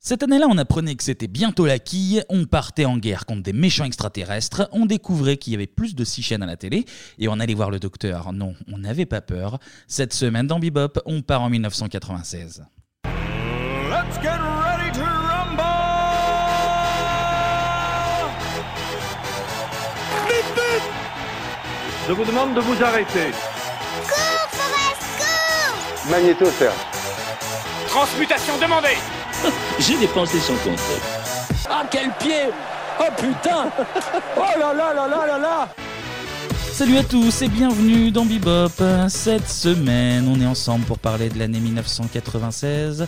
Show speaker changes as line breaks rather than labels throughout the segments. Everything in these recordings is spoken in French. Cette année-là, on apprenait que c'était bientôt la quille, on partait en guerre contre des méchants extraterrestres, on découvrait qu'il y avait plus de six chaînes à la télé, et on allait voir le docteur. Non, on n'avait pas peur. Cette semaine dans Bebop, on part en 1996.
Let's get ready to rumble!
Je vous demande de vous arrêter.
Magnéto, Serge.
Transmutation demandée
J'ai dépensé son compte.
Ah quel pied Oh putain Oh là là là là là là
Salut à tous et bienvenue dans Bebop. Cette semaine, on est ensemble pour parler de l'année 1996.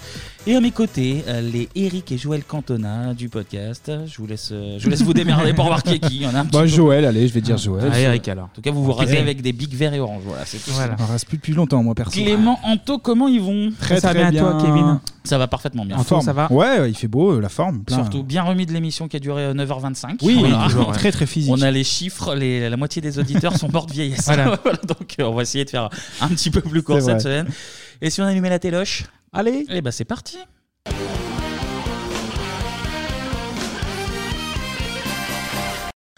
Et à mes côtés, euh, les Eric et Joël Cantona du podcast. Je vous laisse, euh, je vous, laisse vous démerder pour voir qui est qui. Il y en a un petit
Bah,
peu.
Joël, allez, je vais dire Joël.
Ah, Eric alors. En tout cas, vous vous rasez
Eric.
avec des bigs verts et orange. Voilà, c'est tout.
On reste plus depuis longtemps, moi, perso.
Clément, Anto, comment ils vont
Très, Ça va très bien à toi, bien. Kevin
Ça va parfaitement bien.
en forme. Ouais, ouais, il fait beau, euh, la forme. plein.
Surtout bien remis de l'émission qui a duré euh, 9h25.
Oui, oui, toujours, ouais. Très, très physique.
On a les chiffres, les- la moitié des auditeurs sont morts de vieillesse.
Voilà.
Voilà, donc euh, on va essayer de faire un petit peu plus court
C'est
cette
vrai.
semaine. Et si on allumait la téloche Allez Eh ben c'est parti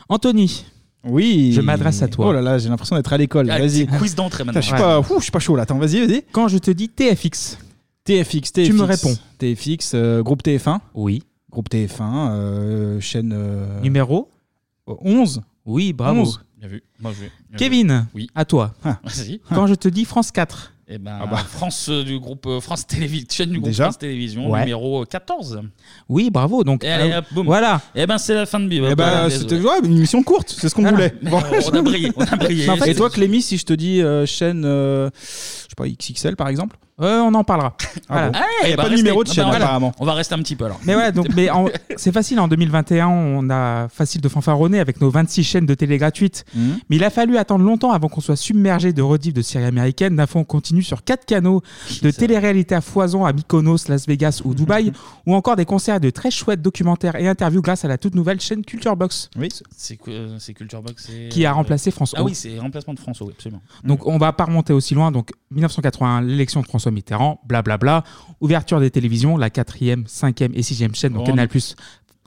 Anthony.
Oui.
Je m'adresse à toi.
Oh là là, j'ai l'impression d'être à l'école.
Ah,
Vas-y.
c'est quiz d'entrée maintenant.
Putain, Je suis pas,
Ouais.
ouh, je suis pas chaud là. Attends, vas-y, vas-y.
Quand je te dis TFX.
TFX, TFX.
Tu me réponds.
TFX, euh, groupe TF1.
Oui.
Groupe TF1, euh, chaîne. euh,
Numéro
euh, 11.
Oui, bravo.
11.
Bien vu. Moi, je vais. Bien
Kevin,
vu. Oui.
à toi.
Ah.
Vas-y.
Quand je te dis France 4.
Eh ben,
bah.
France euh, du groupe euh, France Télévision, chaîne du groupe
Déjà
France Télévision,
Ouais.
numéro 14.
Oui, bravo. Donc,
Et allez,
euh,
hop, boum.
voilà.
Eh ben, c'est la fin de Bebop.
ah, Eh ben,
Voilà,
c'était
désolé.
ouais, une émission courte, c'est ce
Ah
qu'on voulait. Bon.
On a brillé, on a brillé.
Mais en fait,
C'est-
Et toi, Clémy, si je te dis euh, chaîne, euh, je sais pas, XXL par exemple
Euh, On en parlera.
Ah
Voilà.
bon.
Ah,
Il n'y
eh
a
ben,
pas de
restez.
numéro de
Ah,
chaîne
ben, voilà.
apparemment.
On va rester un petit peu alors.
Mais ouais, donc, mais en- c'est facile. En 2021, on a facile de fanfaronner avec nos 26 chaînes de télé gratuites.
Hmm.
Mais il a fallu attendre longtemps avant qu'on soit submergé de rediffs de séries américaines. D'infos, on continue sur quatre canaux de télé-réalité à foison à Mykonos, Las Vegas ou
Mhm.
Dubaï, ou encore des concerts et de très chouettes documentaires et interviews grâce à la toute nouvelle chaîne Culture Box.
Oui.
C'est que- euh, c'est Culture Box. c'est-
Qui a remplacé France
Ah
O.
oui, c'est remplacement de France O, oui, absolument.
Donc on va pas remonter aussi loin. Donc 1981, l'élection de François Mitterrand, blablabla. Ouverture des télévisions, la quatrième, cinquième et sixième chaîne, donc
On-
Canal+,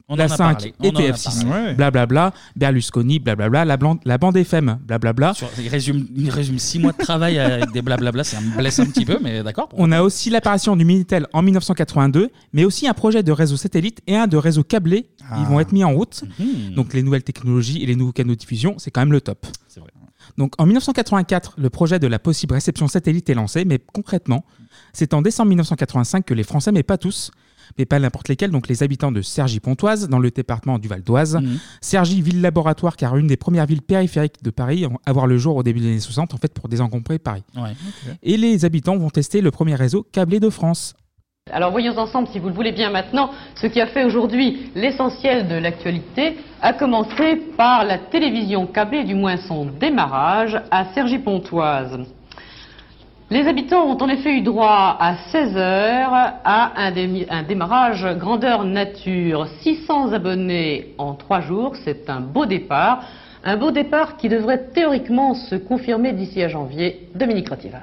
on
la
en a
5
parlé, on
et
en a
TF6,
parlé. Ouais.
blablabla. Berlusconi, blablabla. La, blan- la bande FM, blablabla.
Il résume, il résume six mois de travail avec des blablabla, ça me blesse un petit peu, mais d'accord.
On a aussi l'apparition du Minitel en 1982, mais aussi un projet de réseau satellite et un de réseau câblé. Ils vont être mis en route. Donc les nouvelles technologies et les nouveaux canaux de diffusion, c'est quand même le top. Donc en 1984, le projet de la possible réception satellite est lancé, mais concrètement, c'est en décembre 1985 que les Français, mais pas tous, mais pas n'importe lesquels, donc les habitants de Cergy-Pontoise, dans le département du Val d'Oise,
Mhm.
Cergy, ville laboratoire, car une des premières villes périphériques de Paris à voir le jour au début des années 60, en fait, pour désencombrer Paris.
Ouais.
Et les habitants vont tester le premier réseau câblé de France.
Alors voyons ensemble, si vous le voulez bien maintenant, ce qui a fait aujourd'hui l'essentiel de l'actualité, à commencer par la télévision câblée, du moins son démarrage, à Cergy-Pontoise. Les habitants ont en effet eu droit à 16 heures à un, démi- un démarrage grandeur nature. 600 abonnés en 3 jours, c'est un beau départ. Un beau départ qui devrait théoriquement se confirmer d'ici à janvier. Dominique Rotival.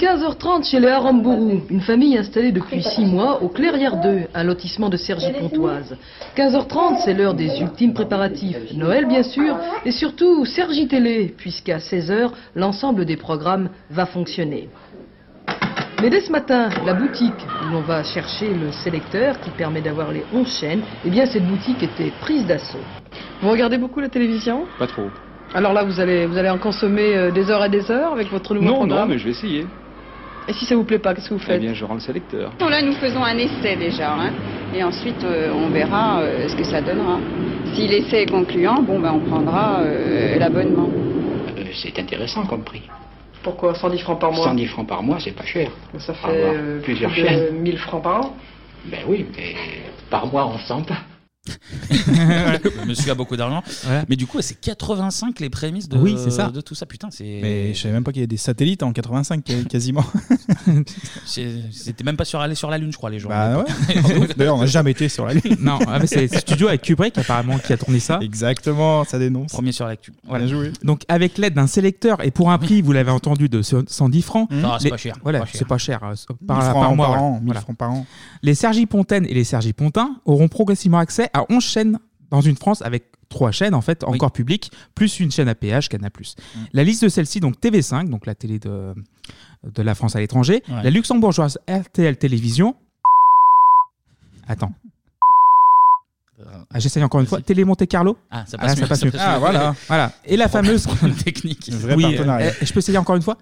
15h30 chez les Harambourou, une famille installée depuis 6 mois au Clairière 2, un lotissement de Cergy-Pontoise. 15h30, c'est l'heure des ultimes préparatifs. Noël, bien sûr, et surtout Cergy Télé, puisqu'à 16h, l'ensemble des programmes va fonctionner. Mais dès ce matin, la boutique où l'on va chercher le sélecteur qui permet d'avoir les 11 chaînes, eh bien cette boutique était prise d'assaut. Vous regardez beaucoup la télévision
Pas trop.
Alors là, vous allez, vous allez en consommer euh, des heures et des heures avec votre nouveau
Non, non,
programme
mais je vais essayer.
Et si ça vous plaît pas, qu'est-ce que vous
Eh
faites
bien, je rends le sélecteur.
Bon, Là, nous faisons un essai déjà, hein, et ensuite euh, on verra euh, ce que ça donnera. Si l'essai est concluant, bon, ben, on prendra euh, l'abonnement.
Euh, c'est intéressant comme prix.
Pourquoi 110 francs par mois
110 francs par mois, c'est pas cher.
Ça
Au
fait
revoir.
euh, plus
Plusieurs
de
chaînes.
1000 francs par an.
Ben oui, mais par mois, on sent pas.
Le monsieur a beaucoup d'argent. Mais du coup, c'est 85 les prémices de,
Oui, c'est ça.
de tout ça. Putain, c'est.
Mais je savais même pas qu'il y avait des satellites en 85 qu- quasiment.
c'est- C'était même pas sur aller sur la Lune, je crois, les gens.
Bah ouais. D'ailleurs, on n'a jamais été sur la Lune.
Non, ah, mais c'est studio avec Kubrick apparemment qui a tourné ça.
Exactement, ça dénonce.
Premier sur l'actu.
Voilà. Donc avec l'aide d'un sélecteur et pour un prix, vous l'avez entendu, de 110 francs.
Ça va, c'est
les-
pas cher,
Voilà,
pas cher.
c'est pas cher. euh, Par,
1000 francs
par mois,
par
voilà.
an, 1000
Voilà.
francs par an.
Les Sergipontaines et les Sergipontins auront progressivement accès à 11 chaînes dans une France avec trois chaînes en fait encore publiques, plus une chaîne à péage Canal+. La liste de celles-ci donc TV5 donc la télé de de la France à l'étranger,
Ouais.
la luxembourgeoise RTL Télévision. Attends. Ah, J'essaye encore une fois. Télé Monte Carlo.
Ah, ça passe mieux,
ça passe
ça
mieux.
passe
Ah,
mieux.
voilà, voilà. Et la fameuse
technique. Un vrai
Oui,
partenariat.
euh, je peux essayer encore une fois.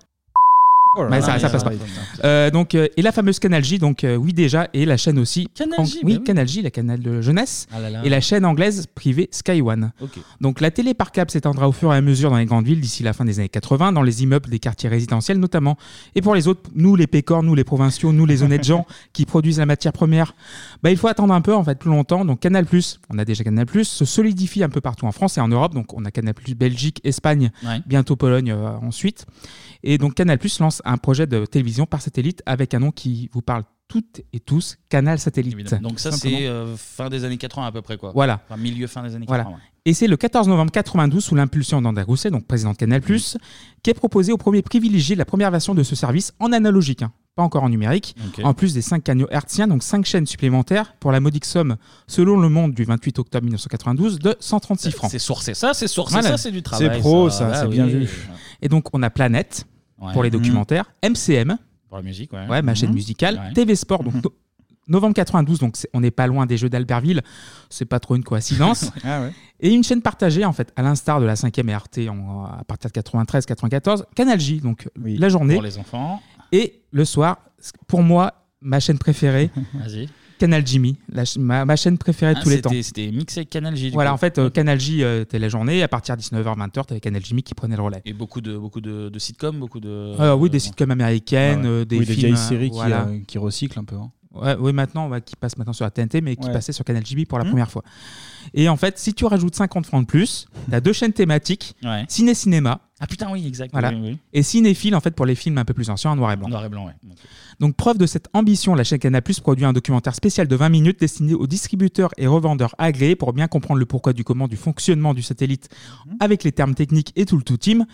Oh là
Bah,
là,
ça, ça
oui,
passe
ça
pas.
va, ça
Euh, donc, euh, et la fameuse Canal J, donc euh, oui déjà, et la chaîne aussi.
Canal J,
Ang- oui,
bah oui.
Canal J, la canal de jeunesse,
Ah là là.
et la chaîne anglaise privée Sky One.
Ok.
Donc la télé par câble s'étendra au fur et à mesure dans les grandes villes d'ici la fin des années 80, dans les immeubles des quartiers résidentiels notamment. Et pour les autres, nous les pécores, nous les provinciaux, nous les honnêtes gens qui produisent la matière première, bah, il faut attendre un peu en fait plus longtemps. Donc Canal+, on a déjà Canal+, se solidifie un peu partout en France et en Europe. Donc on a Canal+, Belgique, Espagne,
Ouais.
bientôt Pologne euh, ensuite. Et donc Canal+, lance un projet de télévision par satellite avec un nom qui vous parle toutes et tous, Canal Satellite.
Évidemment. Donc ça,
Simplement.
c'est euh, fin des années 80 à peu près, quoi.
Voilà.
Enfin, milieu fin des années 80.
Voilà. Et c'est le 14 novembre 92, sous l'impulsion d'André Rousset, donc président de Canal+, qu'est proposé au premier privilégié la première version de ce service en analogique, hein, pas encore en numérique,
Ok.
en plus des 5 canaux hertziens, donc 5 chaînes supplémentaires, pour la modique somme, selon le monde du 28 octobre 1992, de 136 francs.
C'est sourcé, ça, c'est sourcé, ça, c'est du travail. Ah, oui.
Et donc on a Planète, pour
Ouais.
les documentaires, MCM,
Pour la musique, ouais.
Ouais, ma chaîne
Mhm.
musicale.
Ouais.
TV Sport, donc no- novembre 92, donc c'est- on n'est pas loin des Jeux d'Albertville. C'est pas trop une coïncidence. Et une chaîne partagée, en fait, à l'instar de la 5e et RT en- à partir de 93-94, Canal J, donc la journée.
Pour les enfants.
Et le soir, c- pour moi, ma chaîne préférée,
Vas-y.
Canal Jimmy, la ch- ma, ma chaîne préférée de
Ah,
tous les temps.
c'était- C'était mixé avec Canal J. du
Voilà,
coup.
en fait, euh, Canal J, euh, t'es la journée, à partir de 19h-20h, t'avais Canal Jimmy qui prenait le relais.
Et beaucoup de, beaucoup de, de sitcoms, beaucoup de.
Euh, oui, des sitcoms américaines,
Ah ouais.
euh, des
Oui, des
films,
vieilles
euh,
séries
qui,
voilà.
euh, qui recyclent un peu. hein.
Ouais, oui, maintenant, ouais, qui passe maintenant sur la TNT, mais qui
Ouais.
passait sur Canal JB pour la
Mhm.
première fois. Et en fait, si tu rajoutes 50 francs de plus, t'as deux chaînes thématiques, ciné-cinéma.
Ah putain, oui, exact.
Voilà.
Oui, oui.
Et cinéphile, en fait, pour les films un peu plus anciens, en noir et blanc.
Noir et blanc, ouais.
Donc, preuve de cette ambition, la chaîne Canal Plus produit un documentaire spécial de 20 minutes destiné aux distributeurs et revendeurs agréés pour bien comprendre le pourquoi du comment du fonctionnement du satellite
Mhm.
avec les termes techniques et tout le tout team.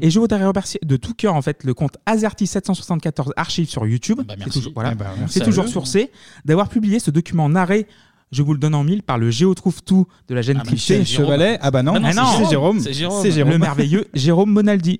Et je voudrais remercier de tout cœur, en fait, le compte Azerty774 Archives sur YouTube. C'est
merci.
toujours, voilà.
Eh ben, merci
C'est
à
toujours
eux.
sourcé d'avoir publié ce document narré. Je vous le donne en mille par le Géotrouve Tout de la
Ah,
gêne
bah,
cliché.
c'est Jérôme. Chevalet. Ah bah non, c'est Jérôme. C'est Jérôme. C'est Jérôme.
Le merveilleux Jérôme Monaldi.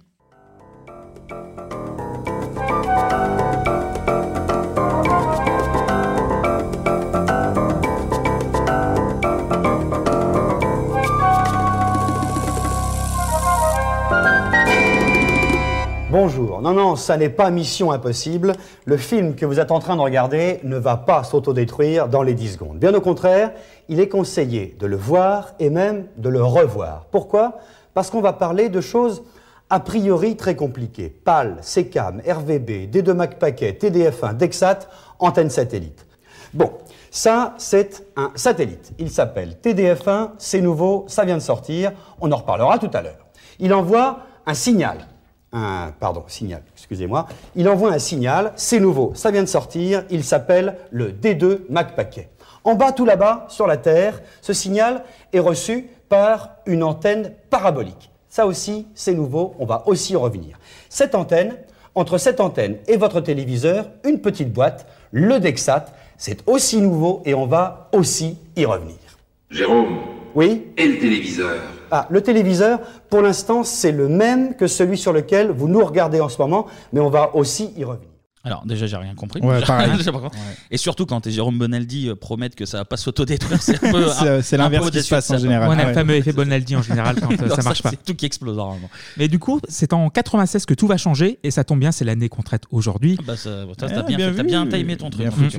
Bonjour. Non, non, ça n'est pas Mission Impossible. Le film que vous êtes en train de regarder ne va pas s'autodétruire dans les 10 secondes. Bien au contraire, il est conseillé de le voir et même de le revoir. Pourquoi Parce qu'on va parler de choses a priori très compliquées. PAL, SECAM, RVB, D2 MacPaquet, TDF1, DEXAT, antenne satellite. Bon, ça, c'est un satellite. Il s'appelle TDF1, c'est nouveau, ça vient de sortir, on en reparlera tout à l'heure. Il envoie un signal. Un, pardon, signal, excusez-moi. Il envoie un signal, c'est nouveau, ça vient de sortir, il s'appelle le D2 MacPaquet. En bas, tout là-bas, sur la Terre, ce signal est reçu par une antenne parabolique. Ça aussi, c'est nouveau, on va aussi y revenir. Cette antenne, entre cette antenne et votre téléviseur, une petite boîte, le Dexat, c'est aussi nouveau et on va aussi y revenir.
Jérôme.
Oui
Et le téléviseur.
Ah, le téléviseur, pour l'instant, c'est le même que celui sur lequel vous nous regardez en ce moment, mais on va aussi y revenir.
Alors, déjà, j'ai rien compris.
Ouais, pareil.
Déjà, par contre. Et surtout, quand Jérôme Bonaldi euh, promettent que ça va pas s'autodétruire, c'est un peu.
C'est-
un-
c'est
un
l'inverse
peu
qui se
au-dessus de
passe en
ça.
général. Ouais, on a le Ouais. fameux effet Bonaldi en général quand, euh,
Non,
ça marche pas.
C'est tout qui explose normalement.
Mais du coup, c'est en 96 que tout va changer et ça tombe bien, c'est l'année qu'on traite aujourd'hui.
Bah, ça- toi,
Ah,
t'as bien, fait, t'as bien timé ton truc. en fait.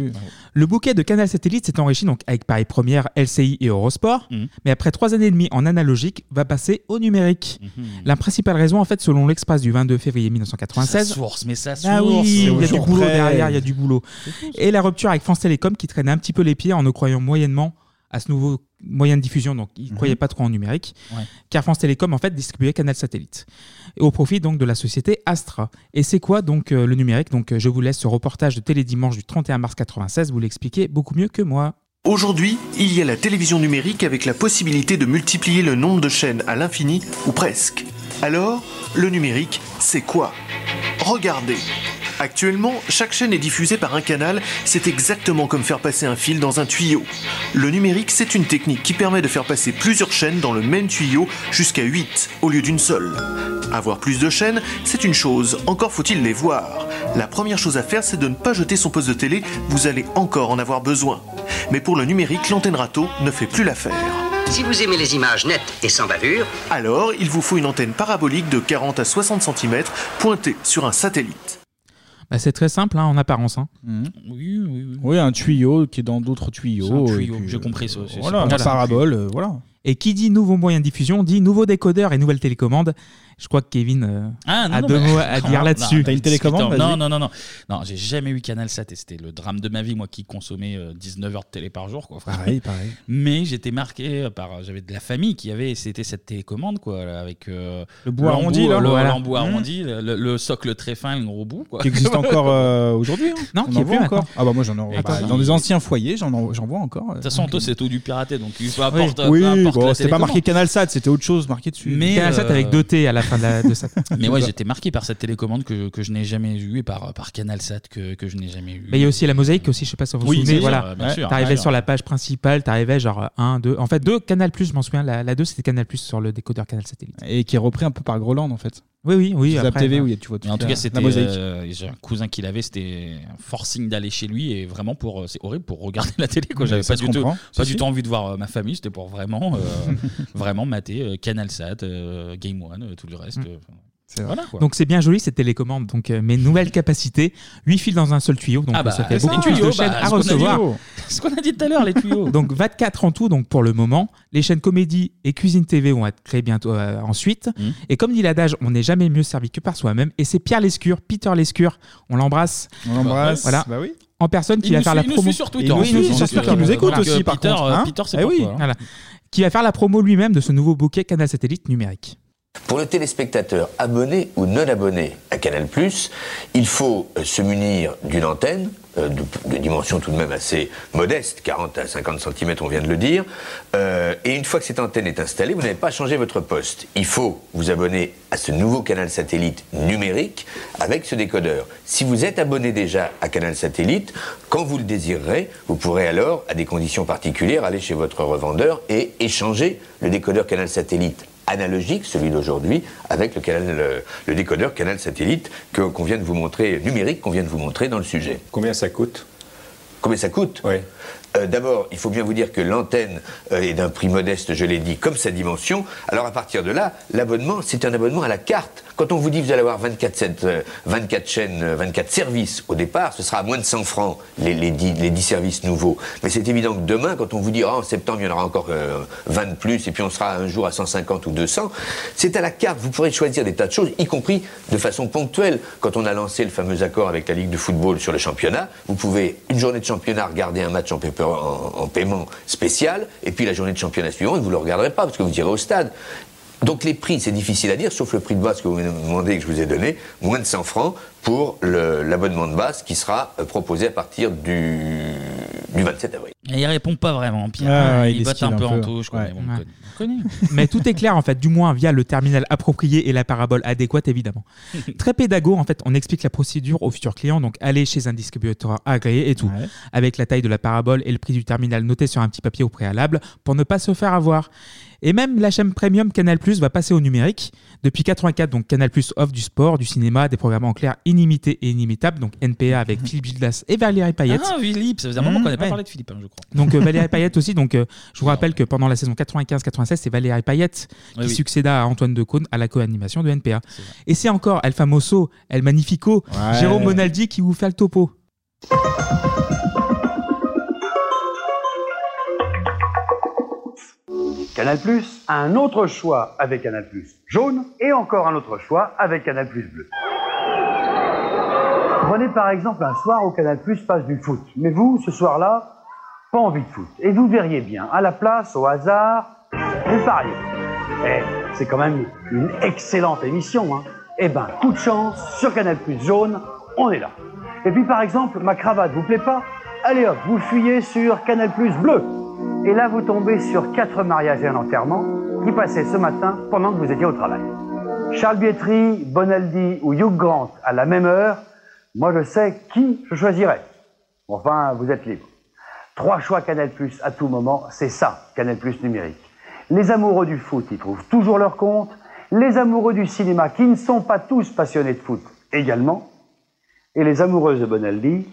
Le bouquet de Canal Satellite s'est enrichi donc avec Paris Première, LCI et Eurosport,
Mhm.
mais après trois années et demie en analogique, va passer au numérique.
Mhm.
La principale raison, en fait, selon l'Express du 22 février 1996,
Ça source, mais ça
Ah
source.
oui,
C'est
il y a du
toujours
boulot
prêt.
derrière, il y a du boulot. Et la rupture avec France Télécom qui traînait un petit peu les pieds en ne croyant moyennement à ce nouveau moyen de diffusion, donc ils ne
Mhm.
croyaient pas trop en numérique,
Ouais.
car France Télécom en fait distribuait Canal Satellite au profit donc de la société Astra. Et c'est quoi donc euh, le numérique Donc euh, je vous laisse ce reportage de Télédimanche du 31 mars 96, vous l'expliquez beaucoup mieux que moi.
Aujourd'hui, il y a la télévision numérique avec la possibilité de multiplier le nombre de chaînes à l'infini ou presque. Alors, le numérique, c'est quoi Regardez. Actuellement, chaque chaîne est diffusée par un canal, c'est exactement comme faire passer un fil dans un tuyau. Le numérique, c'est une technique qui permet de faire passer plusieurs chaînes dans le même tuyau jusqu'à 8 au lieu d'une seule. Avoir plus de chaînes, c'est une chose, encore faut-il les voir. La première chose à faire, c'est de ne pas jeter son poste de télé, vous allez encore en avoir besoin. Mais pour le numérique, l'antenne râteau ne fait plus l'affaire.
Si vous aimez les images nettes et sans bavure,
Alors, il vous faut une antenne parabolique de 40 à 60 cm pointée sur un satellite.
Bah, c'est très simple hein, en apparence. hein.
Oui, oui, oui.
Mmh. Oui, un tuyau qui est dans d'autres
C'est un
tuyaux.
tuyau,
et puis,
j'ai
euh,
compris ça. c'est-
Voilà,
c'est-
la parabole, euh, voilà.
Et qui dit nouveau moyen de diffusion dit nouveau décodeur et nouvelle télécommande. Je crois que Kevin euh,
Ah, non,
a
non,
deux
mais-
mots à
Ah,
dire
non,
là-dessus.
non, discutons. Non, non, non, non. Non, j'ai jamais eu Canal Sat et c'était le drame de ma vie, moi qui consommais euh, 19 heures de télé par jour. Quoi, franchement.
Pareil, pareil.
Mais j'étais marqué euh, par. J'avais de la famille qui avait. C'était cette télécommande, quoi, là, avec. euh,
Le bout arrondi,
l'embout,
là.
le-
Voilà.
L'embout
Mhm.
arrondi, le, le socle très fin, le gros bout, quoi.
Qui existe encore euh, aujourd'hui hein.
Non,
On
qui
en
est
voit
plus
encore.
maintenant.
Ah bah moi j'en ai
Attends.
dans des anciens foyers, j'en en- j'en vois encore. euh.
De toute façon, toi, c'est tout du piraté, donc peu importe.
oui,
peu importe
bon,
la
c'était pas marqué Canal
télécommande.
Sat, c'était autre chose marqué dessus.
Mais, euh, Ah,
Canal Sat avec deux T à la fin de, la- de ça.
Mais ouais, j'étais marqué par cette télécommande que, que je n'ai jamais eue et par, par CanalSat que, que je n'ai jamais eu.
Mais il y a aussi la mosaïque aussi, je sais pas si vous vous
Oui,
souvenez.
bien sûr,
Voilà,
bien sûr, bien
t'arrivais
sûr.
sur la page principale, t'arrivais genre 1, 2. En fait, 2 Canal Plus, je m'en souviens. La, 2 c'était Canal Plus sur le décodeur Canal Satellite.
Et qui est repris un peu par Groland en fait.
Oui, oui, oui.
Sur la
après,
TV
hein.
où il y a- tu vois toute
Mais en tout
la-
cas,
la
c'était
mosaïque.
euh, j'ai un cousin qui l'avait, c'était un forcing d'aller chez lui et vraiment pour euh, c'est horrible pour regarder la télé quoi.
Mais
J'avais
ça
pas
se
du tout
comprend,
pas
si,
du
si.
tout envie de voir euh, ma famille, c'était pour vraiment euh, vraiment mater euh, CanalSat, euh, Game One, euh, tout le reste.
Mm.
euh, voilà quoi.
Donc c'est bien joli cette télécommande. Donc euh, mes nouvelles capacités, 8 fils dans un seul tuyau. Donc
Ah bah,
ça fait
c'est les
beaucoup plus
tuyaux,
de chaînes
bah,
à
ce qu'on a dit.
recevoir.
Ce qu'on a dit tout à l'heure les tuyaux.
Donc 24 en tout, donc pour le moment, les chaînes comédie et cuisine TV vont être créées bientôt euh, ensuite.
Mm.
Et comme dit l'adage, on n'est jamais mieux servi que par soi-même. Et c'est Pierre Lescure, Peter Lescure, on l'embrasse.
On l'embrasse,
Voilà.
bah oui.
En personne qui
Il
va
nous
faire
suit-
la
il nous
promo.
suit sur Twitter. Il nous suit, j'espère
donc,
qu'il nous
euh,
écoute aussi, par
Peter,
contre,
euh,
hein.
Peter, c'est
Eh
pour
oui.
toi, hein.
Voilà. Qui va faire la promo lui-même de ce nouveau bouquet Canal Satellite numérique.
Pour le téléspectateur abonné ou non abonné à Canal+, il faut euh, se munir d'une antenne euh, de, de dimension tout de même assez modeste, 40 à 50 cm, on vient de le dire. Euh, et une fois que cette antenne est installée, vous n'avez pas à changer votre poste. Il faut vous abonner à ce nouveau canal satellite numérique avec ce décodeur. Si vous êtes abonné déjà à Canal Satellite, quand vous le désirerez, vous pourrez alors, à des conditions particulières, aller chez votre revendeur et échanger le décodeur Canal Satellite analogique, celui d'aujourd'hui, avec le, canal, le, le décodeur canal satellite que- qu'on vient de vous montrer, numérique, qu'on vient de vous montrer dans le sujet. Combien ça coûte Combien ça coûte Euh, D'abord, il faut bien vous dire que l'antenne euh, est d'un prix modeste, je l'ai dit, comme sa dimension. Alors à partir de là, l'abonnement, c'est un abonnement à la carte. Quand on vous dit que vous allez avoir 24, cette, euh, 24 chaînes, euh, 24 services au départ, ce sera à moins de 100 francs les, les 10, les 10 services nouveaux. Mais c'est évident que demain, quand on vous dit Ah, en septembre, il y en aura encore euh, 20 de plus, et puis on sera un jour à 150 ou 200, c'est à la carte. Vous pourrez choisir des tas de choses, y compris de façon ponctuelle. Quand on a lancé le fameux accord avec la Ligue de football sur le championnat, vous pouvez, une journée de championnat, regarder un match en, paie- en- en paiement spécial, et puis la journée de championnat suivante, vous ne le regarderez pas, parce que vous irez au stade. Donc les prix, c'est difficile à dire, sauf le prix de base que vous me demandez, que je vous ai donné, moins de 100 francs pour le- l'abonnement de base qui sera euh, proposé à partir du, du 27 avril.
Et il répond pas vraiment Pierre,
Ah, ouais,
il,
il
botte
esquive
un peu
un
en
peu.
touche quoi,
Ouais.
mais bon,
Ouais.
on connaît. on connaît.
Mais tout est clair en fait, du moins via le terminal approprié et la parabole adéquate évidemment. Très pédago en fait, on explique la procédure au futur client, donc aller chez un distributeur agréé et tout, avec la taille de la parabole et le prix du terminal noté sur un petit papier au préalable pour ne pas se faire avoir. Et même la chaîne premium Canal Plus va passer au numérique. Depuis 84, donc Canal Plus offre du sport, du cinéma, des programmes en clair inimités et inimitables, donc NPA avec Philippe Gildas et Valérie Payette.
Ah Philippe, ça faisait un moment
Mmh,
qu'on n'avait pas
ouais.
parlé de Philippe hein, je crois.
Donc euh, Valérie Payette aussi. Donc euh, je vous rappelle que pendant la saison 95-96, c'est Valérie Payette qui
Oui, oui.
succéda à Antoine Decaune à la co-animation de NPA. Et c'est encore El Famoso, El Magnifico,
Ouais.
Jérôme Bonaldi qui vous fait le topo.
Canal a un autre choix avec Canal jaune et encore un autre choix avec Canal bleu. Prenez par exemple un soir où Canal passe du foot. Mais vous, ce soir-là, pas envie de foot. Et vous verriez bien, à la place, au hasard, vous pariez. Eh, c'est quand même une excellente émission, hein. Eh ben, coup de chance, sur Canal Plus Jaune, on est là. Et puis par exemple, ma cravate vous plaît pas Allez hop, vous fuyez sur Canal Plus Bleu. Et là, vous tombez sur quatre mariages et un enterrement qui passaient ce matin pendant que vous étiez au travail. Charles Bietri, Bonaldi ou Hugh Grant à la même heure, moi je sais qui je choisirais. Enfin, vous êtes libre. Trois choix Canal Plus à tout moment, c'est ça, Canal Plus numérique. Les amoureux du foot y trouvent toujours leur compte. Les amoureux du cinéma qui ne sont pas tous passionnés de foot également. Et les amoureuses de Bonaldi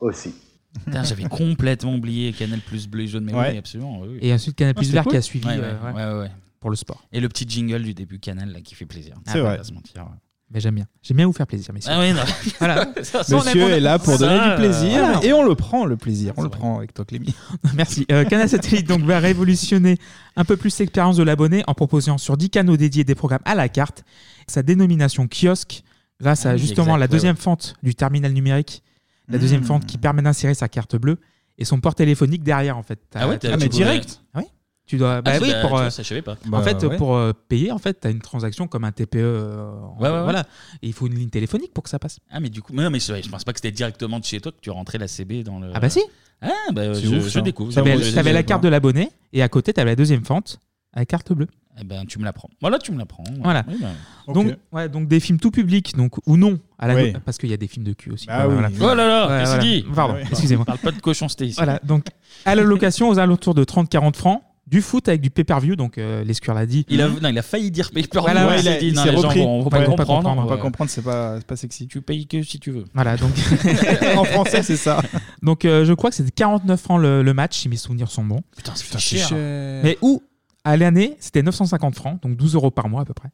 aussi.
Putain, j'avais complètement oublié Canal Plus bleu et jaune, mais
Ouais.
oui, absolument. oui, oui.
Et ensuite, Canal+
Ah, c'était
vert qui a
cool.
suivi,
Ouais, ouais,
euh, ouais.
ouais, ouais.
Pour le sport.
Et le petit jingle du début Canal là, qui fait plaisir.
C'est vrai.
Ah, on va pas se mentir, ouais.
Mais j'aime bien. J'aime bien vous faire plaisir, messieurs.
Ah oui, non.
voilà.
Ça, ça, on aime, on
Monsieur
aime.
est là pour
Ça,
donner du plaisir
euh,
et on le prend, le plaisir. On le prend avec toi, Clémy.
Merci. Euh, Canal Satellite donc, va révolutionner un peu plus l'expérience de l'abonné en proposant sur 10 canaux dédiés des programmes à la carte sa dénomination kiosque grâce
Ah
à
oui,
justement
exact,
la
ouais,
deuxième
ouais.
fente du terminal numérique, la deuxième
Mmh.
fente qui permet d'insérer sa carte bleue et son port téléphonique derrière en fait. T'as-
Ah ouais,
tu
t'as-
dois-
mais direct
Ah Oui. Tu dois bah
Ah,
oui
bah,
pour
tu
euh,
vois, ça, je savais pas.
En
Bah,
fait
ouais.
pour euh, payer en fait tu as une transaction comme un TPE euh, en-
Ouais, ouais, ouais.
voilà et il faut une ligne téléphonique pour que ça passe.
Ah, mais du coup, mais non, mais c'est vrai, je pense pas que c'était directement de chez toi que tu rentrais la CB dans le.
Ah bah si.
Ah, bah euh,
C'est
je,
ouf,
je
ça.
découvre.
T'avais,
Je- je-
t'avais
je-
la carte de l'abonné et à côté t'avais la deuxième fente à la carte bleue.
Eh ben, tu me l'apprends. Voilà, tu me l'apprends.
Voilà.
Oui, bah.
donc, ouais, donc des films tout public, donc ou non, à la
Oui.
no- parce qu'il y a des films de cul aussi.
Bah
Ah oui. Oh là là, qu'est-ce qu'il dit
Pardon,
Ah oui.
excusez-moi.
Parle pas de cochonceté ici.
Voilà, donc à la location aux alentours de 30-40 francs, du foot avec du pay-per-view, donc euh, l'escure l'a dit.
Il a, non, il a failli dire pay per
Voilà, ouais, il a-
dit,
il
non,
s'est
les gens
repris.
vont, vont
Faut
pas
pas
comprendre.
comprendre,
euh,
faut pas
Comprendre, c'est pas, c'est pas sexy.
Tu payes que si tu veux.
Voilà, donc.
En français, c'est ça.
Donc, euh, je crois que c'était 49 francs le, le match, si mes souvenirs sont bons.
Putain, c'est hein. Putain, cher. c'est cher.
Mais où à l'année, c'était 950 francs, donc 12 euros par mois à peu près.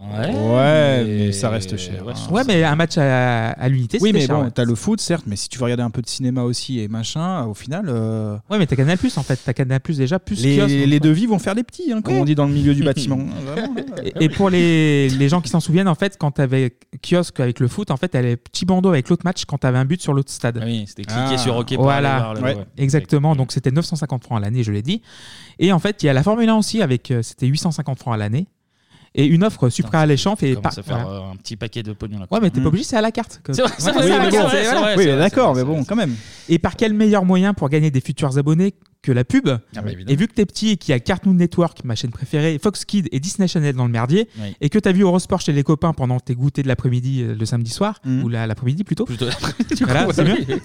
Ouais,
Ouais, mais ça reste cher.
Ah,
hein.
Ouais, mais un match à, à l'unité,
Oui,
c'était
mais
cher,
bon,
ouais.
t'as le foot, certes, mais si tu veux regarder un peu de cinéma aussi et machin, au final. euh,
Ouais, mais t'as Canal Plus en fait. T'as Canal Plus déjà, plus
Les,
kiosque,
les
donc,
devis vont faire des petits, hein, comme on dit dans le milieu du bâtiment. Ah, bah, Vraiment, là.
Et pour les, les gens qui s'en souviennent, en fait, quand t'avais kiosque avec le foot, en fait, t'avais petit bandeau avec l'autre match quand t'avais un but sur l'autre stade.
oui, c'était cliquer Ah. sur OK pour aller
Voilà,
voir le- Ouais. ouais.
exactement. Donc c'était 950 francs à l'année, je l'ai dit. Et en fait, il y a la Formule 1 aussi avec euh, c'était 850 francs à l'année et une offre super alléchante et
Commence
par-
à faire
voilà.
euh, un petit paquet de pognon là.
Ouais, mais t'es
Hmm.
pas obligé, c'est à la carte.
C'est vrai, c'est
Voilà,
vrai,
à la
c'est
carte,
vrai,
c'est-
c'est
voilà.
vrai, Oui, c'est mais vrai,
d'accord, mais bon, quand même.
Et par quel meilleur moyen pour gagner des futurs abonnés que la pub
bah,
Et vu que t'es petit et qu'il y a Cartoon Network, ma chaîne préférée, Fox Kids et Disney Channel dans le merdier,
Oui.
et que t'as vu Eurosport chez les copains pendant tes goûters de l'après-midi, euh, le samedi soir, ou la- l'après-midi plutôt.
Hmm. Plutôt
du
Voilà,
coup,
c'est
oui.
mieux.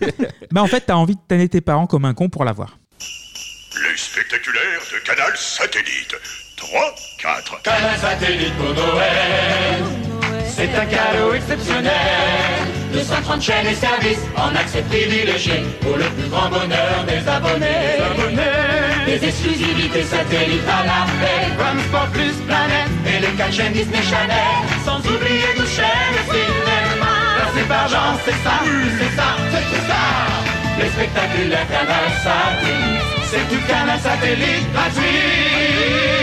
bah en fait, t'as envie de tanner tes parents comme un con pour l'avoir.
Les spectaculaires de Canal Satellite. 3, 4.
Canal Satellite pour Noël. C'est un cadeau exceptionnel. 230 chaînes et services en accès privilégié pour le plus grand bonheur des abonnés. Des, exclusivités satellites à la paix. Comme Sport Plus Planète et les 4 chaînes Disney Channel. Sans oublier nos chaînes de cinéma. Placé par Jean, c'est ça, c'est ça, c'est ça. Les spectaculaires Canal Satellite. C'est du Canal Satellite gratuit.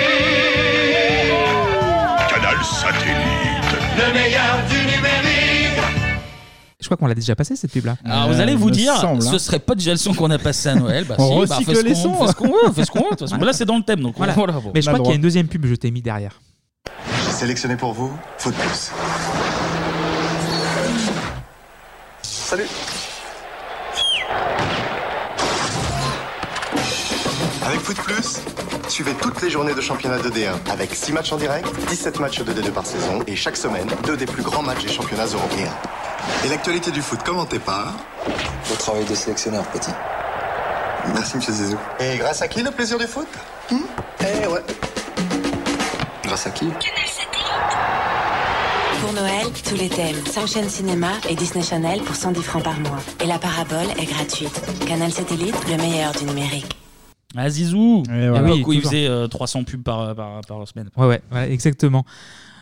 Canal Satellite.
Le meilleur du numérique.
Je crois qu'on l'a déjà passé cette pub-là.
Alors Ah, vous allez
Euh,
vous dire,
hein.
ce serait pas déjà le son qu'on a passé à Noël. Bah,
On
si, bah,
recycle
fais ce
les
qu'on-
sons. hein.
Fais ce qu'on veut, fais ce qu'on veut. de toute façon.
Voilà.
Là, c'est dans le thème, donc
Voilà.
voilà, bon.
Mais je
On a
crois qu'il y a
le droit.
une deuxième pub, je t'ai mis derrière.
Sélectionné pour vous, Foot Plus.
Salut
Avec Foot Plus, suivez toutes les journées de championnat de D1 avec 6 matchs en direct, 17 matchs de D2 par saison et chaque semaine, deux des plus grands matchs des championnats européens. Et l'actualité du foot commentée par
Au travail de sélectionneur, petit.
Merci, monsieur Zizou. Et grâce à qui le plaisir du foot Hmm Eh ouais. Grâce à qui
Pour Noël, tous les thèmes. 5 chaînes cinéma et Disney Channel pour 110 francs par mois. Et la parabole est gratuite. Canal satellite, le meilleur du numérique.
Ah Zizou
voilà.
L'époque
Oui,
où il
toujours.
faisait euh, 300 pubs par, par, par semaine.
Ouais, ouais, ouais, exactement.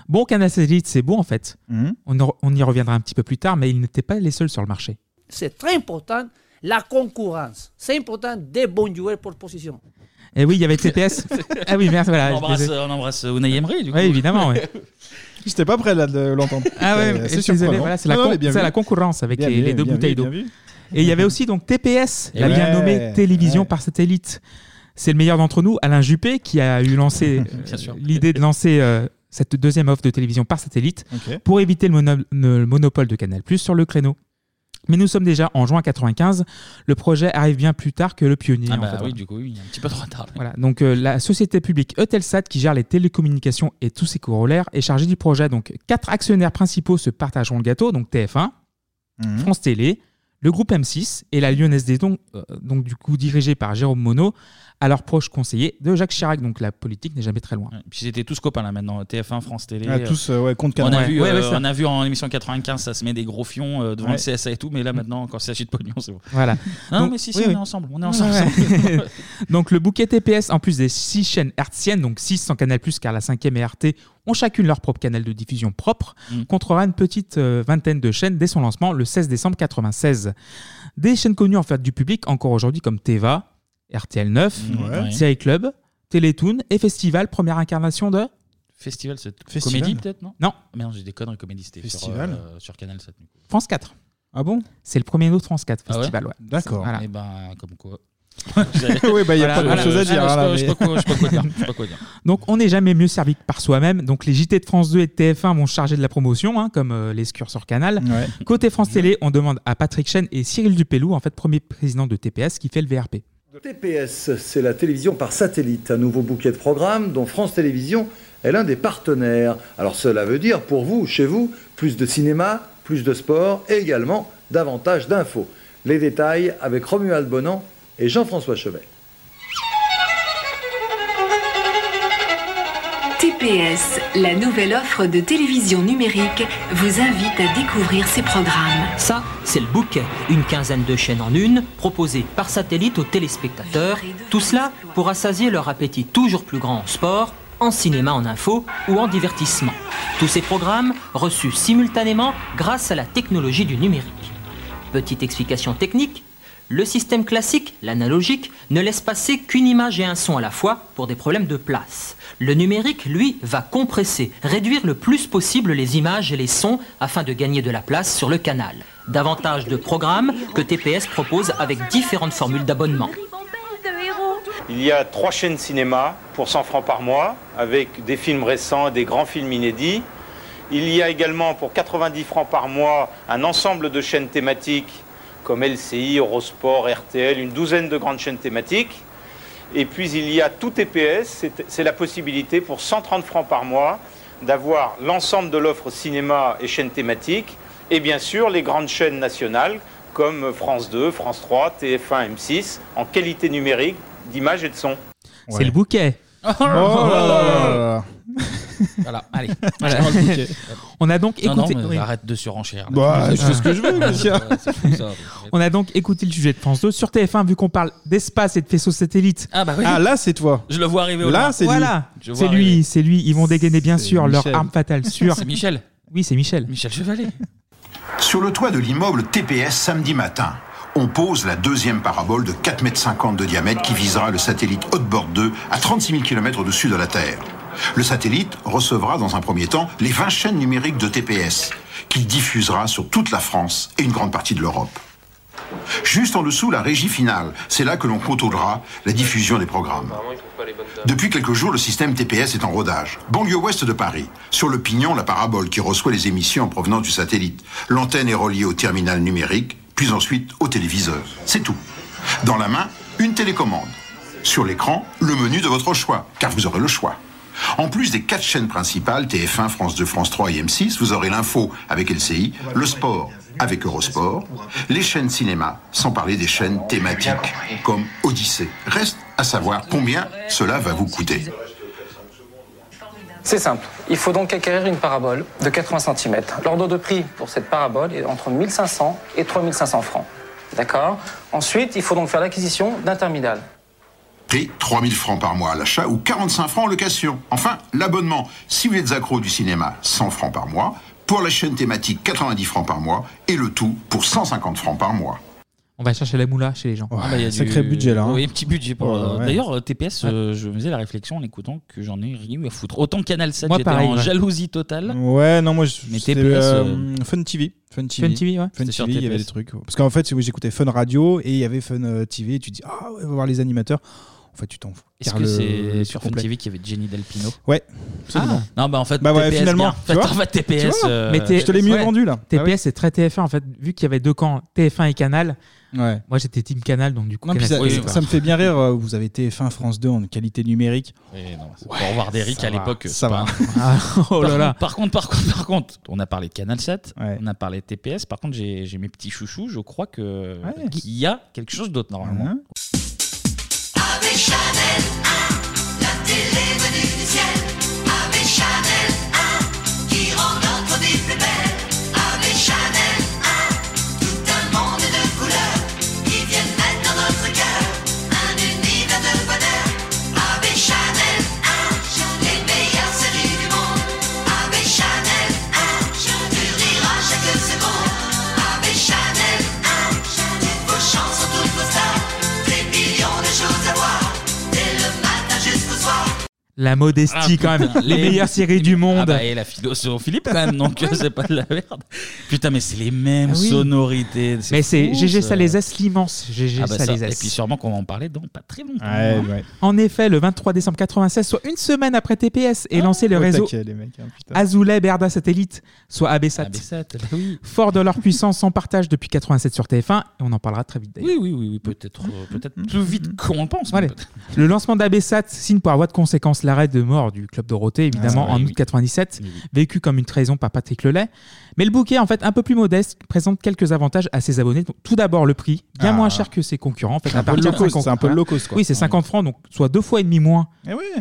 Bon, Canal Satellite, c'est beau en fait.
Mhm.
On, en- on y reviendra un petit peu plus tard, mais ils n'étaient pas les seuls sur le marché.
C'est très important la concurrence. C'est important des bons joueurs pour position.
Et Eh oui, il y avait TPS. ah oui, merci, voilà.
On embrasse,
je les ai-
on embrasse euh, Unai Emery, du coup.
Ouais, évidemment, ouais.
J'étais pas prêt là de l'entendre.
Ah ouais,
Euh,
mais
c'est
je suis désolé,
surprenant.
voilà, c'est la,
Non, non,
con-
mais bien
c'est
vu.
la concurrence avec
Bien
les,
vu,
les deux
bien vu,
bouteilles
bien
d'eau.
vu.
Et il y avait aussi donc TPS,
Eh
Et
la bien
ouais,
nommée télévision par satellite. C'est le meilleur d'entre nous, Alain Juppé, qui a eu lancé euh, l'idée de lancer euh, cette deuxième offre de télévision par satellite
Ok.
pour éviter le, mono- le monopole de Canal+ sur le créneau. Mais nous sommes déjà en juin 95. Le projet arrive bien plus tard que le pionnier.
Ah
en
bah
fait,
oui,
voilà.
du coup, oui, il y a un petit peu de retard.
Voilà, donc euh, la société publique Eutelsat, qui gère les télécommunications et tous ses corollaires, est chargée du projet. Donc quatre actionnaires principaux se partageront le gâteau, donc TF1,
Mhm.
France Télé, le groupe M6 et la Lyonnaise des Dons, euh, donc du coup dirigée par Jérôme Monod, alors proche conseiller de Jacques Chirac. Donc la politique n'est jamais très loin.
Puis ils étaient tous copains là maintenant, TF1, France Télé.
Ah, tous, euh, ouais, contre
on
Canal.
a, vu,
Ouais,
euh,
ouais, ça.
on a vu en émission 95, ça se met des gros fions euh, devant
Ouais.
le CSA et tout, mais là maintenant, quand il s'agit de pognon, c'est bon.
Voilà.
Non,
Donc-
mais si, si,
oui,
on
oui.
est ensemble. On est
Ouais,
ensemble.
ouais. donc le bouquet TPS, en plus des six chaînes hertziennes, donc 6 sans Canal+, car la cinquième et RT ont chacune leur propre canal de diffusion propre,
Mm.
contrera une petite euh, vingtaine de chaînes dès son lancement le 16 décembre 96. Des chaînes connues en fait du public encore aujourd'hui comme Teva, RTL9,
Mm,
Ouais.
Série Club, Télétoon et Festival, première incarnation de
Festival, c'est
Festival.
comédie peut-être, non
Non.
Ah Merde, j'ai des conneries, comédie, c'était sur,
Festival.
euh, sur Canal 7.
France 4. Ah bon C'est le premier autre France 4
Ah ouais
Festival, ouais.
D'accord.
Voilà.
Et ben, comme quoi. Ah,
Oui, bah, il y a pas grand-chose à dire, hein, là,
Je sais
mais-
pas quoi- je sais pas quoi dire, je sais pas quoi dire.
Donc on n'est jamais mieux servi que par soi-même. Donc les JT de France 2 et de TF1 vont se charger de la promotion, hein, comme euh, les Scurs sur Canal. Côté France Télé, on demande à Patrick Chen et Cyril Dupélou, en fait premier président de TPS, qui fait le VRP.
TPS, c'est la télévision par satellite, un nouveau bouquet de programmes dont France Télévisions est l'un des partenaires. Alors cela veut dire pour vous, chez vous, plus de cinéma, plus de sport et également davantage d'infos. Les détails avec Romuald Bonan et Jean-François Chevet.
TPS, la nouvelle offre de télévision numérique, vous invite à découvrir ses programmes.
Ça, c'est le bouquet. Une quinzaine de chaînes en une, proposées par satellite aux téléspectateurs. Tout cela pour assasier leur appétit toujours plus grand en sport, en cinéma, en info ou en divertissement. Tous ces programmes reçus simultanément grâce à la technologie du numérique. Petite explication technique. Le système classique, l'analogique, ne laisse passer qu'une image et un son à la fois pour des problèmes de place. Le numérique, lui, va compresser, réduire le plus possible les images et les sons afin de gagner de la place sur le canal. Davantage de programmes que TPS propose avec différentes formules d'abonnement.
Il y a trois chaînes cinéma pour 100 francs par mois, avec des films récents et des grands films inédits. Il y a également pour 90 francs par mois un ensemble de chaînes thématiques comme LCI, Eurosport, RTL, une douzaine de grandes chaînes thématiques. Et puis il y a tout TPS, c'est- c'est la possibilité pour 130 francs par mois d'avoir l'ensemble de l'offre cinéma et chaînes thématiques, et bien sûr les grandes chaînes nationales comme France 2, France 3, TF1, M6, en qualité numérique d'image et de son.
C'est le bouquet.
Voilà, allez.
Voilà.
Dans le bouquet.
On a donc
Non, non,
écouté-
mais
oui.
Arrête de surenchérir.
Bah, je fais ce que je veux,
monsieur.
monsieur.
On a donc écouté le sujet de France 2 sur TF1 vu qu'on parle d'espace et de faisceaux satellites.
Ah bah oui.
Ah, là, c'est toi.
Je le vois arriver au
Là,
loin.
c'est lui.
voilà,
Je vois
c'est
arriver.
lui, c'est lui. Ils vont dégainer bien sûr
Michel.
leur arme fatale sur.
C'est Michel.
Oui, c'est Michel.
Michel Chevalet.
Sur le toit de l'immeuble TPS samedi matin, on pose la deuxième parabole de 4,50 m de diamètre qui visera le satellite Hotbord 2 à 36 000 km au-dessus de la Terre. Le satellite recevra dans un premier temps les 20 chaînes numériques de TPS, qu'il diffusera sur toute la France et une grande partie de l'Europe. Juste en dessous, la régie finale, c'est là que l'on contrôlera la diffusion des programmes. Depuis quelques jours, le système TPS est en rodage. Banlieue ouest de Paris. Sur le pignon, la parabole qui reçoit les émissions en provenance du satellite. L'antenne est reliée au terminal numérique, puis ensuite au téléviseur. C'est tout. Dans la main, une télécommande. Sur l'écran, le menu de votre choix, car vous aurez le choix. En plus des quatre chaînes principales, TF1, France 2, France 3 et M6, vous aurez l'info avec LCI, le sport avec Eurosport, les chaînes cinéma, sans parler des chaînes thématiques comme Odyssée. Reste à savoir combien cela va vous coûter.
C'est simple. Il faut donc acquérir une parabole de 80 cm. L'ordre de prix pour cette parabole est entre 1500 et 3500 francs. D'accord Ensuite, il faut donc faire l'acquisition d'un terminal.
Prix 3000 francs par mois à l'achat ou 45 francs en location. Enfin, l'abonnement, si vous êtes accro du cinéma, 100 francs par mois. Pour la chaîne thématique, 90 francs par mois. Et le tout pour 150 francs par mois.
On va chercher la moula chez les gens.
Ah bah, il y a du-
hein.
Oui, un petit budget pour.
Ouais,
euh,
ouais.
D'ailleurs, euh, TPS, euh, je me faisais la réflexion en écoutant que j'en ai rien eu à foutre. Autant Canal 7,
Moi,
j'étais
pareil,
en
ouais.
jalousie totale.
Ouais, non, moi, je-
Mais
c'était
TPS,
euh,
euh,
Fun TV. Fun TV,
Fun TV, ouais.
Fun
C'était sur
TV, il y avait
TPS.
des trucs. Parce qu'en fait, c'est- oui, j'écoutais Fun Radio et il y avait Fun euh, TV. Et tu dis, ah ouais, va voir les animateurs. En fait, tu t'en fous.
Est-ce
Car
que
le-
c'est
le
sur Fun
complet.
TV qu'il y avait Jenny Delpino
Ouais.
Ah.
absolument.
Non, bah en fait,
Bah ouais,
TPS,
finalement,
bien.
tu
En fait,
vois.
en fait, TPS.
Tu vois,
euh,
t'es-
je te l'ai mieux
ouais.
vendu, là. Ah
TPS
ouais.
est très TF1 en fait, vu qu'il y avait deux camps, TF1 et Canal.
Ouais.
Moi j'étais team Canal donc du coup.
Non, puis
Canal,
ça,
c'était
ça-
bah.
pas-
ça me fait bien rire. euh, Vous avez TF1 France 2 en qualité numérique.
Oui, non, c'est- pour voir d'Eric
ça
à
va,
l'époque.
ça
c'est
va.
pas-
Ah, oh là
par,
là.
Contre, par contre, par contre, par contre, on a parlé de Canal 7, on a parlé de TPS. Par contre, j'ai j'ai mes petits chouchous. Je crois que qu'il y a quelque chose d'autre normalement.
Avec Chanel 1, la télé venue du ciel. Avec Chanel 1, qui rend notre vie plus belle. Avec Chanel 1, tout un monde de couleurs qui viennent mettre dans notre cœur un univers de bonheur. Avec Chanel 1, les meilleures séries du monde. Avec Chanel 1, tu riras chaque seconde. Avec Chanel 1, toutes vos chansons, toutes vos stars. Des millions de choses à voir, dès le matin jusqu'au soir.
La modestie
Ah,
quand même.
putain,
Les,
les-
meilleures séries du monde.
Ah bah, et la Philippe quand même, donc c'est pas de la merde. Putain, mais c'est les mêmes
Ah oui.
sonorités.
Mais c'est
fou,
GG
ça.
Salézès l'immense GG
Ah bah ça,
Salézès.
Et puis sûrement qu'on va en parler dans pas très longtemps.
Ouais,
hein.
ouais.
En effet, le 23 décembre 96, soit une semaine après TPS, est lancé le
Ah, au
réseau
taquet, les mecs, hein, putain.
Azoulay Berda Satellite, soit AB7.
AB7, bah oui.
Fort de leur puissance sans partage depuis 87 sur TF1, et on en parlera très vite d'ailleurs.
Oui, oui, oui, oui, peut-être euh, peut-être plus vite qu'on le pense. mais
Allez.
peut-être.
Le lancement d'ABSAT signe pour avoir de conséquence l'arrêt de mort du club Dorothée, évidemment,
Ah, oui,
en août
oui.
97, vécu comme une trahison par Patrick Lelay. Mais le bouquet, en fait, un peu plus modeste, présente quelques avantages à ses abonnés. Donc, tout d'abord, le prix, bien
Ah.
moins cher que ses concurrents. En fait,
C'est
à
un peu
partir
low
de
cost,
50,
c'est un peu
hein.
low cost, quoi.
Oui, c'est 50 francs, donc soit deux fois et demi moins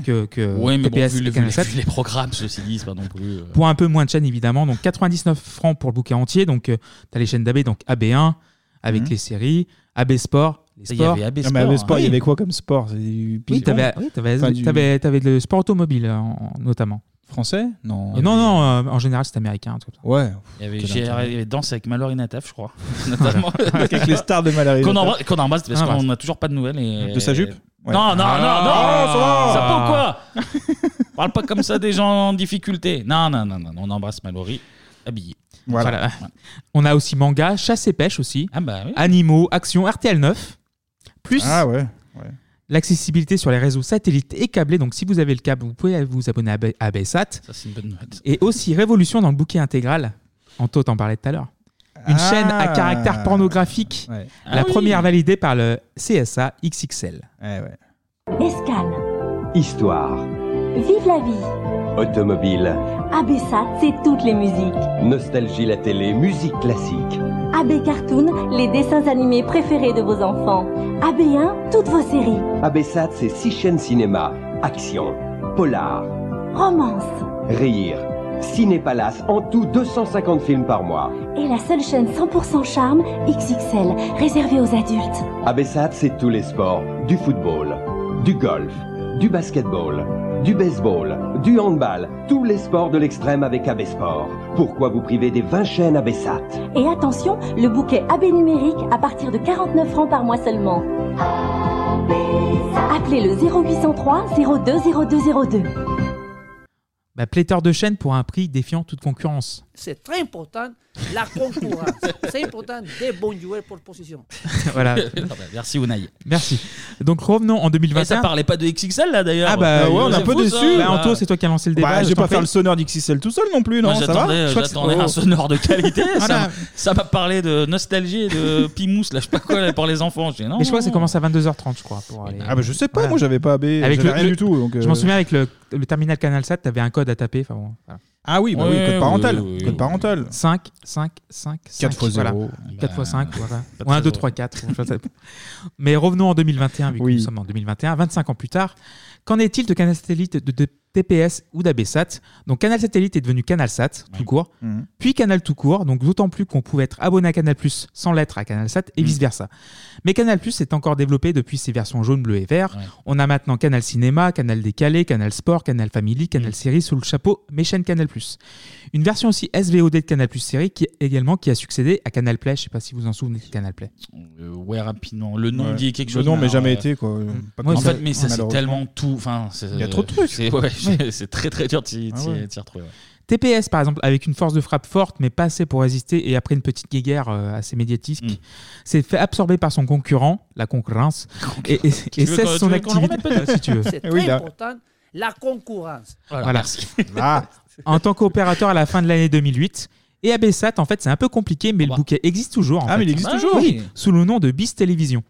que, que
Ouais, mais bon,
TPS
vu,
et
le- vu
Canal
les,
7.
vu les programmes, ceci dit, c'est pas non plus. euh,
Pour un peu moins de chaînes, évidemment. Donc 99 francs pour le bouquet entier. Donc tu as les chaînes d'AB, donc AB1 avec
Mhm.
les séries, AB Sport. Les
Il y
sports.
avait AB Non, Ah, mais AB Sport, hein. il y avait quoi comme sport C'est du
Oui,
ping-pong
t'avais, oui, t'avais,
Enfin, du-
t'avais- t'avais le sport automobile euh, en- notamment.
Français Non.
Euh, non, non, euh, en général c'est américain. un truc comme ça.
Ouais.
Il y avait,
Quel
j'ai-
intérêt.
il y avait Danse avec Mallory Nataf, je crois. Notamment.
Avec les stars de Mallory
Qu'on
Nataf.
embrasse, qu'on embrasse parce
Ah,
qu'on
mince.
n'a toujours pas de nouvelles. Et...
De sa jupe Ouais.
Non, non, non, non
Ah,
Ça peut ou quoi Parle pas comme ça des gens en difficulté. Non, non, non, non, on embrasse Mallory habillé.
Voilà. On a aussi manga, chasse et pêche aussi, animaux, action, RTL 9, plus
Ah ouais. ouais.
l'accessibilité sur les réseaux satellites et câblés. Donc si vous avez le câble, vous pouvez vous abonner à, B- à BSAT.
c'est une bonne nouvelle.
Et aussi Révolution dans le bouquet intégral. Anto t'en parlait tout à l'heure. Une
Ah.
chaîne à caractère pornographique.
Ouais.
La
Ah oui.
première validée par le CSA XXL.
Eh
Escale.
Histoire,
Vive la vie.
automobile,
ABSAT, c'est toutes les musiques.
nostalgie la télé, musique classique.
AB Cartoon, les dessins animés préférés de vos enfants. AB1, toutes vos séries.
ABSAT, c'est six chaînes cinéma, action, polar,
Romance.
rire, ciné-palace, en tout 250 films par mois.
Et la seule chaîne 100% charme, XXL, réservée aux adultes.
ABSAT, c'est tous les sports, du football, du golf, du basketball, du baseball, du handball, tous les sports de l'extrême avec AB Sport. Pourquoi vous priver des 20 chaînes ABSAT
Et attention, le bouquet AB numérique à partir de 49 francs par mois seulement. Appelez le 0803 020202.
Bah, pléthore de chaînes pour un prix défiant toute concurrence.
C'est très important, la concurrence. C'est important des bons joueurs pour position.
voilà.
bah, Merci Ounaï.
Merci. Donc revenons en 2021.
Et ça parlait pas de XXL là d'ailleurs.
Ah bah
Euh,
ouais, on est
c'est
un peu
fou,
déçus.
ça.
Bah, Anto, c'est toi qui as lancé le débat,
Bah, je
je
vais
t'en
pas faire
prie.
le sonneur d'XXL tout seul non plus, non
Moi,
Ça va
j'attendais,
Je crois que c'est-
j'attendais un
Oh.
sonore de qualité. ça
Voilà.
m'a- ça m'a parlé de nostalgie et de pimousse, là, je sais pas quoi, là, pour les enfants. J'ai dit, non,
Mais je crois que ça
non, non.
commence à 22h30, je crois. Pour aller...
hein. Ah bah je sais pas, moi j'avais pas AB,
Avec
j'avais
le-
rien
le-
du tout. Donc,
Je
euh,
m'en souviens avec le, le terminal CanalSat, t'avais un code à taper. Enfin, bon, voilà.
Ah oui, bah oui,
Ouais,
code parental,
oui, oui.
code parental.
5, 5, 5, 5.
4 fois 0.
4
Bah,
fois 5, voilà.
pas
Ou 1,
très drôle.
2, 3, 4. Mais revenons en 2021, vu que nous sommes en 2021, 25 ans plus tard. Qu'en est-il de Canal Satellite, de, de TPS ou d'ABSAT Donc Canal Satellite est devenu Canal Sat, tout court,
Mhm.
puis Canal tout court, donc d'autant plus qu'on pouvait être abonné à Canal Plus sans l'être à Canal Sat et
Mhm.
vice-versa. Mais Canal Plus est encore développé depuis ses versions jaune, bleu et vert. On a maintenant Canal Cinéma, Canal Décalé, Canal Sport, Canal Family, Canal Série sous le chapeau, mes chaînes Canal Une version aussi SVOD de Canal série qui également qui a succédé à Canal Play. Je sais pas si vous en souvenez de Canal Play.
Euh, ouais, rapidement. Le nom
Ouais.
dit quelque
Le
chose.
nom, mais jamais
euh,
été, quoi. Pas
en
comme
fait,
ça,
mais ça, c'est
malheureusement.
tellement tout. Enfin, c'est-
Il y a trop de trucs.
C'est ouais, c'est- c'est très très dur de s'y
Ah
s'y-
ouais.
s'y retrouver. ouais.
TPS par exemple, avec une force de frappe forte mais pas assez pour résister et après une petite guéguerre euh, assez médiatique,
Mm.
s'est fait absorber par son concurrent, la concurrence, et, et-
Tu
et
veux
cesse
qu'on- tu
son
veux qu'on le
activité.
remette, peut-être
si tu veux.
C'est très important, la concurrence.
Voilà. Ah. en tant qu'opérateur à la fin de l'année 2008. Et à Bessat, en fait, c'est un peu compliqué, mais le bouquet existe toujours. en
Ah, mais
fait.
il existe Ah, toujours
Oui, sous le nom de BIS Télévision.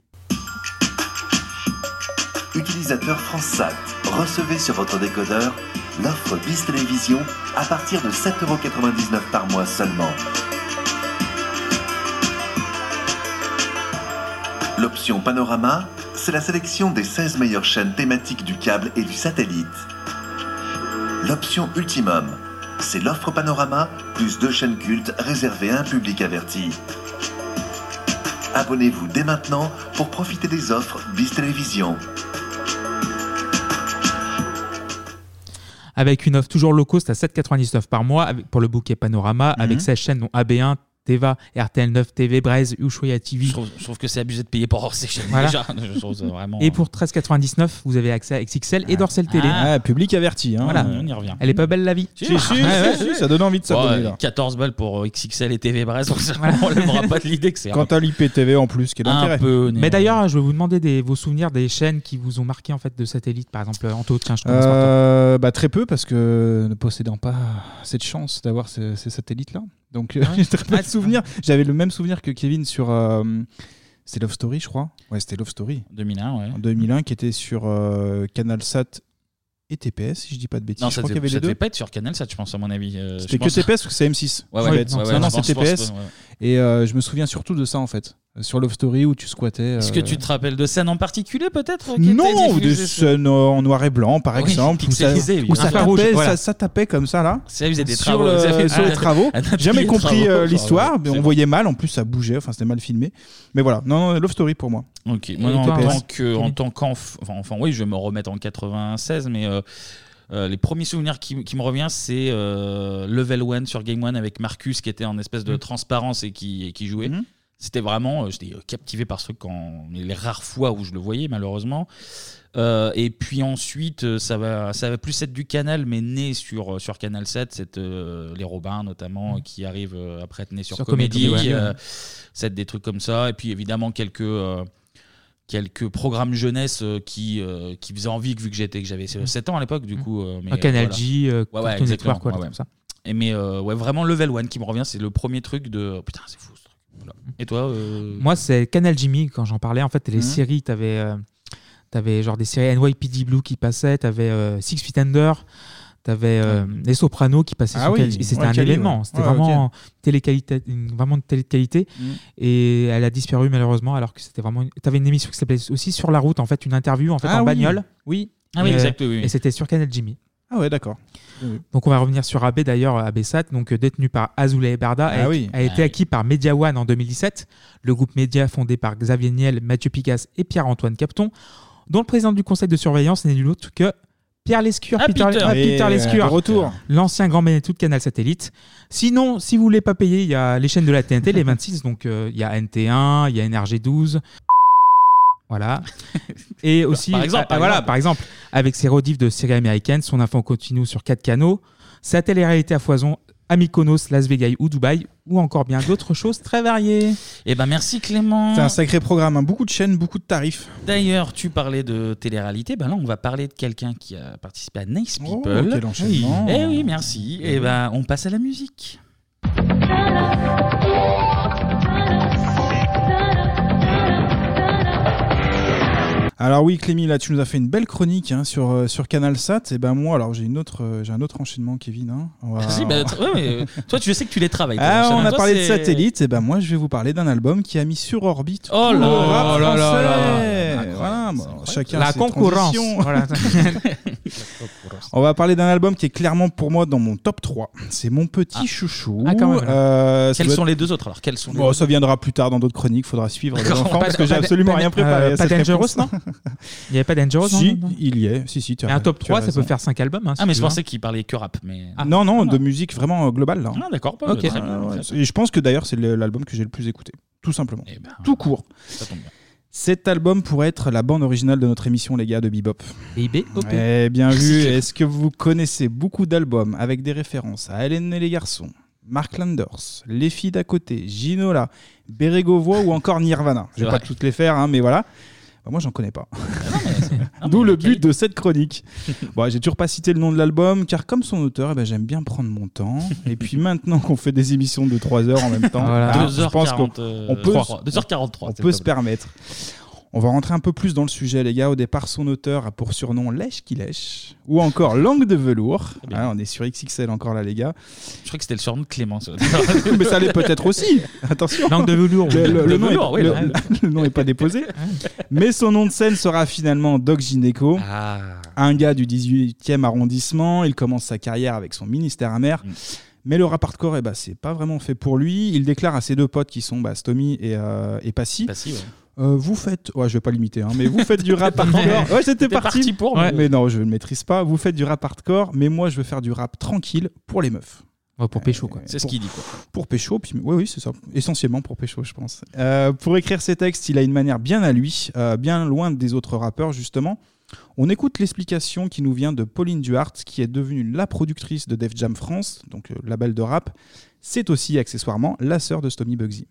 Utilisateur FranceSat, recevez sur votre décodeur l'offre BIS Télévision à partir de 7,99€ par mois seulement. L'option Panorama, c'est la sélection des 16 meilleures chaînes thématiques du câble et du satellite. L'option Ultimum, c'est l'offre Panorama plus deux chaînes cultes réservées à un public averti. Abonnez-vous dès maintenant pour profiter des offres BIS Télévision.
Avec une offre toujours low cost à 7,99 par mois avec- pour le bouquet Panorama, avec ses chaînes dont AB1, Teva, RTL9, TV, Braise, Ushuaïa TV.
Je trouve, je trouve que c'est abusé de payer pour hors séchage
Voilà.
déjà. Je trouve ça vraiment.
Et pour 13,99, vous avez accès à XXL et Dorsel Télé.
Ah,
public averti.
Voilà, on y revient.
Elle est pas belle la vie.
Si, si,
Ouais,
si,
ouais.
si, Bon, euh, 14 balles pour euh, XXL et TV Brest, on ne lèvera pas de l'idée que c'est.
Quant à l'IPTV en plus, quel
Un
intérêt
peu,
Mais d'ailleurs, je vais vous demander des, vos souvenirs des chaînes qui vous ont marqué en fait de satellite, par exemple Anto. Tiens, je commence par toi.
Euh, bah, très peu parce que ne possédant pas cette chance d'avoir ce- ces satellites là donc euh,
Ah ouais.
j'ai très peu
Ah,
de souvenirs j'avais le même souvenir que Kevin sur euh, c'était Love Story je crois ouais c'était Love Story
2001 ouais
en 2001 qui était sur euh, CanalSat et TPS si je dis pas de bêtises
Non,
je
ça
crois qu'il y avait
devait, ça
les
devait
deux
pas être sur Canal, ça, je pense, à mon avis. euh, je
c'était que
pense-
TPS parce que c'est M6
Ouais,
ça
ouais,
devait être.
ouais, ouais,
non non
je pense-
c'est
je pense-
TPS
ouais, ouais.
et euh, je me souviens surtout de ça en fait Euh, sur Love Story où tu squattais
Est-ce que
euh,
tu te rappelles de scènes en particulier, peut-être qui étaient
non, ou des
diffusées sur-
scènes en noir et blanc, par
Oui,
exemple, où ça,
pixelisées, oui,
où ça
infrarouge,
tapait,
voilà.
ça, ça tapait comme ça là.
Ça, ils faisaient des
sur
travaux,
le-
ils avaient-
sur
un-
les travaux.
un atelier
Jamais
de
compris
travaux,
euh,
ouais,
l'histoire, mais
c'est
on
vrai.
voyait mal. En plus, ça bougeait. Enfin, c'était mal filmé. Mais voilà, non, non, Love Story pour moi.
Ok, moi, en,
TPS.
tant que, en tant qu'enfant, enfin, enfin, oui, je vais me remettre en 96, mais euh, euh, les premiers souvenirs qui, qui me reviennent, c'est euh, Level 1 sur Game 1 avec Marcus qui était en espèce de
Mhm.
transparence et qui, et qui jouait.
Mm-hmm.
C'était vraiment, euh, j'étais euh, captivé par ce truc quand mais les rares fois où je le voyais, malheureusement. Euh, et puis ensuite, euh, ça va, ça va plus être du canal, mais né sur, euh, sur Canal 7, c'est euh, les Robins notamment, qui arrivent euh, après être nés sur,
Mm. Sur
Comédie,
Comédie, ouais.
euh, c'est des trucs comme ça. Et puis évidemment, quelques, euh, quelques programmes jeunesse euh, qui, euh, qui faisaient envie, vu que j'étais que j'avais
Mm.
7 ans à l'époque, du coup. euh, mais,
Un Canal
voilà.
J, euh,
Ouais, ouais,
Cartoon
exactement,
Network, quoi,
ouais,
comme
ouais.
ça.
Et mais euh, ouais, vraiment, Level One qui me revient, c'est le premier truc de. oh, Putain, c'est fou ce truc. Voilà. Et toi euh,
Moi, c'est Canal Jimmy, quand j'en parlais, en fait, les
Mhm.
séries, t'avais euh, t'avais genre des séries NYPD Blue qui passaient, t'avais euh, Six Feet Under, t'avais euh, Les Sopranos qui passaient
Ah
sur
oui,
Canal J- et C'était
ouais,
un
Cali,
événement,
ouais.
c'était
Ouais,
vraiment, télé qualité, une- vraiment une télé de qualité.
Mhm.
Et elle a disparu malheureusement, alors que c'était vraiment. une- T'avais une émission qui s'appelait aussi Sur la route, en fait, une interview en, fait,
Ah
en
oui.
bagnole.
Oui.
Ah oui,
Et, euh,
exact, oui, oui.
Et c'était sur Canal Jimmy.
Ah ouais, d'accord.
Donc on va revenir sur AB d'ailleurs, AB Sat, donc euh, détenu par Azoulay Barda,
Ah
a,
oui.
a été
Ah
acquis par Media One en 2017, le groupe média fondé par Xavier Niel, Mathieu Picasse et Pierre-Antoine Capton, dont le président du conseil de surveillance n'est nul autre que Pierre Lescure,
Ah, Peter.
ah,
Et,
Peter
euh,
Lescure,
de retour.
l'ancien grand Manitou de Canal Satellite. Sinon, si vous voulez pas payer, il y a les chaînes de la TNT, les 26, donc euh, il y a NT1, il y a NRG12, voilà. Et aussi,
Par exemple,
ah,
par
voilà,
exemple.
par exemple, avec ses rediffs de séries américaines, son info continue sur quatre canaux, sa télé-réalité à foison à Mykonos, Las Vegas ou Dubaï, ou encore bien d'autres choses très variées.
Eh ben merci Clément.
C'est un sacré programme. hein. Beaucoup de chaînes, beaucoup de tarifs.
D'ailleurs, tu parlais de télé-réalité. Ben là, on va parler de quelqu'un qui a participé à Nice
Oh,
People.
quel enchaînement.
Eh oui, merci. Et ben, on passe à la musique.
Alors oui, Clémy, là, tu nous as fait une belle chronique hein, sur euh, sur CanalSat. Et ben moi, alors j'ai une autre, euh, j'ai un autre enchaînement, Kevin. hein. On va-
Si, ben, t- ouais, mais, euh, toi, tu sais que tu les travailles. toi.
Ah,
Chanin,
on a
toi,
parlé de
c'est-
satellite, et ben moi je vais vous parler d'un album qui a mis sur orbite.
Oh
tout le
là là
rap
là là
français.
là là.
Voilà, bon, chacun
La
ses
concurrence.
transitions.
Voilà.
On va parler d'un album qui est clairement pour moi dans mon top 3. C'est mon petit chouchou.
Ah, quand même, alors.
Euh, ça
Quels
doit
sont
être-
les deux autres alors Quels sont les
Bon,
deux
ça viendra plus tard dans d'autres chroniques, faudra suivre les
D'accord.
enfants
Pas-
parce que j'ai
pas-
absolument
pas-
rien préparé.
euh,
à
pas
cette
Dangerous,
réponse.
non
Il n'y avait pas Dangerous non,
Si,
non, non
il y est. Si, si, tu as
Mais un top
tu as
3, ça
raison.
peut faire 5 albums. hein,
Ah, mais
si
je
tu veux,
pensais
hein.
qu'il parlait que rap, mais.
non, non, de musique vraiment euh, globale. Là.
Ah, d'accord, pas
Ok.
très bien.
Ouais, ouais. Et je pense que d'ailleurs, c'est le- l'album que j'ai le plus écouté. Tout simplement. tout court.
ben, Ça tombe bien.
Cet album pourrait être la bande originale de notre émission, les gars, de Bebop.
Bebop.
Eh bien vu. Est-ce que vous connaissez beaucoup d'albums avec des références à Hélène et les garçons, Mark Landers, Les filles d'à côté, Ginola, Bérégovois ou encore Nirvana Je vais
vrai.
pas toutes les faire, hein, mais voilà. Bah, moi, j'en connais pas.
Ah,
D'où le but de cette chronique. bon, j'ai toujours pas cité le nom de l'album, car comme son auteur, eh ben, j'aime bien prendre mon temps. Et puis maintenant qu'on fait des émissions de 3 heures en même temps,
Voilà.
hein,
2
je
heures
pense qu'on
40, euh,
on peut,
trois. 2 heures 43,
on
c'est
peut
pas
se
mal.
permettre. On va rentrer un peu plus dans le sujet, les gars. Au départ, son auteur a pour surnom Lèche qui lèche, ou encore Langue de velours. Ah, on est sur XXL encore là, les gars.
Eh Je crois que c'était le surnom de Clémence.
Mais ça l'est peut-être aussi. Attention.
Langue de velours, oui.
Le, le-
De
le nom
velours,
est,
oui,
le-
ouais.
le nom est pas déposé. Mais son nom de scène sera finalement Doc Gineco.
Ah.
Un gars du 18e arrondissement. Il commence sa carrière avec son ministère
Mm.
amer. Mais le rap hardcore, eh ben, c'est pas vraiment fait pour lui. Il déclare à ses deux potes qui sont bah, Stomy et, euh, et Passy. Euh, vous faites, ouais, je vais pas l'imiter, hein, mais vous faites du rap hardcore. Ouais, c'était
T'étais
parti.
parti pour,
Ouais,
mais-
mais non, je ne maîtrise pas. Vous faites du rap hardcore, mais moi, je veux faire du rap tranquille pour les meufs. Euh,
pour Pécho, quoi.
C'est ce qu'il dit, quoi.
Pour Pécho, puis oui, oui, c'est ça. Essentiellement pour Pécho, je pense. Euh, pour écrire ses textes, il a une manière bien à lui, euh, bien loin des autres rappeurs, justement. On écoute l'explication qui nous vient de Pauline Duhart, qui est devenue la productrice de Def Jam France, donc euh, label de rap. C'est aussi, accessoirement, la sœur de Stomy Bugsy.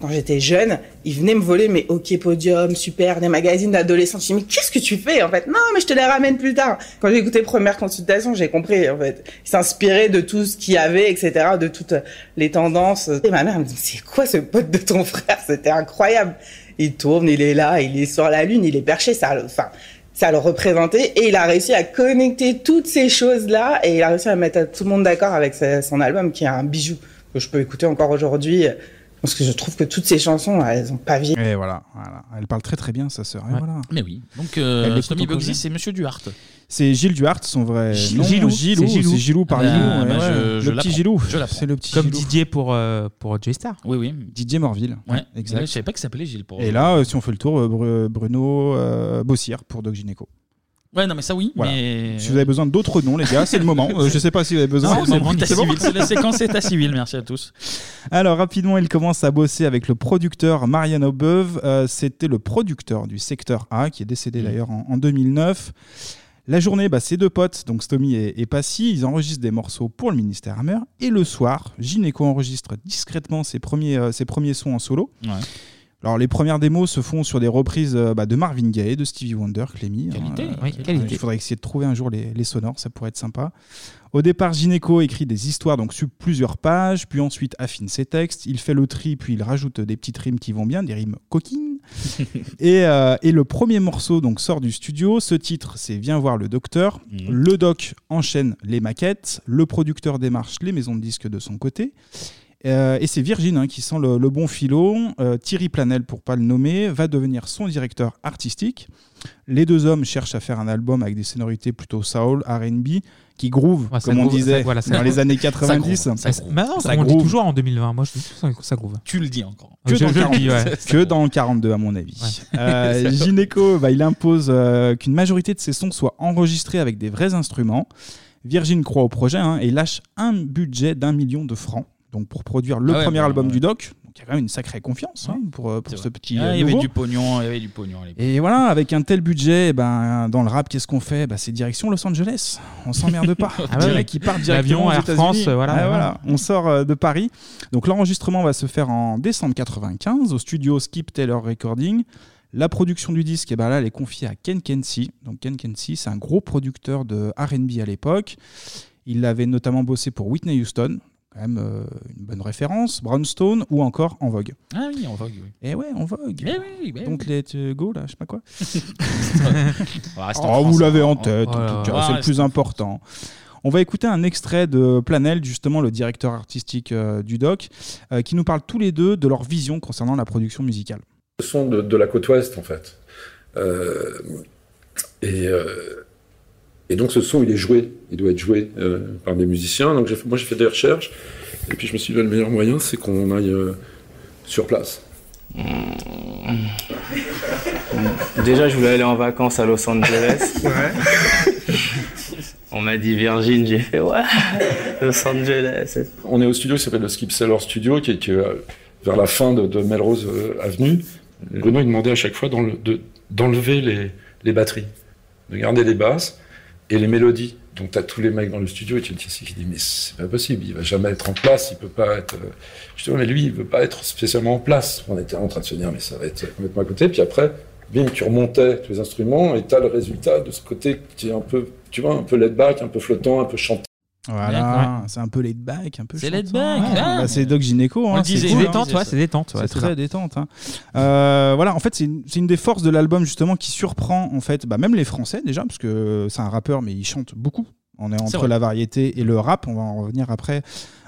Quand j'étais jeune, ils venaient me voler mes OK Podium, Super, des magazines d'adolescents. Je me dis, mais qu'est-ce que tu fais en fait Non, mais je te les ramène plus tard. Quand j'ai écouté Première Consultation, j'ai compris en fait. Ils s'inspiraient de tout ce qu'il y avait, etc., de toutes les tendances. Et ma mère elle me dit, c'est quoi ce pote de ton frère C'était incroyable. Il tourne, il est là, il est sur la lune, il est perché, ça, le- enfin, ça le représentait. Et il a réussi à connecter toutes ces choses-là et il a réussi à mettre tout le monde d'accord avec sa- son album qui est un bijou que je peux écouter encore aujourd'hui. Parce que je trouve que toutes ces chansons, elles ont pas vieilli.
Et voilà, voilà. elle parle très très bien sa sœur. Et
Ouais.
voilà.
Mais oui. Donc,
Elle
euh,
l'écoute
Tommy
au
Bugsy,
quotidien.
c'est Monsieur Duhart.
C'est Gilles Duhart, son vrai
Gilles-
nom.
Gilou,
Gilou,
c'est Gilou.
c'est Gilou par
Ah
Gilou.
bah,
ouais,
bah, je-
ouais.
je
le petit
l'apprends.
Gilou.
Je l'apprends.
C'est le petit
Comme
Gilou.
Didier pour, euh, pour J-Star.
Oui, oui.
Didier Morville.
Ouais,
exact.
Ouais, je savais pas qu'il s'appelait Gilles pour.
Et là, euh, si on fait le tour, euh, Bru- Bruno euh, Bossière pour Doc Gineco.
Ouais, non, mais ça oui.
Voilà.
Mais...
Si vous avez besoin d'autres noms, les gars, c'est le moment. Euh, je sais pas si vous avez besoin.
Non, c'est bon, état
C'est bon
civil. C'est la séquence état civil, merci à tous.
Alors rapidement, il commence à bosser avec le producteur Mariano Beuve. Euh, C'était le producteur du secteur A, qui est décédé d'ailleurs en, en 2009. La journée, bah, ses deux potes, donc Stomy et, et Passy, ils enregistrent des morceaux pour le ministère Hammer. Et le soir, Gineco enregistre discrètement ses premiers, euh, ses premiers sons en solo. Alors les premières démos se font sur des reprises euh, bah, de Marvin Gaye, de Stevie Wonder, Clémy.
Qualité,
hein,
oui, qualité.
Il faudrait essayer de trouver un jour les, les sonores, ça pourrait être sympa. Au départ, Gineco écrit des histoires donc sur plusieurs pages, puis ensuite affine ses textes. Il fait le tri, puis il rajoute des petites rimes qui vont bien, des rimes coquines. et, euh, et le premier morceau donc sort du studio. Ce titre, c'est Viens voir le docteur.
Mhm.
Le doc enchaîne les maquettes. Le producteur démarche les maisons de disques de son côté. Euh, et c'est Virgin hein, qui sent le, le bon filon. Euh, Thierry Planel, pour pas le nommer, va devenir son directeur artistique. Les deux hommes cherchent à faire un album avec des sonorités plutôt soul, R&B, qui groove,
Ouais, ça
comme on
groove,
disait
ça- voilà, ça
dans les
groove.
années
Ça
90.
groove, ça groove. Bah non, ça- on le dit toujours en 2020. Moi, je dis toujours que ça groove.
Tu le dis encore.
Que,
Je-
dans,
je le
40
dis, ouais.
que dans le 42, à mon avis.
Ouais.
Euh, Gineco, bah, il impose euh, qu'une majorité de ses sons soient enregistrés avec des vrais instruments. Virgin croit au projet hein, et lâche un budget d'un million de francs donc pour produire le
Ah ouais,
premier
bah,
album
ouais.
du doc. Donc il y a quand même une sacrée confiance hein, pour, euh, pour ce petit.
Ah,
euh,
il y avait
nouveau.
du pognon, il y avait du pognon. à l'époque.
Et voilà, avec un tel budget, eh ben, dans le rap, qu'est-ce qu'on fait bah, C'est direction Los Angeles. On s'emmerde pas.
Ah
Le
ouais,
mec,
ouais.
il part directement aux
L'avion, Air
États-Unis.
France, euh, voilà,
Ah,
ouais.
voilà. On sort euh, de Paris. Donc l'enregistrement va se faire en décembre 95 au studio Skip Taylor Recording. La production du disque, eh ben là, elle est confiée à Ken Kensey. Donc Ken Kensey, c'est un gros producteur de R&B à l'époque. Il avait notamment bossé pour Whitney Houston, quand même euh, une bonne référence, Brownstone ou encore En Vogue.
Ah oui, en vogue, oui.
Eh ouais, en vogue.
Eh oui, ben
Donc les
oui.
euh, go là, je sais pas quoi.
va rester en
oh,
France,
vous l'avez
hein.
en tête,
Oh,
en
oh,
tout
oh,
cas, c'est le
reste-
plus important. On va écouter un extrait de Planel, justement le directeur artistique euh, du doc, euh, qui nous parle tous les deux de leur vision concernant la production musicale.
Ce sont de, de la côte ouest, en fait. Euh, et, euh,
Et donc ce son, il est joué, il doit être joué euh, par des musiciens. Donc j'ai fait- moi j'ai fait des recherches, et puis je me suis dit, bah, le meilleur moyen, c'est qu'on aille euh, sur place.
Déjà, je voulais aller en vacances à Los Angeles. On m'a dit Virgin, j'ai fait ouais, Los Angeles.
On est au studio qui s'appelle le Skip Sailor Studio, qui est, qui est, euh, vers la fin de, de Melrose euh, Avenue. Bruno, il demandait à chaque fois d'enle- de- d'enlever les, les batteries, de garder les basses et les mélodies. Donc, tu as tous les mecs dans le studio et tu te dis, qui dit, mais c'est pas possible, il va jamais être en place, il peut pas être. euh, Je dis, Ouais, mais lui, il veut pas être spécialement en place. On était en train de se dire, mais ça va être complètement à côté. Puis après, bim, tu remontais tous les instruments et tu as le résultat de ce côté qui est un peu, tu vois, un peu laid back, un peu flottant, un peu chanté.
Voilà, c'est un peu laid back, un peu.
C'est
chantant.
laid back,
Ouais,
ah.
bah, c'est Doc Gynéco.
On
hein,
le disait,
cool,
on le
hein.
disait, ouais, c'est détente, ouais,
c'est
c'est
très
ça.
détente. hein. Euh, voilà, en fait, c'est une, c'est une des forces de l'album justement qui surprend en fait, bah, même les Français déjà, parce que c'est un rappeur, mais il chante beaucoup. On est
C'est
entre
vrai.
la variété et le rap. On va en revenir après.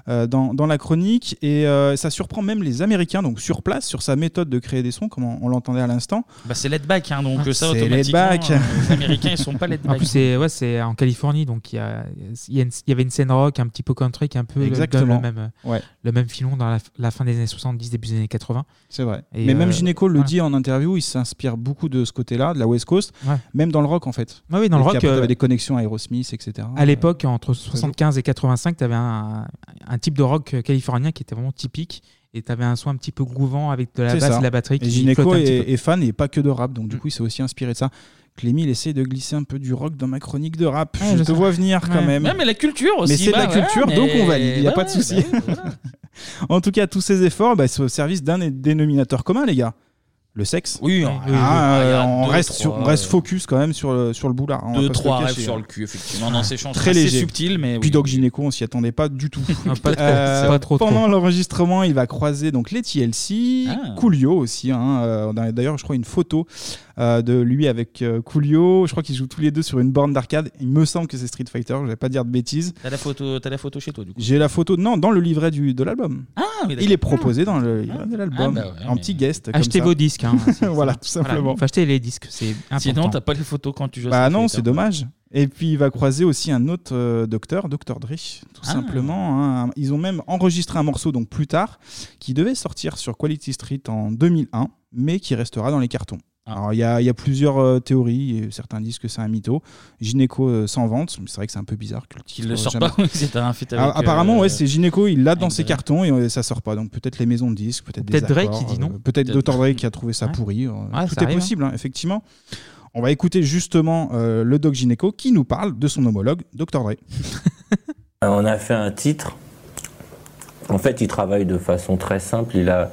euh, dans, dans la chronique et euh, ça surprend même les Américains donc sur place sur sa méthode de créer des sons comme on, on l'entendait à l'instant
Bah, c'est laid back, hein, donc
Ah,
ça
c'est laid
automatiquement.
back.
euh, les Américains, ils sont pas laid
En
back.
plus, c'est ouais, c'est en Californie, donc il y, a, il y, a une- il y avait une scène rock, un petit peu country qui est un peu
Exactement.
donne le même, euh,
Ouais.
le même filon dans la, la fin des années 70, début des années 80.
C'est vrai.
Et,
Mais
euh,
même Gynéco le
voilà.
dit en interview, il s'inspire beaucoup de ce côté-là, de la West Coast,
Ouais.
même dans le rock en fait.
Ah oui, dans
Parce
le rock,
qu'après,
euh,
t'avais des connexions à Aerosmith, etc.
À l'époque, entre
hein. très beau.
75 et 85, tu avais un, un type de rock euh, californien qui était vraiment typique. Et tu avais un son un petit peu grouvant avec de la
C'est
basse
ça.
et la batterie qui
Et Gynéco
flotte un
est,
petit peu. Mm.
est fan et pas que de rap, donc du coup, il s'est aussi inspiré de ça. Clémy, il essaie de glisser un peu du rock dans ma chronique de rap.
Ouais,
je,
Ah, je
te
sais.
vois venir quand
Ouais.
même.
Ouais, mais la culture aussi,
Mais c'est de la
bah ouais,
culture,
mais-
donc on valide. Il n'y a
bah
pas de
ouais,
souci.
bah ouais,
en tout cas, tous ces efforts bah, sont au service d'un dénominateur commun, les gars. Le sexe.
Oui,
Ah,
oui, oui.
euh,
Ah, il y a
on,
deux,
reste
trois,
sur- on reste
euh,
focus quand même sur le, sur le boulard. on va
Deux,
pas se le
trois
cacher,
rêves
hein.
sur le cul, effectivement. Non, c'est chanson
Très
assez
léger.
subtil, mais
Puis
oui. Ah,
Doc Gynéco, on s'y attendait pas du tout. Euh,
pas trop, c'est pas trop, trop.
Pendant l'enregistrement, il va croiser donc les TLC,
Ah.
Coolio aussi. hein, euh, on a D'ailleurs, je crois une photo euh, de lui avec euh, Coolio. Je crois qu'ils jouent tous les deux sur une borne d'arcade. Il me semble que c'est Street Fighter. Je vais pas dire de bêtises.
T'as la photo, t'as la photo chez toi, du coup. Ah,
J'ai la photo, non, dans le livret du, de l'album.
oui, d'accord.
il est proposé dans le livret de l'album.
Ah, bah ouais,
en petit guest. comme
Achetez
ça.
vos disques. hein. C'est-
voilà,
c'est-
tout simplement.
Faut acheter les disques, c'est important.
Sinon, t'as pas les photos quand tu joues. à
Bah
Street
non,
Fighter.
c'est dommage. Et puis il va croiser aussi un autre euh, docteur, Docteur Dre, tout
Ah.
simplement. hein. Ils ont même enregistré un morceau donc plus tard qui devait sortir sur Quality Street en 2001, mais qui restera dans les cartons.
Ah.
Alors il y, a- il y a plusieurs euh, théories, et certains disent que c'est un mytho. Gynéco euh, s'en vante, mais c'est vrai que c'est un peu bizarre. Qu'ils
le sortent pas, oui, c'était un feat avec,
Apparemment,
euh,
ouais, c'est Gynéco, il l'a dans
avec
ses
Dre.
cartons et euh, ça sort pas. Donc peut-être les maisons de disques, peut-être des
Peut-être Dre
accords,
qui dit non.
euh, Peut-être
Peut-être
Docteur
Dre.
Dre qui a trouvé ça pourri. euh,
Ouais,
Tout
ça
est
arrive, hein.
possible, hein, effectivement. On va écouter justement euh, le doc gynéco qui nous parle de son homologue, Dr. Dre.
Alors, Euh, On a fait un titre. En fait, il travaille de façon très simple. Il a,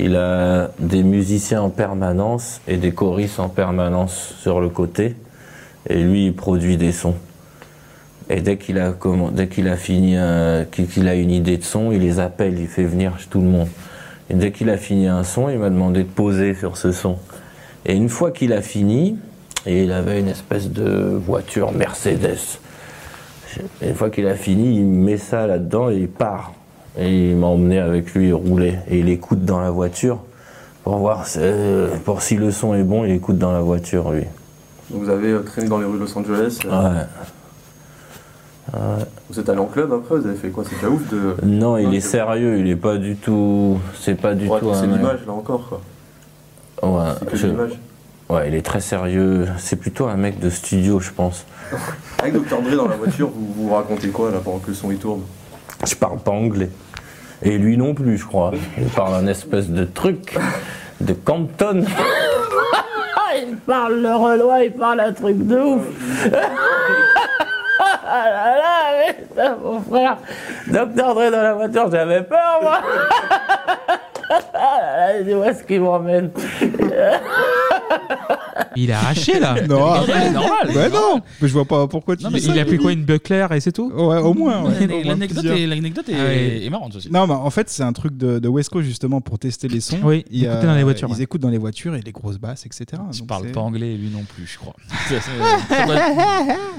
il a des musiciens en permanence et des choristes en permanence sur le côté. Et lui, il produit des sons. Et dès qu'il a, commen- dès qu'il a fini, un- qu'il qu'il a une idée de son, il les appelle, il fait venir tout le monde. Et dès qu'il a fini un son, il m'a demandé de poser sur ce son. Et une fois qu'il a fini, et il avait une espèce de voiture Mercedes. Et une fois qu'il a fini, il met ça là-dedans et il part. Et il m'a emmené avec lui, il roulait. Et il écoute dans la voiture pour voir si- euh, pour si le son est bon, il écoute dans la voiture, lui.
Donc vous avez euh, traîné dans les rues de Los Angeles. euh,
Ouais. Ouais.
Vous êtes allé en club après, vous avez fait quoi C'était ouf de.
Non, il est sérieux, il est pas du tout. C'est pas du
Ouais,
tout.
c'est
un-
l'image là encore quoi.
Ouais,
que
je-
l'image.
ouais, il est très sérieux. C'est plutôt un mec de studio, je pense.
Avec Dr Dre dans la voiture, vous vous racontez quoi là pendant que le son il tourne
Je parle pas anglais. Et lui non plus, je crois. Il parle un espèce de truc de Compton.
il parle le reloi, il parle un truc de ouf.
Ah là là, mais ça, mon frère. Docteur Dre dans la voiture, j'avais peur, moi. Ah là là, je dis, où est-ce qu'il m'emmène
Il a arraché là
Non,
Mais
arrête.
c'est normal,
Bah
c'est
non, mais je vois pas pourquoi tu
Non,
dis
mais
ça,
il a pris
Lily.
quoi Une buckler et c'est tout
Ouais, au moins. ouais. Au moins
L'anecdote
plusieurs.
est, l'anecdote est,
Ah ouais.
est marrante aussi.
Non, mais en fait, c'est un truc de, de West Coast, justement pour tester les sons.
Oui,
Ils,
écouter dans les voitures,
Ils
ouais.
écoutent dans les voitures et les grosses basses, etc.
Je
Donc,
parle
c'est-
pas anglais, lui non plus, je crois. C'est- c'est-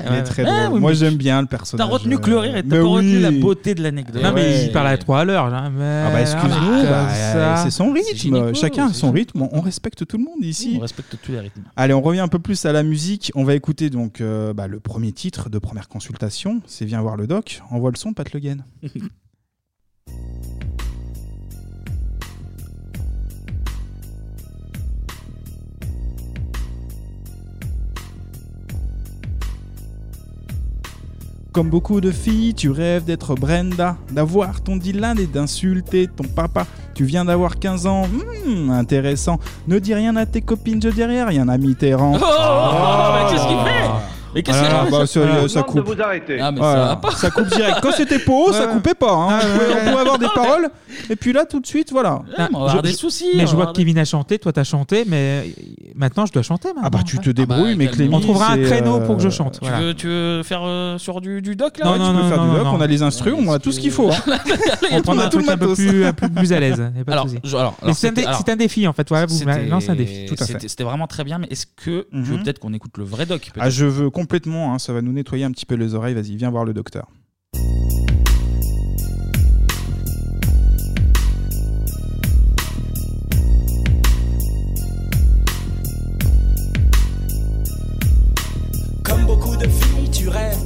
Il est très
Ah,
drôle. Moi, j'aime bien le personnage.
T'as retenu que le rire et t'as
Mais
pas retenu
oui.
la beauté de l'anecdote.
Non, mais
Il parle à trois à l'heure là.
Ah bah excuse-nous,
comme
bah,
ça.
c'est son
C'est
rythme.
gynéco,
Chacun a
c'est
son rythme. On on respecte tout le monde ici.
On respecte tous les rythmes.
À Allez, on revient un peu plus à la musique. On va écouter donc euh, bah, le premier titre de première consultation. C'est Viens voir le doc. Envoie le son, Pat Le Guen. Comme beaucoup de filles, tu rêves d'être Brenda, d'avoir ton Dylan et d'insulter ton papa. Tu viens d'avoir 15 ans, hmm, intéressant. Ne dis rien à tes copines, je dirai rien à Mitterrand.
Oh, oh, oh, mais qu'est-ce qu'il fait Mais qu'est-ce qu'il
Ah,
fait
bah,
ça
ça,
Je vous
ça
demande de
coupe.
vous arrêter. Ah, mais ça va pas.
ça coupe direct. Quand c'était pas haut, ça
Ouais.
coupait pas. hein.
Ah,
On pouvait-
ouais.
On pouvait avoir des
Non, mais-
paroles. Et puis là, tout de suite, voilà.
Ah, mais on va avoir des soucis, on
Mais
va
je vois
avoir
que Kevin a chanté, toi t'as chanté, mais maintenant je dois chanter. Maintenant, ah bah
tu te débrouilles, mais Clémy,
On trouvera un
c'est,
créneau pour que je
euh,
chante.
Tu,
voilà.
veux, tu veux faire euh, sur du, du doc là
Non,
Ouais, tu
non,
peux
non,
faire
non,
du
non,
doc, hein.
non.
on a
les instruments, on a tout ce qu'il faut. hein.
On prend un truc un peu plus, un peu plus à l'aise. y a pas de
Alors,
souci.
je- alors,
Mais
alors,
c'est un,
c'était-
dé-
alors,
c'est un défi en fait. Voilà, vous
c'était-
me lancez un défi. Tout à
c'était-
fait.
C'était vraiment très bien, mais est-ce que tu veux
Mhm.
peut-être qu'on écoute le vrai doc peut-être
Ah, je veux complètement, hein, ça va nous nettoyer un petit peu les oreilles. Vas-y, viens voir le docteur.
Comme beaucoup de filles, tu rêves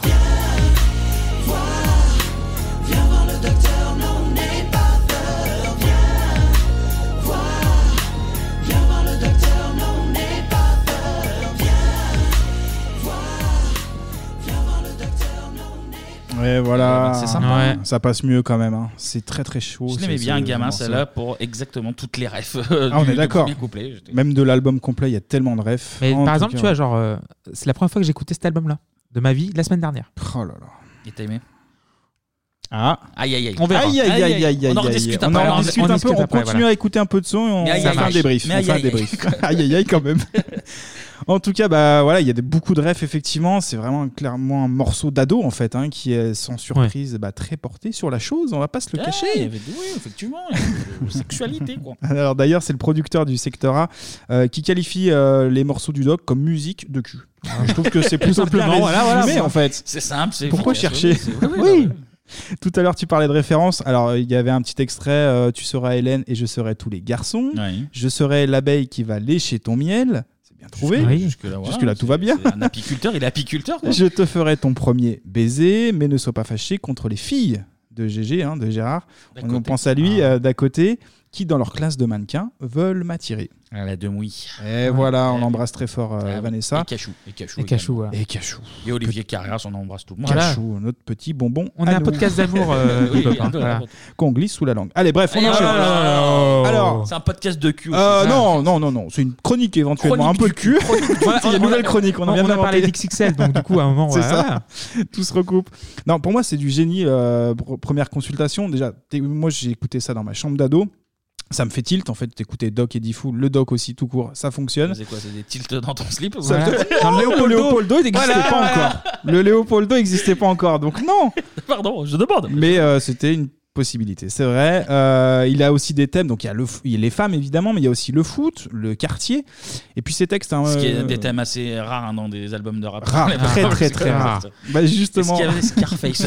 Viens voir le docteur, non, n'aie pas peur. Viens voir, viens voir le docteur, non, n'aie pas peur. Viens voir, viens voir le docteur, non.
Et voilà.
Ah, C'est sympa.
Ça passe mieux quand même. hein. C'est très très
Oh,
chaud.
Je
C'est-
l'aimais bien,
c'est-
gamin,
vraiment, c'est-
celle-là, pour exactement toutes les refs. euh,
Ah, on est d'accord.
Couplet.
Même de l'album complet, il y a tellement de refs. Oh,
Mais
En
par
tout
exemple,
cas,
tu vois, genre, euh, c'est la première fois que j'ai écouté cet album-là de ma vie la semaine dernière.
Oh là là.
Et t'as aimé
Ah.
Aïe, aïe, aïe.
On verra.
Aïe, aïe, aïe, aïe, aïe,
On en
aïe,
rediscute
aïe.
après.
On en
on en
rediscute un peu,
rediscute
on
après,
continue
voilà.
à écouter un peu de son et on
Mais
on
aïe,
fait
aïe,
un
aïe.
débrief.
Mais
On
aïe,
fait un
aïe, aïe.
débrief. Aïe, aïe, aïe, quand même. En tout cas, bah voilà, il y a des, beaucoup de refs effectivement. C'est vraiment clairement un morceau d'ado en fait, hein, qui est sans surprise bah, très porté sur la chose. On va pas se le
Ah,
cacher.
il y avait- Oui, effectivement. il y
euh,
avait de la Sexualité, quoi.
Alors d'ailleurs, c'est le producteur du secteur A euh, qui qualifie euh, les morceaux du doc comme musique de cul. Alors, je trouve que c'est plus simplement voilà, voilà, en fait.
C'est simple. c'est
Pourquoi
efficace,
chercher
oui, c'est-
Oui.
oui, oui,
Tout à l'heure, tu parlais de référence. Alors, il y avait un petit extrait euh, Tu seras Hélène et je serai tous les garçons.
Oui.
Je serai l'abeille qui va lécher ton miel. C'est bien trouvé.
oui. Jusque-là, voilà,
Jusque-là, tout va bien.
Un apiculteur, il est apiculteur. quoi.
Je te ferai ton premier baiser, mais ne sois pas fâché contre les filles de GG, hein, de Gérard. On on pense à lui
Ah.
euh, d'à côté, qui dans leur classe de mannequins veulent m'attirer.
Ah, la demouille.
Et voilà, on l'embrasse très fort euh, Vanessa.
Et Cachou. Et Cachou.
Et Cachou,
également.
ouais. Et Cachou.
Et Olivier Carrière, on embrasse tout le monde.
Cachou, notre petit bonbon.
On
à
est un
nous.
podcast d'amour, euh,
Oui,
Bebop,
voilà.
hein, voilà.
Qu'on glisse sous la langue. Allez, bref, on
Et
enchaîne.
voilà.
Alors,
C'est un podcast de cul. aussi.
euh,
Ah.
non, non, non, non, c'est une chronique éventuellement, un
Chronique
peu
du
de cul. Il y a une nouvelle chronique, on, en vient
on a parlé d'XXL, donc du coup, à un moment,
c'est
ouais,
ça. Tout se recoupe. Non, pour moi, c'est du génie. euh, pr- première consultation, déjà, t'es- moi, j'ai écouté ça dans ma chambre d'ado. Ça me fait tilt, en fait, d'écouter Doc et Diffou, le Doc aussi, tout court, ça fonctionne.
C'est quoi C'est des tilts dans ton slip ou
Ça
quoi
me fait- Non, Léopoldo, Léopoldo, il n'existait
Voilà,
pas
voilà.
encore. Le Léopoldo n'existait pas encore, donc non.
Pardon, je demande.
Mais euh, c'était une possibilité, c'est vrai. Euh, il a aussi des thèmes, donc il y a le f- il y a les femmes évidemment, mais il y a aussi le foot, le quartier, et puis ces textes. hein,
Ce qui est
euh,
des thèmes assez rares hein, dans des albums de rap.
Rare,
Les
très,
paroles,
très,
c'est
très
clair.
rare. Bah, justement-
Est-ce qu'il y avait Scarface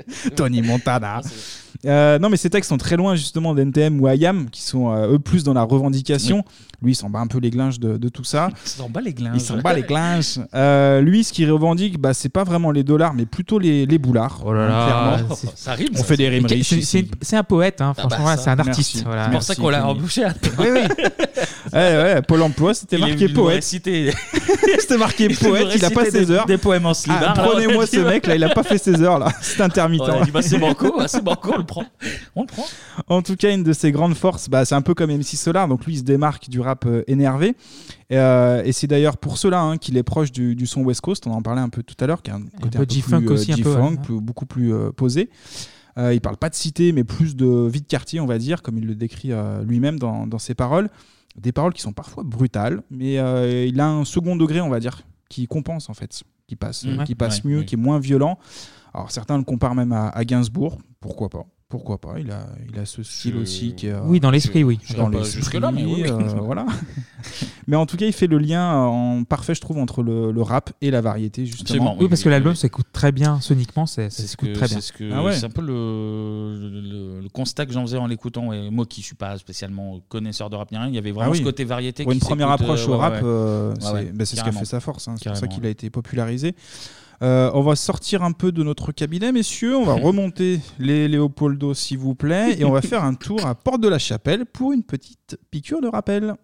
aussi
Tony Montana. Euh, non, mais ces textes sont très loin justement d'NTM ou IAM, qui sont euh, eux plus dans la revendication. Lui, il s'en bat un peu les glinges de, de tout ça.
Ils s'en bat les glinges.
Il s'en bat les glinges. Euh, lui, ce qu'il revendique, bah, c'est pas vraiment les dollars, mais plutôt les, les boulards. hein,
Oh là là,
Hein,
clairement.
c'est- ça rime,
On
ça.
fait des rimes
C'est-
riches.
c'est-
ici.
c'est- c'est un poète, hein, Ah franchement, bah, là, ça. c'est un
Merci.
artiste, voilà. C'est pour ça
Merci,
qu'on l'a
Camille.
embauché.
oui, oui. Ouais, Eh ouais, Pôle emploi, c'était
Il est
marqué
venu nous
poète.
réciter.
C'était marqué
Il nous
poète, il a pas
récitait des-
16 heures.
Des poèmes en slibard.
Ah,
là, on
Prenez-moi
a dit,
ce mec là, il a pas fait 16 heures là, c'est intermittent.
Ouais, il dit, bah, c'est banco, ah, c'est banco, on le prend. On le prend.
En tout cas, une de ses grandes forces, bah, c'est un peu comme MC Solar, donc lui il se démarque du rap euh, énervé. Et, euh, et c'est d'ailleurs pour cela hein, qu'il est proche du, du son West Coast, on en parlait un peu tout à l'heure, qui a un côté
peu
un peu
G-Funk
plus, euh,
aussi, un peu,
G-Funk,
ouais.
plus- beaucoup plus euh, posé. Euh, il parle pas de cité, mais plus de vie de quartier, on va dire, comme il le décrit euh, lui-même dans, dans ses paroles. Des paroles qui sont parfois brutales, mais euh, il a un second degré, on va dire, qui compense en fait, qui passe,
Ouais.
qui passe
Ouais,
mieux,
oui.
qui est moins violent. Alors certains le comparent même à, à Gainsbourg, pourquoi pas Pourquoi pas Il a, il a ce style aussi qui est, euh,
Oui, dans l'esprit, oui.
Dans
J'irai pas
l'esprit,
jusque-là, mais oui, oui.
euh, voilà. Mais en tout cas, il fait le lien euh, en parfait, je trouve, entre le, le rap et la variété justement.
oui, parce que l'album s'écoute très bien, soniquement, c'est- ça
C'est ce
s'écoute
que-
très bien.
C'est ce que-
Ah
c'est un peu le, le- le constat que j'en faisais en l'écoutant. Et moi qui suis pas spécialement connaisseur de rap ni rien, il y avait vraiment
Ah oui.
ce côté variété.
Pour
qui
une première
s'écoute,
approche
euh,
au
ouais,
rap,
ouais.
euh,
Ouais,
c'est
ouais,
bah, c'est ce qui a
carrément.
fait sa force. hein. C'est pour ça
Carrément.
qu'il a été popularisé. Euh, on va sortir un peu de notre cabinet, messieurs. On va
Mhm.
remonter les Léopoldo, s'il vous plaît. Et on va faire un tour à Porte de la Chapelle pour une petite piqûre de rappel.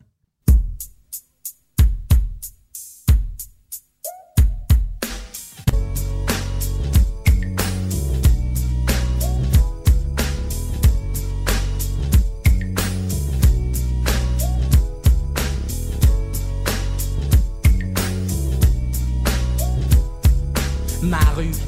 Ma rue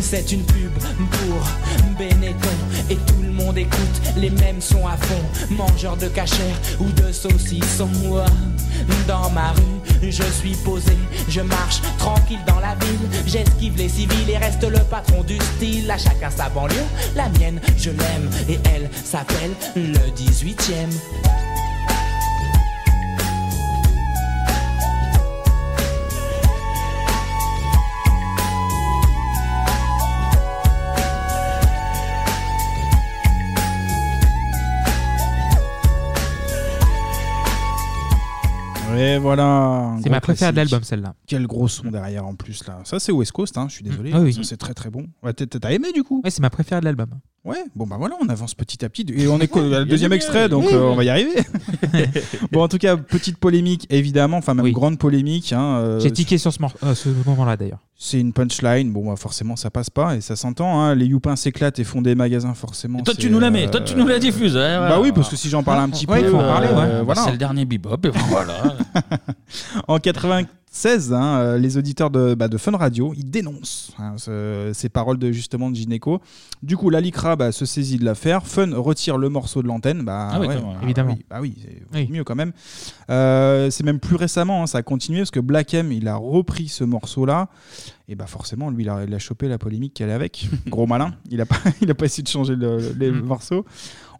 c'est une pub pour Benetton, et tout le monde écoute les mêmes sons à fond, mangeurs de cachère ou de saucissons. Ouah. Dans ma rue, je suis posé, je marche tranquille dans la ville. J'esquive les civils et reste le patron du style. À chacun sa banlieue, la mienne, je l'aime et elle s'appelle le 18ème.
Et voilà.
C'est ma préférée de l'album, celle-là.
Quel gros son derrière en plus là. Ça c'est West Coast, hein, je suis désolé.
Ah oui.
Ça, C'est très très bon. Ouais, t'as- T'as aimé du coup
Ouais, c'est ma préférée de l'album.
Ouais, bon bah voilà, on avance petit à petit. Et on est qu'au-
Ouais,
à
il y a
le
du
deuxième
mieux.
extrait, donc
Oui.
euh, on va y arriver. bon, en tout cas, petite polémique, évidemment, enfin même grande polémique. hein, euh,
J'ai tiqué sur ce, mor- euh, ce moment-là d'ailleurs.
C'est une punchline, bon bah forcément ça passe pas et ça s'entend. hein. Les youpins s'éclatent et font des magasins forcément.
Toi
c'est,
tu nous la mets,
euh,
toi tu nous la diffuses. ouais,
Bah
voilà.
oui, parce que si j'en parle un petit
Ouais,
peu,
il faut en
euh,
parler, ouais.
euh,
Bah,
voilà.
C'est le dernier bebop, et voilà.
En 96, hein, euh, les auditeurs de, bah, de Fun Radio, ils dénoncent hein, ce- ces paroles de justement de Gineco. Du coup, la Licra bah, se saisit de l'affaire. Fun retire le morceau de l'antenne. Bah,
Ah oui,
ouais,
quand même,
bah,
évidemment.
oui, bah oui, c'est mieux quand même. Euh, c'est même plus récemment, hein, ça a continué parce que Black M, il a repris ce morceau-là. Et bah forcément, lui, il a, il a chopé la polémique qu'elle est avec. Gros malin. Il a pas, il a pas essayé de changer le, les
Mm.
morceaux.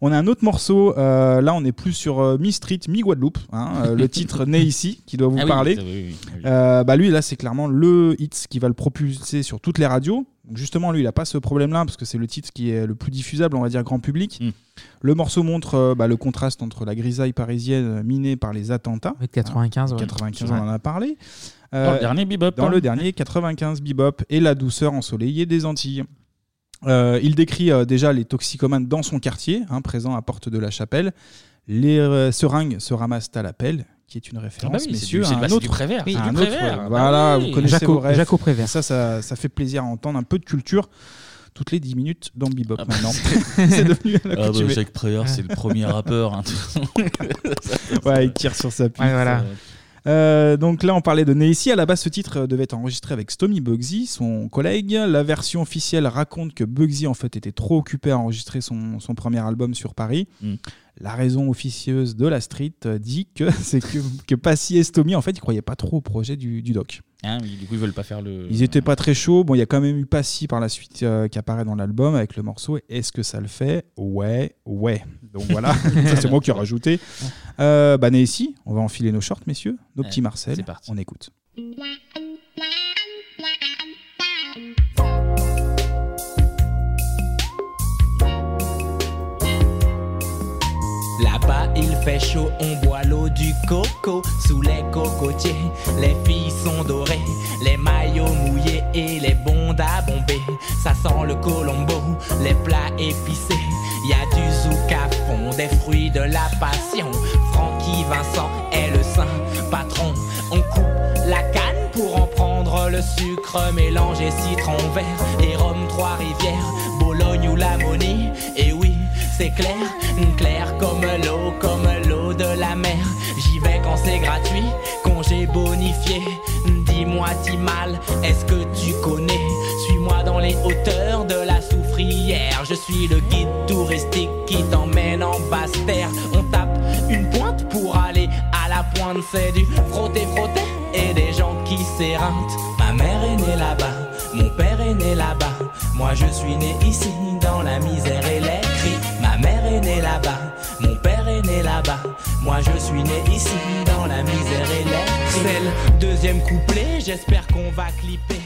On a un autre morceau. euh, là, on est plus sur euh, Mi Street, Mi Guadeloupe. hein, euh, le titre Né ici, qui doit vous
Ah oui,
parler.
ça, oui, oui, oui.
Euh, bah lui, là, c'est clairement le hit qui va le propulser sur toutes les radios. Donc, Justement, lui, il n'a pas ce problème-là parce que c'est le titre qui est le plus diffusable, on va dire, grand
Hmm.
public. Le morceau montre euh, bah, le contraste entre la grisaille parisienne minée par les attentats.
95,
Hein,
ouais.
95,
Ouais.
on en a parlé.
Dans le dernier Bebop,
Euh, Dans
hein.
le dernier 95 Bebop et la douceur ensoleillée des Antilles. Euh, il décrit euh, déjà les toxicomanes dans son quartier, hein, présent à Porte de la Chapelle. Les euh, seringues se ramassent à l'appel, qui est une référence,
Ah bah oui,
messieurs,
c'est
à
du- c'est- bah,
un
c'est
autre,
du Prévert,
à
c'est du
un autre,
Prévert.
euh,
Bah
Voilà,
oui.
vous connaissez
Jaco-
vos rêves.
Jaco Prévert.
Ça, ça, ça fait plaisir à entendre un peu de culture toutes les 10 minutes dans le Bebop
bah,
maintenant. c'est devenu à
Ah bah,
l'accoutumée.
Jacques Prévert, c'est le premier rappeur. hein, de toute façon.
ouais, il tire sur sa piste.
Ouais, voilà.
Euh, donc là, on parlait de Neissi. À la base, ce titre euh, devait être enregistré avec Stomy Bugsy, son collègue. La version
Hum.
officielle raconte que Bugsy en fait était trop occupé à enregistrer son, son premier album sur Paris. La raison officieuse de la street euh, dit que c'est que, que Passy et Stomy, en fait, ils croyaient pas trop au projet du, du doc.
Hein, oui, du coup, ils veulent pas faire le.
Ils étaient pas très chauds. Bon, il y a quand même eu Passy par la suite euh, qui apparaît dans l'album avec le morceau Est-ce que ça le fait Ouais, ouais. Donc voilà, Ça, c'est moi qui ai rajouté. Euh, bah, Nessie, on va enfiler nos shorts, messieurs, nos petits Marcel. On écoute.
Là-bas, il fait chaud, on boit l'eau du coco sous les cocotiers. Les filles sont dorées, les maillots mouillés et les bondes à bomber. Ça sent le colombo, les plats épicés. Y a du zouk à fond, des fruits de la passion. Francky Vincent est le saint patron. On coupe la canne pour en prendre le sucre mélangé citron vert et rhum trois rivières, Bologne ou la Monie. Et oui, c'est clair, clair comme l'eau, comme l'eau de la mer. J'y vais quand c'est gratuit, congé bonifié. Dis-moi si mal, est-ce que tu connais Suis-moi dans les hauteurs de la soufrière. Je suis le guide touristique qui t'emmène en basse terre. On tape une pointe pour aller à la pointe, c'est du frotter, frotter et des gens qui s'éreintent. Ma mère est née là-bas, mon père est né là-bas. Moi je suis né ici dans la misère et les cris. Ma mère est née là-bas, mon père est né là-bas. Moi je suis né ici dans la misère et les cris. C'est le deuxième couplet, j'espère qu'on va clipper.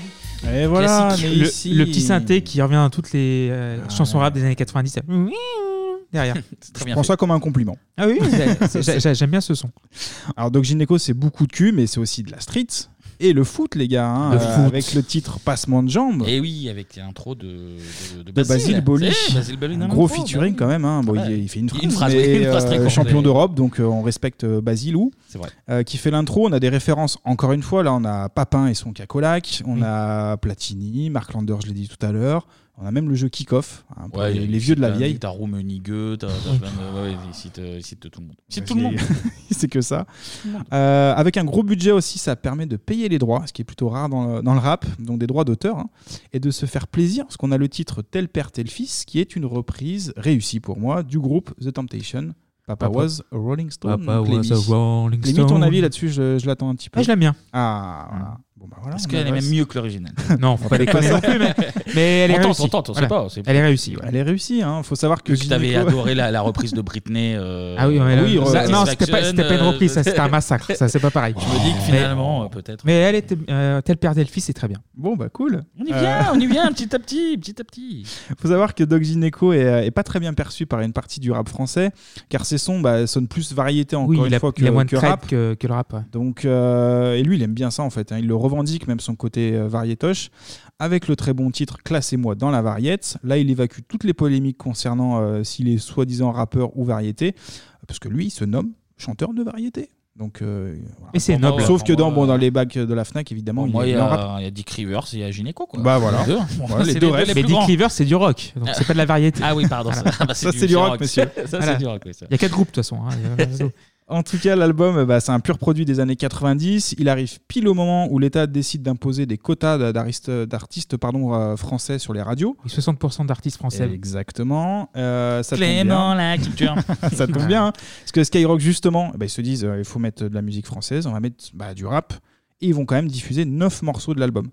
Et voilà,
Classique.
mais
le,
ici- Ah
le petit synthé qui revient dans toutes les euh, chansons rap des années 90. ça- Derrière.
Je prends ça comme un compliment.
Ah oui, j'ai- j'ai- j'ai- j'aime bien ce son.
Alors Doc Gineco, c'est beaucoup de cul, mais c'est aussi de la street et le foot, les gars. hein,
Le
euh,
foot.
Avec le titre Passement de jambes.
Et Eh oui, avec l'intro de, de, Eh,
de Basile Boli, Un gros featuring quand même. hein. Bon,
bah Ouais.
il, il fait une phrase,
Une phrase,
mais,
oui, une phrase très
euh,
courte,
champion
mais-
d'Europe, donc euh, on respecte euh, Basilou,
C'est vrai.
euh, qui fait l'intro. On a des références encore une fois. Là, on a Papin et son cacolac, on
Mm.
a Platini, Mark Lander, je l'ai dit tout à l'heure. On a même le jeu Kick-Off, hein, pour les, les vieux de la vieille.
T'as Rummenigge, t'as t'as plein de. Ouais, ouais, ils citent, euh, ils citent tout le monde. Ils citent tout le monde.
Bah, c'est que ça.
Tout le monde.
Euh, avec un gros budget aussi, ça permet de payer les droits, ce qui est plutôt rare dans le, dans le rap, donc des droits d'auteur, hein, et de se faire plaisir, parce qu'on a le titre Tel Père, Tel Fils, qui est une reprise réussie pour moi du groupe The Temptation. Papa,
Papa-
was a Rolling Stone.
Papa
Clémy.
was a Rolling
Clémy, ton
Stone.
avis là-dessus, je, je l'attends un petit peu.
Ah, je l'aime bien. Mm.
Ah, voilà. Bon, bah voilà.
Est-ce
on
qu'elle est
avance.
même mieux que l'original
Non, faut pas déconner non plus, mais- mais elle est
on
réussie.
Tente, on tente, on sait
Voilà.
pas. on sait pas.
Elle est réussie,
Elle est réussie, hein. faut savoir que.
Tu t'avais
Gynéco-
adoré la, la reprise de Britney. euh,
Ah oui, mais là,
euh,
ça- non, c'était pas, c'était pas une
euh,
reprise, ça, c'était un massacre, ça c'est pas pareil.
Je me dis que
Mais-
finalement, euh, peut-être.
Mais elle était euh, tel père Delphi, c'est très bien.
Bon bah cool.
On y vient, on y vient, petit à petit, petit à petit.
faut savoir que Doc Gineco est, euh, est pas très bien perçu par une partie du rap français, car ses sons bah, sonnent plus variété encore
Oui,
une
il a,
fois que,
il a moins
que
de trade
rap.
que, que le rap. ouais.
Donc, euh, et lui, il aime bien ça en fait. hein. Il le revendique, même son côté euh, variétoche. Avec le très bon titre Classez-moi dans la variette. Là, il évacue toutes les polémiques concernant euh, s'il est soi-disant rappeur ou variété, parce que lui, il se nomme chanteur de variété. Donc, euh, voilà.
Et c'est
Pour moi,
noble.
Sauf que
pour
dans, bon,
moi,
dans les bacs de la Fnac, évidemment,
Bon, moi,
il,
il y,
il en rappe
a, il y a Dick Rivers et il y a Gynéco. Quoi.
bah voilà.
Les deux.
Voilà,
C'est
les deux
les
rêves.
les
Mais
plus
Dick
grands.
River, c'est du rock, donc c'est pas de la variété.
Ah oui, pardon, ça- ah bah, c'est
Ça,
du-
c'est du
c'est
rock,
rock,
monsieur.
ça, c'est du rock, oui, ça.
Il y a quatre groupes de toute façon. hein. Il y a-
En tout cas, l'album, bah, c'est un pur produit des années 90. Il arrive pile au moment où l'État décide d'imposer des quotas d'a- d'artistes- d'artistes pardon, euh, français sur les radios.
60% d'artistes français.
Exactement. Euh, ça tombe bien.
Clément, la culture.
ça tombe bien. hein. Parce que Skyrock, justement, eh ben, ils se disent euh, il faut mettre de la musique française, on va mettre bah, du rap. Et ils vont quand même diffuser 9 morceaux de l'album.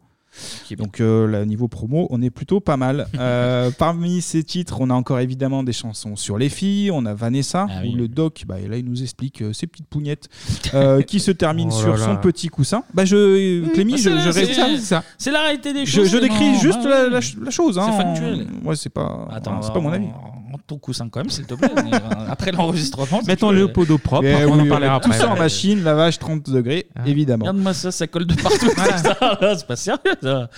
Donc, euh, là, niveau promo, on est plutôt pas mal. Euh, parmi ces titres, on a encore évidemment des chansons sur les filles. On a Vanessa,
Ah
où
oui.
le doc, bah, là, il nous explique euh, ses petites pougnettes euh, qui se terminent
Oh là
sur
là.
son petit coussin. Bah, je, Clémy,
Bah,
je,
c'est la-
je
c'est-
ré-
C'est la réalité des
Je,
choses.
je décris
Clément.
juste
Ah
la,
oui.
la ch- la chose. hein.
C'est factuel.
Ouais, c'est pas,
Attends,
c'est pas mon avis.
On ton coussin quand même, s'il te plaît. euh, Après l'enregistrement.
Mettons-le
au
pot d'eau propre,
Eh
on
oui,
en parlera
tout
après.
ça en Ah.
machine, lavage 30 degrés, évidemment.
Regarde-moi ça, ça colle de partout. c'est ça, là, c'est pas sérieux. ça.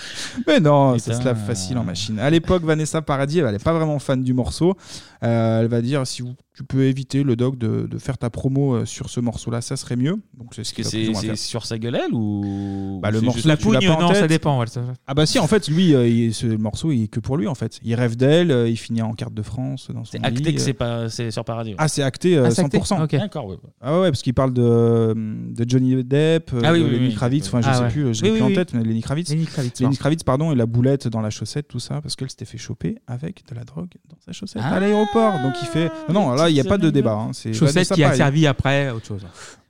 Mais non, ça
Putain.
se lave facile en machine. À l'époque, Vanessa Paradis, elle n'est pas vraiment fan du morceau. Euh, elle va dire si vous- tu peux éviter le doc de, de faire ta promo euh, sur ce morceau-là, ça serait mieux. Donc c'est ce
Est-ce que
qu'il va
c'est
plus ou moins
c'est
faire.
sur sa gueule, elle, ou.
Bah, le
c'est
morceau,
juste-
tu l'as pas en tête. bah,
ouais, ça-
Ah bah si, en fait, lui, euh, il- ce morceau, il est que pour lui, en fait. Il rêve d'elle, euh, il finit en carte de France. pense, dans son
C'est acté
lit,
que c'est
euh.
pas- c'est sur Paradio.
Ah, c'est acté euh,
Ah, c'est acté
100%.
Ok. D'accord, ouais.
Ah ouais, parce qu'il parle de, euh, de Johnny Depp, euh,
Ah oui,
de
oui, oui,
Lenny
oui.
Kravitz, enfin je
Ah
sais
ouais.
plus, euh, je
Oui,
l'ai
oui,
plus
oui.
en tête, mais Lenny Kravitz.
Lenny Kravitz,
Lenny
pardon.
Kravitz, pardon, et la boulette dans la chaussette, tout ça, parce qu'elle s'était fait choper avec de la drogue dans sa chaussette
Ah,
à l'aéroport. Donc il fait. Non, non, là il n'y a pas de débat. Hein. c'est-
Chaussette
Vanessa
qui a
Paradis.
servi après à autre chose.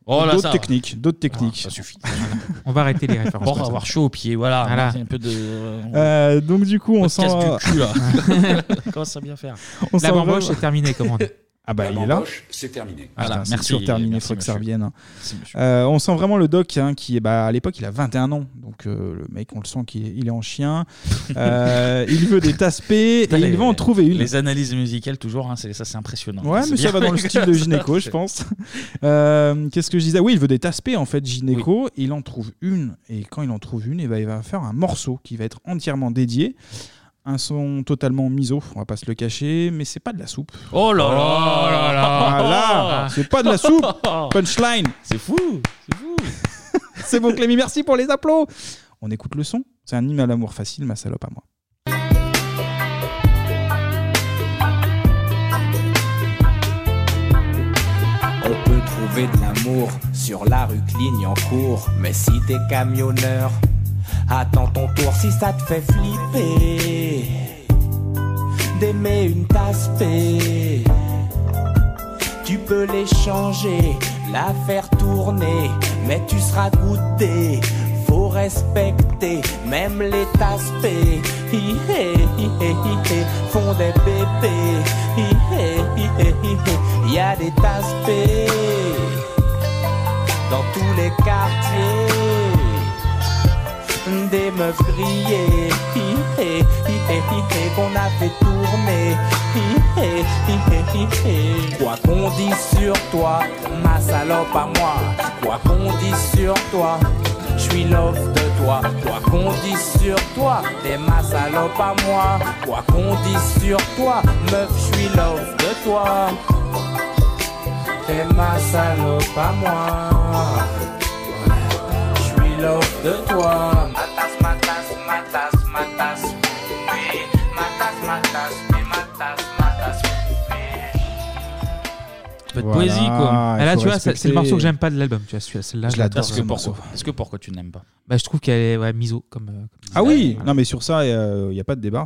Oh là, ça
d'autres
va.
techniques, d'autres techniques. ça
suffit.
On va arrêter les références.
Pour avoir chaud aux pieds, voilà.
Voilà.
C'est Un peu de.
Euh, donc du coup, on
Podcast
sent.
du cul, là. Commence à bien faire.
On
La
sent
bamboche
vraiment-
est terminée, comment dire.
Ah bah
La
il est là.
bamboche, c'est terminé.
Ah,
Voilà,
putain, c'est
merci,
toujours terminé,
merci,
faut que ça
monsieur.
revienne. hein.
Merci, monsieur.
Euh, on sent vraiment le doc hein, qui est bah, à l'époque il a 21 ans, donc euh, le mec on le sent qu'il est, il est en chien. Euh, il veut des tasses P et
Putain, les-
il va en trouver une.
Les analyses musicales, toujours, hein, c'est- ça c'est impressionnant.
Ouais,
C'est
mais ça
bien.
va dans le style de Gynéco, je pense. Euh, Qu'est-ce que je disais Oui, il veut des taspés, en fait, Gynéco. Il en trouve une, et quand il en trouve une, eh ben, il va faire un morceau qui va être entièrement dédié. Un son totalement miso, on va pas se le cacher, mais c'est pas de la soupe.
Oh là là là là.
Ah là, C'est pas de la soupe Punchline
C'est fou C'est fou
C'est bon, Clémy, merci pour les applaudissements On écoute le son. C'est un hymne à l'amour facile, ma salope à moi.
On peut trouver de l'amour sur la rue Clignancourt, mais si t'es camionneur, attends ton tour si ça te fait flipper. D'aimer une tasse P, tu peux l'échanger, la faire tourner, mais tu seras goûté. Faut respecter même les tasses P, hi, hé, hi, hé, hi, hé, font des bébés. Hi, hé, hi, hé, hi, hé. Y a des tasses P dans tous les quartiers. Des meufs grillées, hi, hé, hi, hé, hi, hé, qu'on a fait tourner. hi, hé, hi, hé, hi, hé. Quoi qu'on dise sur toi, ma salope à moi. Quoi qu'on dise sur toi, je suis love de toi. Quoi qu'on dise sur toi, t'es ma salope à moi. Quoi qu'on dise sur toi, meuf, je suis love de toi. T'es ma salope à moi. Je suis love de toi. Matas, matas, matas, matas. Oui, matas, matas, et matas, matas.
Un peu de poésie, quoi.
Ah, là, tu vois, c'est c'est le morceau que j'aime pas de l'album. Tu vois, celui- celle-là.
Parce que pourquoi Parce que pourquoi tu ne l'aimes pas
Bah, je trouve qu'elle est ouais, miso comme. euh, comme
Ah
disait.
oui Non, mais sur ça, il n'y a pas de débat.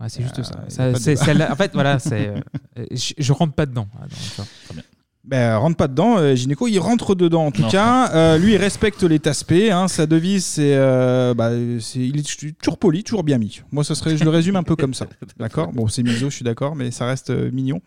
Ouais, c'est juste
Euh,
ça.
y a
Ça,
pas de
c'est
débat.
celle-là. En fait, voilà, c'est. euh, euh, je, je rentre pas dedans. Ah, non, tu vois.
Ben, rentre pas dedans, euh, Gynéco, il rentre dedans en tout
Non.
cas. Euh, lui, il respecte les taspés. Hein, sa devise, c'est. euh, bah, c'est- il est toujours poli, toujours bien mis. Moi, ça serait, je le résume un peu comme ça. D'accord Bon, c'est miso, je suis d'accord, mais ça reste euh, mignon.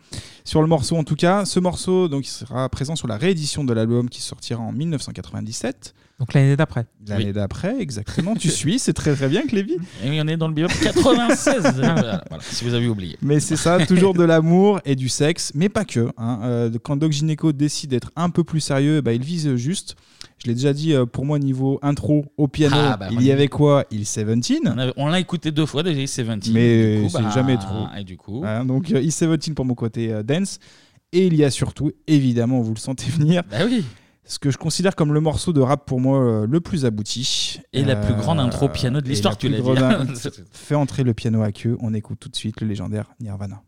Sur le morceau en tout cas, ce morceau donc, il sera présent sur la réédition de l'album qui sortira en 1997.
Donc l'année d'après.
L'année
Oui.
d'après, exactement. tu suis, c'est très très bien, Clévy.
Et oui, on est dans le biop 96 voilà, voilà, Si vous avez oublié.
Mais c'est ça, toujours de l'amour et du sexe, mais pas que. hein. Euh, quand Doc Gynéco décide d'être un peu plus sérieux, bah, il vise juste. Je l'ai déjà dit, euh, pour moi, niveau intro, au piano,
Ah, bah,
il
oui.
y avait quoi Il 17.
On avait- On l'a écouté deux fois déjà, c'est 20.
Mais c'est jamais trop.
bah, Et du coup.
Voilà, donc, euh, il 17 pour mon côté euh, dance. Et il y a surtout, évidemment, vous le sentez venir.
Bah
Ce que je considère comme le morceau de rap pour moi euh, le plus abouti. Euh,
Et la plus grande intro piano de
et
l'histoire,
la
tu
plus
l'as dit.
grande- Fais entrer le piano à queue, on écoute tout de suite le légendaire Nirvana.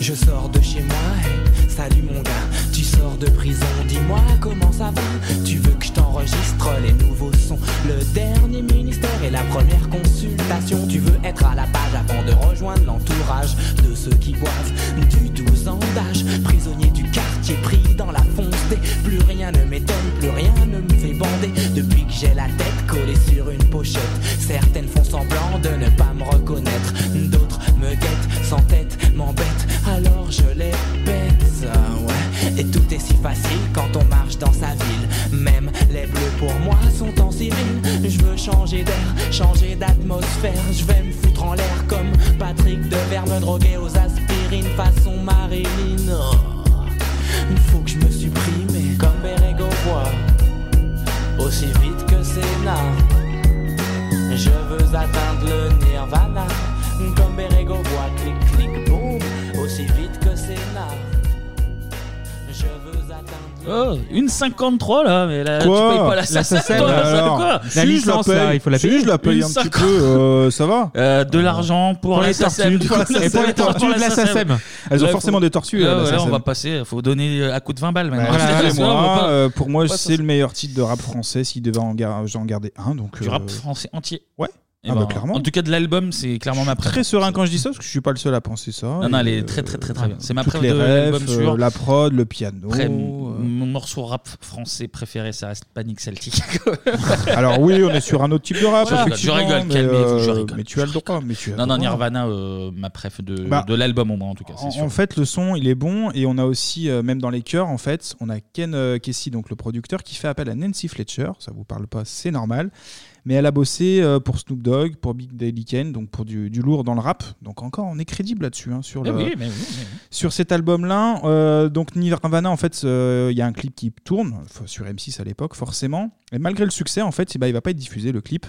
Je sors de chez moi, hey, salut mon gars, tu sors de prison, dis-moi comment ça va, tu veux que je t'enregistre les nouveaux sons. Le dernier ministère et la première consultation. Tu veux être à la page avant de rejoindre l'entourage de ceux qui boivent du 12 ans d'âge. Prisonnier du quartier pris dans la fonce des. Plus rien ne m'étonne, plus rien ne me fait bander. Depuis que j'ai la tête collée sur une pochette, certaines font semblant de ne pas me reconnaître. D'autres me guettent sans tête, m'embêtent. Alors je les pète. Ah ouais. Et tout est si facile quand on marche dans sa ville. Même les bleus pour moi sont en civil. Je veux changer d'air, changer d'atmosphère. Je vais me foutre en l'air comme Patrick Devers, me droguer aux aspirines façon Marilyn. Oh. Il faut que je me supprime comme Bérégovois Aussi vite que Sénat Je veux atteindre le nirvana Comme Bérégovois clic clic boum Aussi vite que Sénat Je veux atteindre
Oh, une 53 là, mais là,
Quoi
Euh, tu payes pas la SACEM, toi, ça, quoi
Si, je paye. Si, je la paye
Une
un petit
50.
peu, euh, ça va.
de l'argent pour,
Pour
la
les
SACEM.
tortues, pour la SACEM. Et pour les tortues de la SACEM. Elles ont
Là,
forcément
faut-
des tortues,
Là,
euh, la
voilà, on
SACEM.
va passer, faut donner euh, à coup de 20 balles maintenant.
Voilà,
Parce que sinon, on va
moi,
pas-
euh, pour moi,
on va pas
c'est le meilleur titre de rap français. S'il devait en, gar- j'en garder un, donc.
Du
euh,
rap français entier.
Ouais.
Eh
Ah
ben,
bah, clairement.
En tout cas, de l'album, c'est clairement ma préférée.
Très serein quand je dis ça, parce que je suis pas le seul à penser ça.
Non, non,
Et,
elle est
euh,
très, très, très, très bien. C'est ma
toutes
préf de
les
l'album
refs,
sûr.
euh, La prod, le piano. euh.
Après, mon mon morceau rap français préféré, ça reste Panic Celtic.
Alors oui, on est sur un autre type de rap.
Voilà, je
effectivement,
rigole,
mais,
calmez-vous, je
euh,
rigole.
Mais tu as le droit. Mais tu as le
Non, non,
droit.
Nirvana, euh, ma préf de,
Bah,
de l'album au moins, en tout cas, c'est
En,
sûr.
en fait, le son, il est bon et on a aussi, euh, même dans les chœurs, en fait, on a Ken euh, Kesey, donc le producteur, qui fait appel à Nancy Fletcher. Ça vous parle pas, c'est normal. Mais elle a bossé euh, pour Snoop Dogg, pour Big Daddy Kane, donc pour du, du lourd dans le rap. Donc encore, on est crédible là-dessus. hein, sur,
Mais
le-
Eh oui, mais oui, mais oui.
sur cet album-là, euh, donc Nirvana, en fait, euh, il y a un clip qui tourne f- sur M6 à l'époque, forcément. Et malgré le succès, en fait, eh ben, il va pas être diffusé le clip.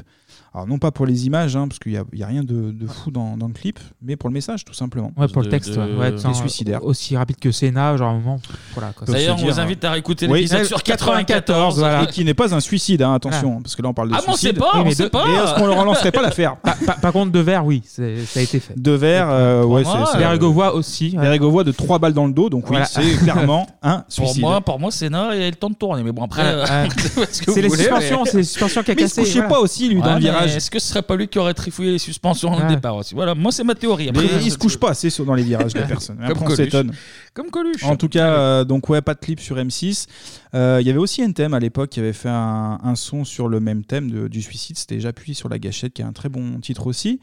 Alors non pas pour les images, hein, parce qu'il n'y a, il y a rien de, de fou dans, dans le clip, mais pour le message, tout simplement.
Ouais, pour le texte, ouais. ouais.
Des
sans-
suicidaires.
Aussi rapide que Sénat, genre à un moment. Voilà, quoi.
D'ailleurs, on vous invite à réécouter l'épisode sur 94.
voilà. Et qui n'est pas un suicide, hein, attention,
Ouais.
parce que là on parle de
Ah, mais on
suicide.
sait pas,
Oui,
on
mais
sait
de-
pas.
Et est-ce qu'on ne relancerait pas l'affaire
Par, par- par contre, de verre, oui, c'est- ça a été fait.
De verre, euh, ouais,
moi,
c'est.
Bérégovois aussi. ouais.
Bérégovois de 3 balles dans le dos, donc oui,
Voilà.
c'est clairement un
Pour
suicide.
moi, pour moi, Sénat, il a le temps de tourner. Mais bon, après,
Ouais,
euh,
ouais.
ce
C'est
que vous
les
voulez,
suspensions, c'est les suspensions qui a
Mais il se
cassé,
couchait
voilà. Ouais, mais
Est-ce que ce serait pas lui qui aurait trifouillé les suspensions au
Ouais.
départ aussi Voilà, moi, c'est ma théorie.
Mais
Après,
il se couche pas assez sur- dans les virages, la personne. Après,
Comme
on
Coluche.
s'étonne.
Comme Coluche.
En tout cas, euh, donc ouais, pas de clip sur M6. Euh, Il y avait aussi NTM à l'époque qui avait fait un, un son sur le même thème de- du suicide. C'était J'appuie sur la gâchette, qui est un très bon titre aussi.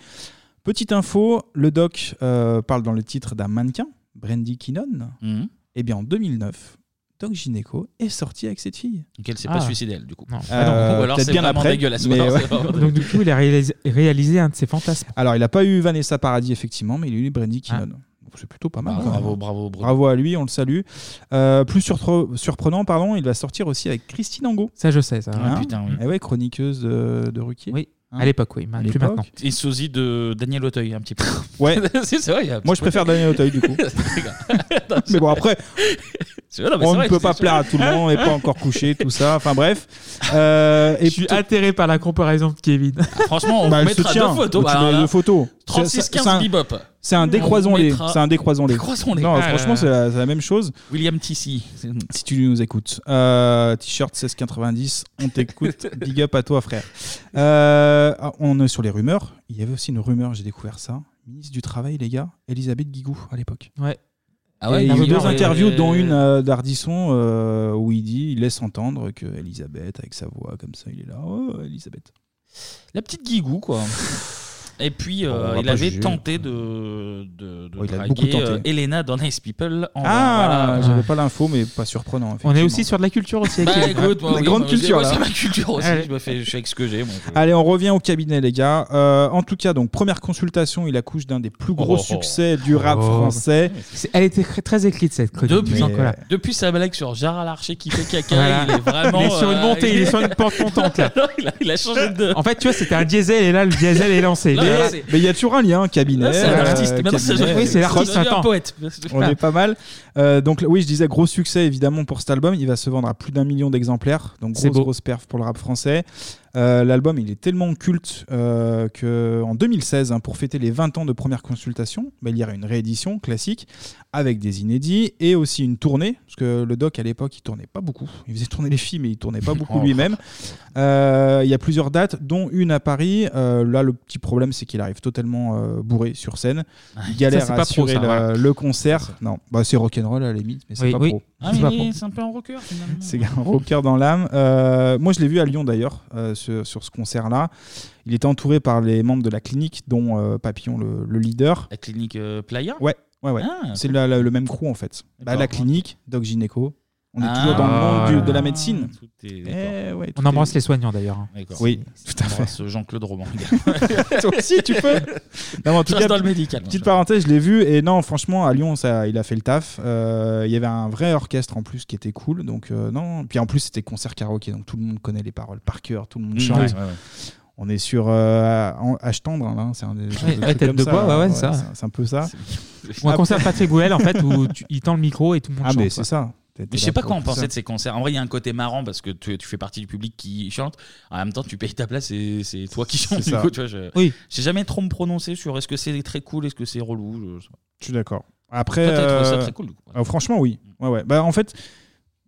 Petite info, le doc euh, parle dans le titre d'un mannequin, Brandy Kinnon.
Mhm.
Et bien en 2009, Doc Gineco est sorti avec cette fille.
Donc elle s'est pas
Ah.
suicidée, elle, du coup.
Non.
Ou
Euh,
alors
peut-être
c'est
bien
vraiment
après,
dégueulasse.
mais
Ou alors
ouais.
c'est vraiment
Donc, du coup, il a réalisé, réalisé un de ses fantasmes. Ah.
Alors, il n'a pas eu Vanessa Paradis, effectivement, mais il a eu Brandy Kinnon. Donc, C'est plutôt pas mal.
Ah,
quand même.
bravo, bravo, Bruno.
Bravo à lui, on le salue. Euh, plus surtro- surprenant, pardon, il va sortir aussi avec Christine Angot.
Ça, je sais, ça.
Ah, putain, oui.
Eh ouais, chroniqueuse de, de Ruquier. Hein
Oui, à l'époque, oui,
À
plus
l'époque.
maintenant.
Et sosie de Daniel Auteuil, un petit peu.
Ouais.
c'est c'est vrai. il y a un
Moi,
petit
je
peu.
préfère Daniel Auteuil, du coup.
Non, c'est
mais bon,
vrai.
après,
C'est vrai, non, mais
on
c'est
ne
vrai,
peut
c'est
pas
sûr.
plaire à tout le monde, on n'est pas encore couché, tout ça. Enfin, bref. Euh, et
Je suis atterré par la comparaison de Kevin.
Ah, Franchement, on
Bah,
vous
elle
mettra
se tient.
deux photos.
Bah, tu
Bah,
mets
là,
deux photos. C'est-
36
c'est
15
un-
bebop.
C'est un
On
décroisons-les.
mettra-
C'est un décroisons-les.
Décroisons-les.
Non,
Ah,
franchement,
là,
c'est
là.
la, c'est la même chose.
William Tissy.
Si tu nous écoutes. Euh, T-shirt 1690, on t'écoute. Big up à toi, frère. Euh, ah, on est sur les rumeurs. Il y avait aussi une rumeur, j'ai découvert ça. Ministre du Travail, les gars, Elisabeth Guigou à l'époque.
Ouais.
Ah ouais,
Et il y a eu
Guigou,
deux
ouais,
interviews,
ouais.
dont une euh, d'Ardisson euh, où il dit, il laisse entendre que Elisabeth, avec sa voix comme ça, il est là. Oh, Elisabeth.
La petite Guigou, quoi. Et puis, euh,
Bon, Oh, on va
il
pas
avait
juger.
tenté de, de, de
Ouais, il a
draguer,
beaucoup tenté.
euh, Helena dans Nice People. En
Ah,
voilà.
j'avais pas l'info, mais pas surprenant.
On est aussi sur de la culture aussi. avec
Bah,
Kevin.
écoute, moi,
La
oui,
grande
moi,
culture,
moi,
là.
C'est ma culture aussi.
Allez.
Je me fais, je fais avec ce que j'ai. Bon,
Allez, on revient au cabinet, les gars. Euh, en tout cas, donc première consultation, il accouche d'un des plus gros
Oh.
succès du rap
Oh.
français.
C'est- Elle était très- très éclite cette chronique.
Depuis,
donc, voilà.
Euh, depuis sa blague sur Gérard Larcher qui fait caca,
Voilà.
il est vraiment.
Il est sur une
euh,
montée, il est sur une pente montante, là.
Non, il, a, il a changé de.
En fait, tu vois, c'était un diesel et là, le diesel est lancé.
Là,
Mais-
là, c'est-
Mais il y a toujours un lien, cabinet.
Là, c'est
euh,
l'artiste. Maintenant, c'est
cabinet.
oui, c'est l'artiste. C'est devenu un
Attends.
poète.
On est pas mal. Euh, donc là, oui, je disais gros succès évidemment pour cet album. Il va se vendre à plus d'un million d'exemplaires. Donc
C'est
grosse
beau.
grosse perf pour le rap français. Euh, L'album, il est tellement culte euh, que en 2016, hein, pour fêter les 20 ans de première consultation, bah, il y aura une réédition classique avec des inédits et aussi une tournée, parce que le doc à l'époque, il tournait pas beaucoup. Il faisait tourner les filles, mais il tournait pas beaucoup
Oh.
lui-même. Euh, il y a plusieurs dates, dont une à Paris. Euh, là, le petit problème, c'est qu'il arrive totalement euh, bourré sur scène. Il galère
Ça, c'est
à
pas pro,
assurer
ça,
le,
voilà.
le concert. Non, bah, c'est rock'n'roll à la limite, mais c'est
Oui,
pas
oui.
pro.
Ah,
C'est pas
mais
pro.
il- c'est un peu un rocker finalement.
C'est un rocker dans l'âme. Euh, moi, je l'ai vu à Lyon d'ailleurs, euh, sur, sur ce concert-là. Il était entouré par les membres de la clinique, dont euh, Papillon, le, le leader.
La clinique euh, Playa
Ouais, ouais, ouais.
Ah.
c'est la- la- le même crew en fait. Bah, la clinique, Doc Gynéco. On est
Ah.
toujours dans le monde du- de la
Ah.
médecine.
Tout est- d'accord.
ouais,
On
tout
embrasse
est-
les soignants, d'ailleurs. hein.
D'accord.
Oui,
C'est-
tout à fait.
embrasse Jean-Claude Roman.
Toi aussi, tu peux. Non, mais en tout
Je
cas,
reste dans le médical, moi,
Petite
je-
parenthèse, je l'ai vu et non, franchement, à Lyon, ça, il a fait le taf. Euh, il y avait un vrai orchestre en plus qui était cool. Donc euh, non, puis en plus c'était concert karaoké, donc tout le monde connaît les paroles par cœur, tout le monde
Mmh,
chante.
ouais, ouais, ouais.
On est sur euh, en- H tendre, hein, c'est un des genre
Ouais,
de
ouais,
truc
tête
comme
de
ça,
bois,
là.
ouais, ouais, c'est ça.
C'est c'est un peu ça.
Ou un
Après-
concert de Patrick Bruel, en fait, où tu- il tend le micro et tout le monde
Ah,
chante.
mais
quoi.
c'est ça. T'es- t'es
Mais je
là
sais pas
pour-
quoi en
pour
penser
ça.
de ces concerts. En vrai, il y a un côté marrant parce que tu, tu fais partie du public qui chante. En même temps, tu payes ta place et c'est toi qui chantes.
C'est
Du
ça.
coup, tu vois, je
Oui.
j'ai jamais trop me prononcé sur est-ce que c'est très cool, est-ce que c'est relou. je- je sais pas.
Je suis d'accord. Après,
Toi, t'as trouvé ça
euh,
très cool, du coup.
euh, franchement, oui. Ouais, ouais. Bah, en fait,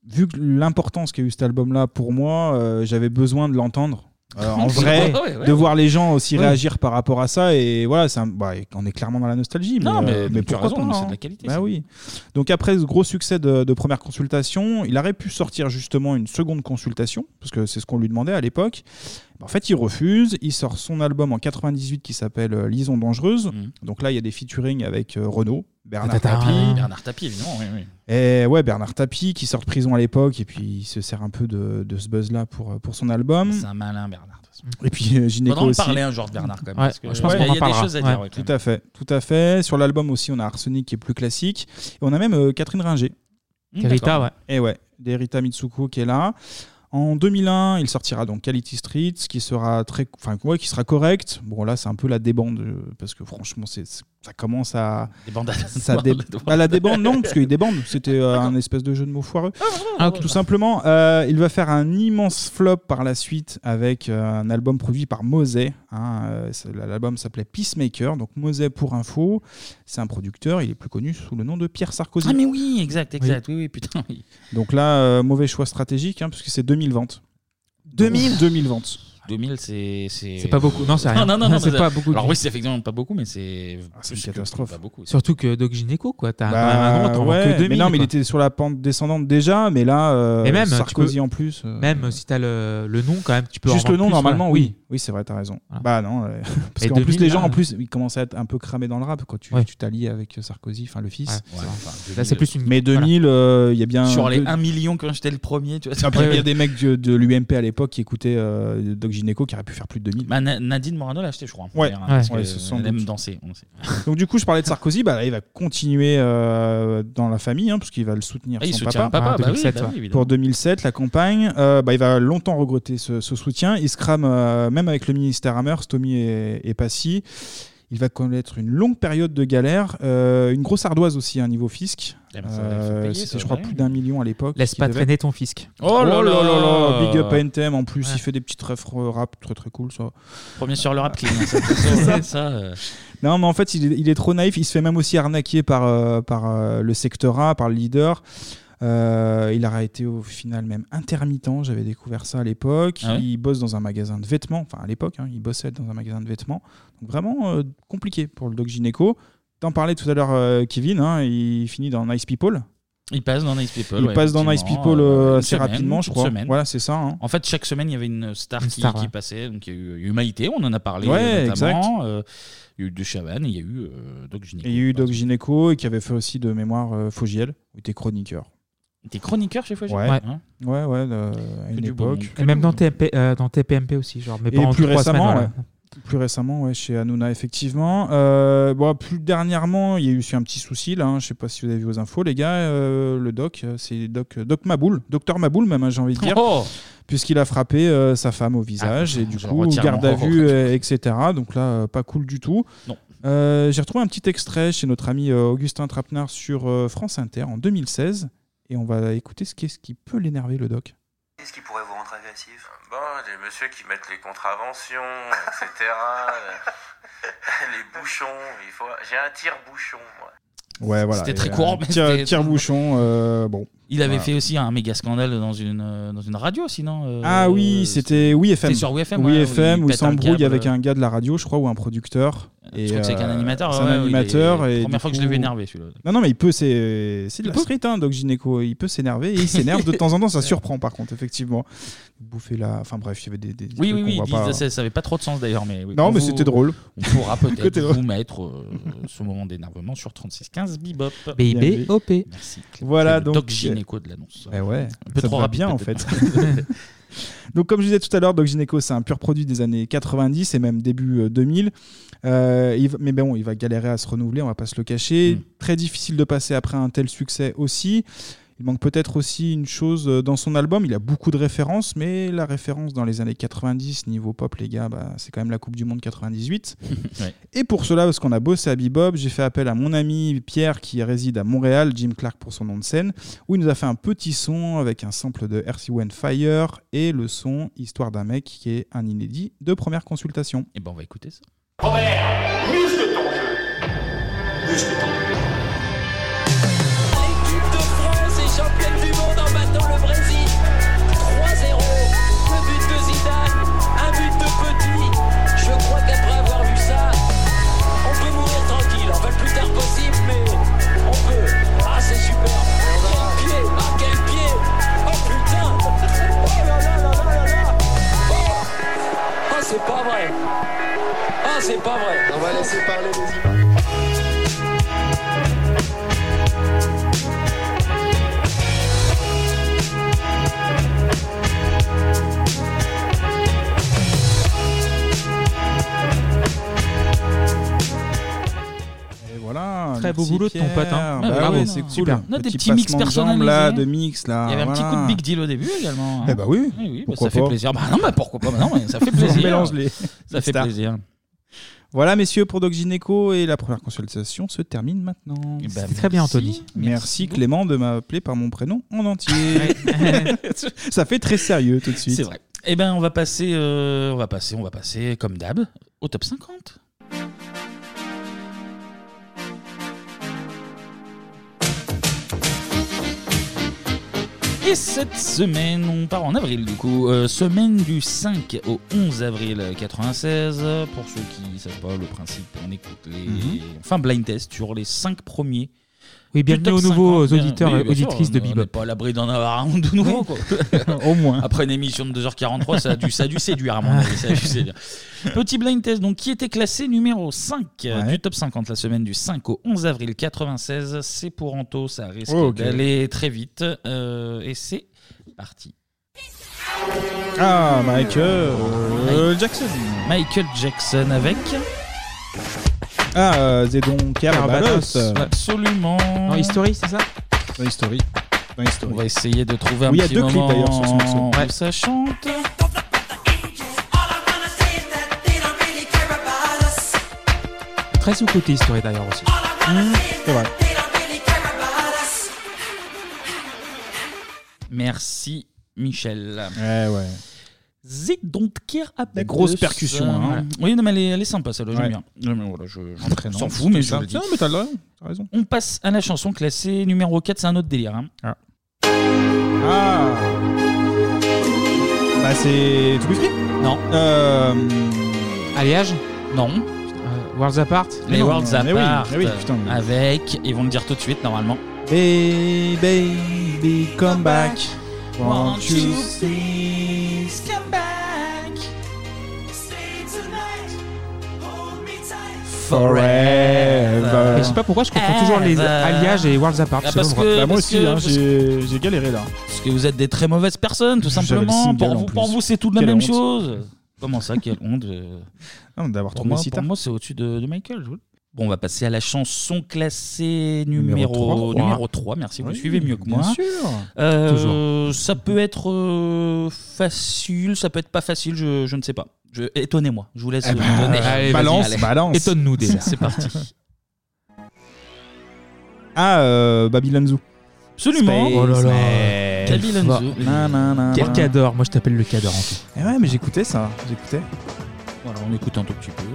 vu que l'importance qu'a eu cet album-là pour moi, euh, j'avais besoin de l'entendre. euh, en vrai,
Ouais, ouais, ouais.
de voir les gens aussi
Ouais.
réagir par rapport à ça, et voilà, c'est un- bah, on est clairement dans la nostalgie.
Non,
mais,
mais-
euh,
mais
mais
tu as
pourquoi
raison,
pas,
mais c'est
hein.
de la qualité,
Bah
ça.
oui. Donc après ce gros succès de, de première consultation, il aurait pu sortir justement une seconde consultation, parce que c'est ce qu'on lui demandait à l'époque. Bah, En fait, il refuse. Il sort son album en 98 qui s'appelle euh, Liaison
Mm.
dangereuse. Donc là, il y a des featuring avec euh, Renaud, Bernard
Tatarin.
Tapie.
Ah, Bernard Tapie, évidemment, oui, oui.
Et ouais, Bernard Tapie qui sort de prison à l'époque et puis il se sert un peu de, de ce buzz-là pour, euh, pour son album.
C'est un malin, Bernard.
Et puis euh, Gynéco
Faudra en
aussi.
parler un jour de Bernard, quand même, Ouais, parce que
Ouais,
je pense
ouais,
qu'on
il y a
en parlera.
des choses à dire,
Ouais.
ouais, quand tout à fait, tout à fait. Sur l'album aussi, on a Arsenic qui est plus classique. Et on a même euh, Catherine Ringer.
Mmh, D'Erita, d'accord. ouais.
Et ouais, d'Erita Mitsuko qui est là. En 2001, il sortira donc Quality Street, qui sera très, enfin ouais, qui sera correct. Bon là, c'est un peu la débande euh, parce que franchement, c'est c'est- ça commence à
Débandade.
ça dé- Bah, la débande non, parce qu'il débande. C'était euh, un espèce de jeu de mots foireux.
Ah,
Ah, Tout simplement, euh, il va faire un immense flop par la suite avec euh, un album produit par Mosey. hein, euh, c'est- L'album s'appelait Peacemaker. Donc Mosey, pour info, c'est un producteur. Il est plus connu sous le nom de Pierre Sarkozy.
Ah, mais oui, exact, exact. Oui, oui, putain. oui.
Donc là, euh, mauvais choix stratégique, hein, parce que c'est 2000 ventes. 2000 2000 ventes.
2000, c'est.
C'est pas beaucoup. Non, c'est rien.
Non, non, non,
C'est
mais-
pas beaucoup.
Alors, oui, c'est effectivement pas beaucoup, mais c'est.
Ah, c'est une catastrophe.
Pas beaucoup.
Surtout que Doc Gynéco, quoi. T'as
Bah,
un nombre, t'en vends
ouais,
que 2000.
mais non, mais il
quoi.
était sur la pente descendante déjà, mais là, euh,
Et même, tu
Sarkozy
peux-
en plus. euh,
Même si t'as le, le nom, quand même, tu peux. en
Juste le
vendre
nom,
plus,
normalement,
voilà.
oui. Oui, c'est vrai, t'as raison. Bah non, euh, parce
Et euh,
qu'en plus,
2000,
les gens,
là,
en plus, ils commencent à être un peu cramés dans le rap quand tu tu t'allies avec Sarkozy, enfin le fils.
Ouais, c'est vrai. Là, c'est plus une.
Mais 2000, euh, il y a bien.
Sur les
deux-
1 million quand j'étais le premier, tu vois.
Après, il y a des mecs de, de l'UMP à l'époque qui écoutaient euh, Doc Gynéco qui auraient pu faire plus de 2000.
Bah, Na- Nadine Morano l'a acheté, je crois.
Ouais.
D'ailleurs, hein,
Ouais.
parce
Ouais,
que
c'est sans
elle aime
doute.
danser. on sait.
Donc du coup, je parlais de Sarkozy, bah, là, il va continuer euh, dans la famille, hein, parce qu'il va le soutenir
Ah, il
son
soutient
papa,
le papa, Ah, bah oui, 2007, bah oui,
ouais.
évidemment.
pour 2007, la campagne. Euh, bah, il va longtemps regretter ce, ce soutien. Il se crame euh, même avec le ministère Amherst, Tommy et, et Passy. Il va connaître une longue période de galère, euh, une grosse ardoise aussi à niveau fisc.
Eh
Ah,
ben,
bah, ça, il faut
Euh,
payer,
C'était,
ça,
je crois,
ouais.
plus d'un million à l'époque.
Laisse
qu'il
pas
devait.
traîner ton fisc.
Oh là là là là,
là.
Big Up à NTM en plus, il fait des petites refs euh, rap très très cool ça. Euh,
Premier sur le rap clean. hein, ça, ça, ça, euh,
Non, mais en fait, il est, il est trop naïf. Il se fait même aussi arnaquer par, euh, par euh, le secteur A, par le leader. Euh, il aura été au final même intermittent. J'avais découvert ça à l'époque.
Ah ouais
il bosse dans un magasin de vêtements. Enfin, à l'époque, hein, il bossait dans un magasin de vêtements. Donc, vraiment euh, compliqué pour le doc gynéco. T'en parlais tout à l'heure, euh, Kevin. hein, il finit dans Nice People.
Il passe dans Nice People.
Il
ouais,
passe dans Nice
effectivement,
People euh,
une
assez
semaine,
rapidement, je
une
crois.
semaine.
Voilà, c'est ça. hein.
En fait, chaque semaine, il y avait une star,
Une
qui,
star,
qui
ouais.
passait. Donc, il y a eu Humanité, on en a parlé
Ouais,
notamment. euh, il y a eu De Chavannes, il y a eu euh, Doc Gynéco.
Et il y a eu Doc Gynéco et qui avait fait aussi de mémoire euh, Fogiel, où il était chroniqueur.
T'es chroniqueur chez Fogiel
Ouais,
Ouais.
ouais, ouais, euh, à une
du bon
époque.
Et même dans, TMP, euh, dans TPMP aussi, genre. Mais
Et
pendant
plus
trois semaines,
récemment,
voilà.
ouais. plus récemment, ouais, chez Hanouna, effectivement. Euh, bon, plus dernièrement, il y a eu aussi un petit souci, là. hein. je sais pas si vous avez vu aux infos, les gars. euh, le doc, euh, c'est doc, doc Maboul, docteur Maboul, même, hein, j'ai envie de dire.
Oh Ah,
Puisqu'il a frappé euh, sa femme au visage, et du
je
coup,
retire
garde
mon
à
regret.
vue, euh, etc. Donc là, euh, pas cool du tout.
Non.
Euh, j'ai retrouvé un petit extrait chez notre ami euh, Augustin Trapenard sur euh, France Inter en 2016. Et on va écouter ce qu'est-ce qui peut l'énerver, le doc.
Qu'est-ce qui pourrait vous rendre agressif passif
Bon, les messieurs qui mettent les contraventions, etc. les bouchons, il faut. J'ai un tire-bouchon, moi.
Ouais, voilà.
C'était
Et,
très
euh,
court, mais
Tire,
c'était-
tire bouchon, euh, bon.
Il avait
Voilà.
fait aussi un méga scandale dans une, euh, dans une radio, sinon. euh,
Ah oui, c'était oui FM.
sur Oui FM,
Oui
ouais, où
FM
il
où il
pète un
s'embrouille
câble.
avec un gars de la radio, je crois, ou un producteur. Et, euh,
Je crois que c'est qu'un animateur,
C'est
ouais,
un
ouais, il est-
animateur. et
Première
du
fois que je
coup-
l'ai vu énervé, celui-là.
Non, non, mais il peut, c'est c'est de la street, hein, Doc Gineco. Il peut s'énerver et il s'énerve de temps en temps. Ça surprend, par contre, effectivement. Bouffer la. Enfin bref, il y avait des. des- des
Oui,
trucs
oui,
qu'on
oui,
voit
ils
pas. hein.
disent- ça- ça n'avait pas trop de sens d'ailleurs, mais oui.
Non,
On
mais
vous-
c'était drôle.
On pourra peut-être
Côté
vous
drôle.
mettre euh, ce moment d'énervement sur 3615 Bebop.
Bien vu.
Merci.
Voilà
C'est
donc.
le Doc Gynéco de l'annonce.
Eh ouais.
Un peu
ça
trop
me va
rapide,
bien en
peut-être.
fait. donc comme je disais tout à l'heure, Doc Gynéco c'est un pur produit des années 90 et même début euh, 2000. Euh, il va- mais bon, il va galérer à se renouveler, on va pas se le
Hmm.
cacher. Très difficile de passer après un tel succès aussi. Il manque peut-être aussi une chose euh, dans son album, il a beaucoup de références, mais la référence dans les années 90, niveau pop, les gars, bah, c'est quand même la Coupe du Monde 98.
Ouais.
Et pour cela, parce qu'on a bossé à Bebop, j'ai fait appel à mon ami Pierre qui réside à Montréal, Jim Clark pour son nom de scène, où il nous a fait un petit son avec un sample de RC One Fire et le son Histoire d'un mec qui est un inédit de première consultation.
Et ben on va écouter ça.
Robert, muscle ton jeu. Muscle ton jeu.
L'équipe de France est championne du monde en battant le Brésil. 3-0, le but de Zidane, un but de Petit. Je crois qu'après avoir vu ça, on peut mourir tranquille. Enfin, le plus tard possible, mais on peut. Ah, c'est super. Quel pied, ah, quel pied. Oh putain. Oh là là là là là là. Oh, oh c'est pas vrai. Ah, c'est pas vrai. On va laisser parler les
Et voilà.
Très beau
Ah, merci
boulot de ton
Pierre.
pote,
Ah,
hein.
Bah
Bravo.
ouais, c'est cool.
Super.
Non, des
Petit
petits mix
passement de jambes,
personnalisés.
là, de mix là.
Il y avait un petit coup
voilà.
de big deal au début également. hein.
Eh bah oui,
bah
pourquoi
ça fait
pas.
plaisir. Bah non, bah pourquoi pas bah non, mais Ça fait plaisir.
On mélange les.
Ça fait plaisir.
Voilà, messieurs, pour Doc Gineco et la première consultation se termine maintenant.
Eh ben,
C'était
merci.
Merci, Clément de m'appeler par mon prénom en entier. Ça fait très sérieux tout de suite.
C'est vrai. Eh ben on va passer, euh, on va passer, on va passer comme d'hab au top 50. Et cette semaine, on part en avril du coup, Euh, semaine du 5 au 11 avril 96. Pour ceux qui ne savent pas le principe, on écoute les,
Mhm.
enfin blind test sur les 5 premiers.
Oui,
du
bienvenue
top
aux nouveaux
50. Bien-
auditeurs
oui,
et
bien sûr,
auditrices de
on- on
Bebop.
n'est Pas à l'abri d'en avoir un ou deux nouveaux quoi.
Au moins.
Après une émission de 2h43, ça a dû, ça a dû séduire à mon
Ah.
avis. ça a dû séduire. Petit blind test, donc qui était classé numéro 5 euh, du top 50 la semaine du 5 au 11 avril 96. C'est pour Anto, ça risque
Oh, ok.
d'aller très vite. Euh, et c'est parti.
Ah, Michael euh, Jackson.
Michael Jackson avec.
Ah, euh, Zedon Carbados.
Absolument.
En history, c'est ça
Dans History. Dans History.
On va essayer de trouver un
Oui, il y a
petit
deux clips,
moment
d'ailleurs, sur ce morceau.
où ça chante.
Très sous-côté historique d'ailleurs aussi.
C'est vrai.
Merci Michel.
Ouais, ouais.
They don't care about
Des grosses
us.
percussions, hein.
Voilà. Oui, non, mais elle est, elle est sympa, celle-là, j'aime
Ouais.
bien. Non, mais voilà, je,
Entraînant,
on s'en fout, mais
tout
je
ça.
vous le dis.
Non, mais t'as le- t'as raison.
On passe à la chanson classée numéro 4, c'est un autre délire. hein.
Ah Bah c'est tout Free
Non.
Euh...
Alliage
Non.
Worlds Apart
Les Worlds
mais oui,
Apart,
mais oui, putain, mais-
avec, ils vont le dire tout de suite, normalement.
Baby, come back. Won't you
please come back? Stay tonight. Hold me tight.
Mais je sais pas pourquoi je confonds toujours les alliages et Worlds Apart.
Ah,
je sais
parce
pas
que-
pourquoi.
Eh ben, Bah, moi parce aussi, que- hein, parce
j'ai j'ai galéré là.
Parce que vous êtes des très mauvaises personnes, tout
J'avais le
simplement.
single,
Pour
en
vous,
plus.
pour vous, c'est tout de la
Quelle
même
honte.
chose. Comment ça, quelle honte euh.
Non, d'avoir
Pour
trouvé
moi-
si
Pour
tard.
moi, c'est au-dessus de, de Michael. je vous le- Bon, on va passer à la chanson classée numéro,
Numéro
numéro,
trois.
3. Merci, vous
Oui,
suivez mieux que
bien
moi.
sûr.
Euh, Ça peut être euh, facile, ça peut être pas facile, je, je ne sais pas. Je- Étonnez-moi, je vous laisse.
Eh ben,
me donner.
allez, balance,
Vas-y,
balance. Étonne-nous déjà.
C'est parti.
Ah, euh, Babylon Zoo.
Absolument.
Space
Oh là là.
Man.
Quel
Kabil
fort.
Anzu. Na, na, na,
Quel
na.
cador. Moi, je t'appelle le cador. en fait.
Eh ouais, mais j'écoutais ça, j'écoutais.
Voilà, on écoute un tout petit peu.
Euh,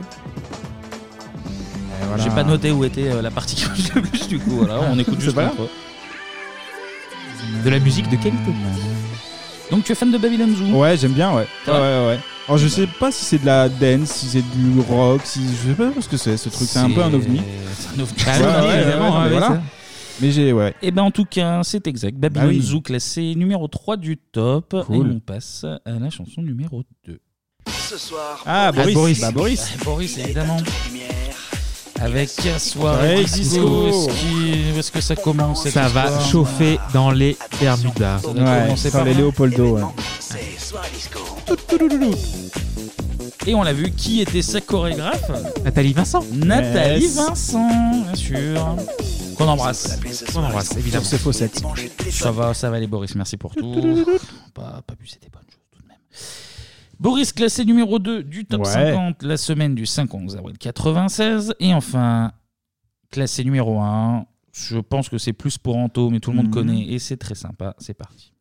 voilà.
J'ai pas noté où était euh, la partie qui marche le plus, du coup, voilà, on écoute
C'est
juste
pas
un peu. De la musique de qualité. Donc tu es fan de Babylon Zoo
Ouais, j'aime bien, ouais. Ouais, ouais, ouais. Alors je sais pas si c'est de la dance, si c'est du rock, si je sais pas ce que c'est ce truc. C'est un peu un ovni. Bah
C'est un ovni,
Ouais,
c'est un
ouais,
ovni,
ouais,
évidemment,
ouais,
hein,
mais
oui,
voilà.
ça.
Mais j'ai ouais.
Et ben en tout cas, c'est exact. Babylon
Bah oui.
Zoo classé numéro 3 du top.
Cool.
Et on passe à la chanson numéro 2.
Ce soir.
Ah, Boris.
Boris.
Bah, Boris. Boris, évidemment. Avec soirée
Hey,
disco.
disco.
Est-ce qu'il- où est-ce que ça commence cette
Ça va
histoire
chauffer dans les Bermudas.
Ça doit commencer par là. Et on l'a vu, qui était sa chorégraphe
Nathalie Vincent.
Nathalie Vincent,
hein.
bien sûr. Qu'on embrasse.
Qu'on embrasse, évidemment.
Sur ses faussettes. Ça va, ça va aller, Boris. Merci pour tout. Pas, pas bu, c'était bonne chose tout de même. Boris classé numéro 2 du top
Ouais.
50 la semaine du 5 11 avril 96. Et enfin, classé numéro 1. Je pense que c'est plus pour Anto, mais tout le monde
Mhm.
connaît et c'est très sympa. C'est parti.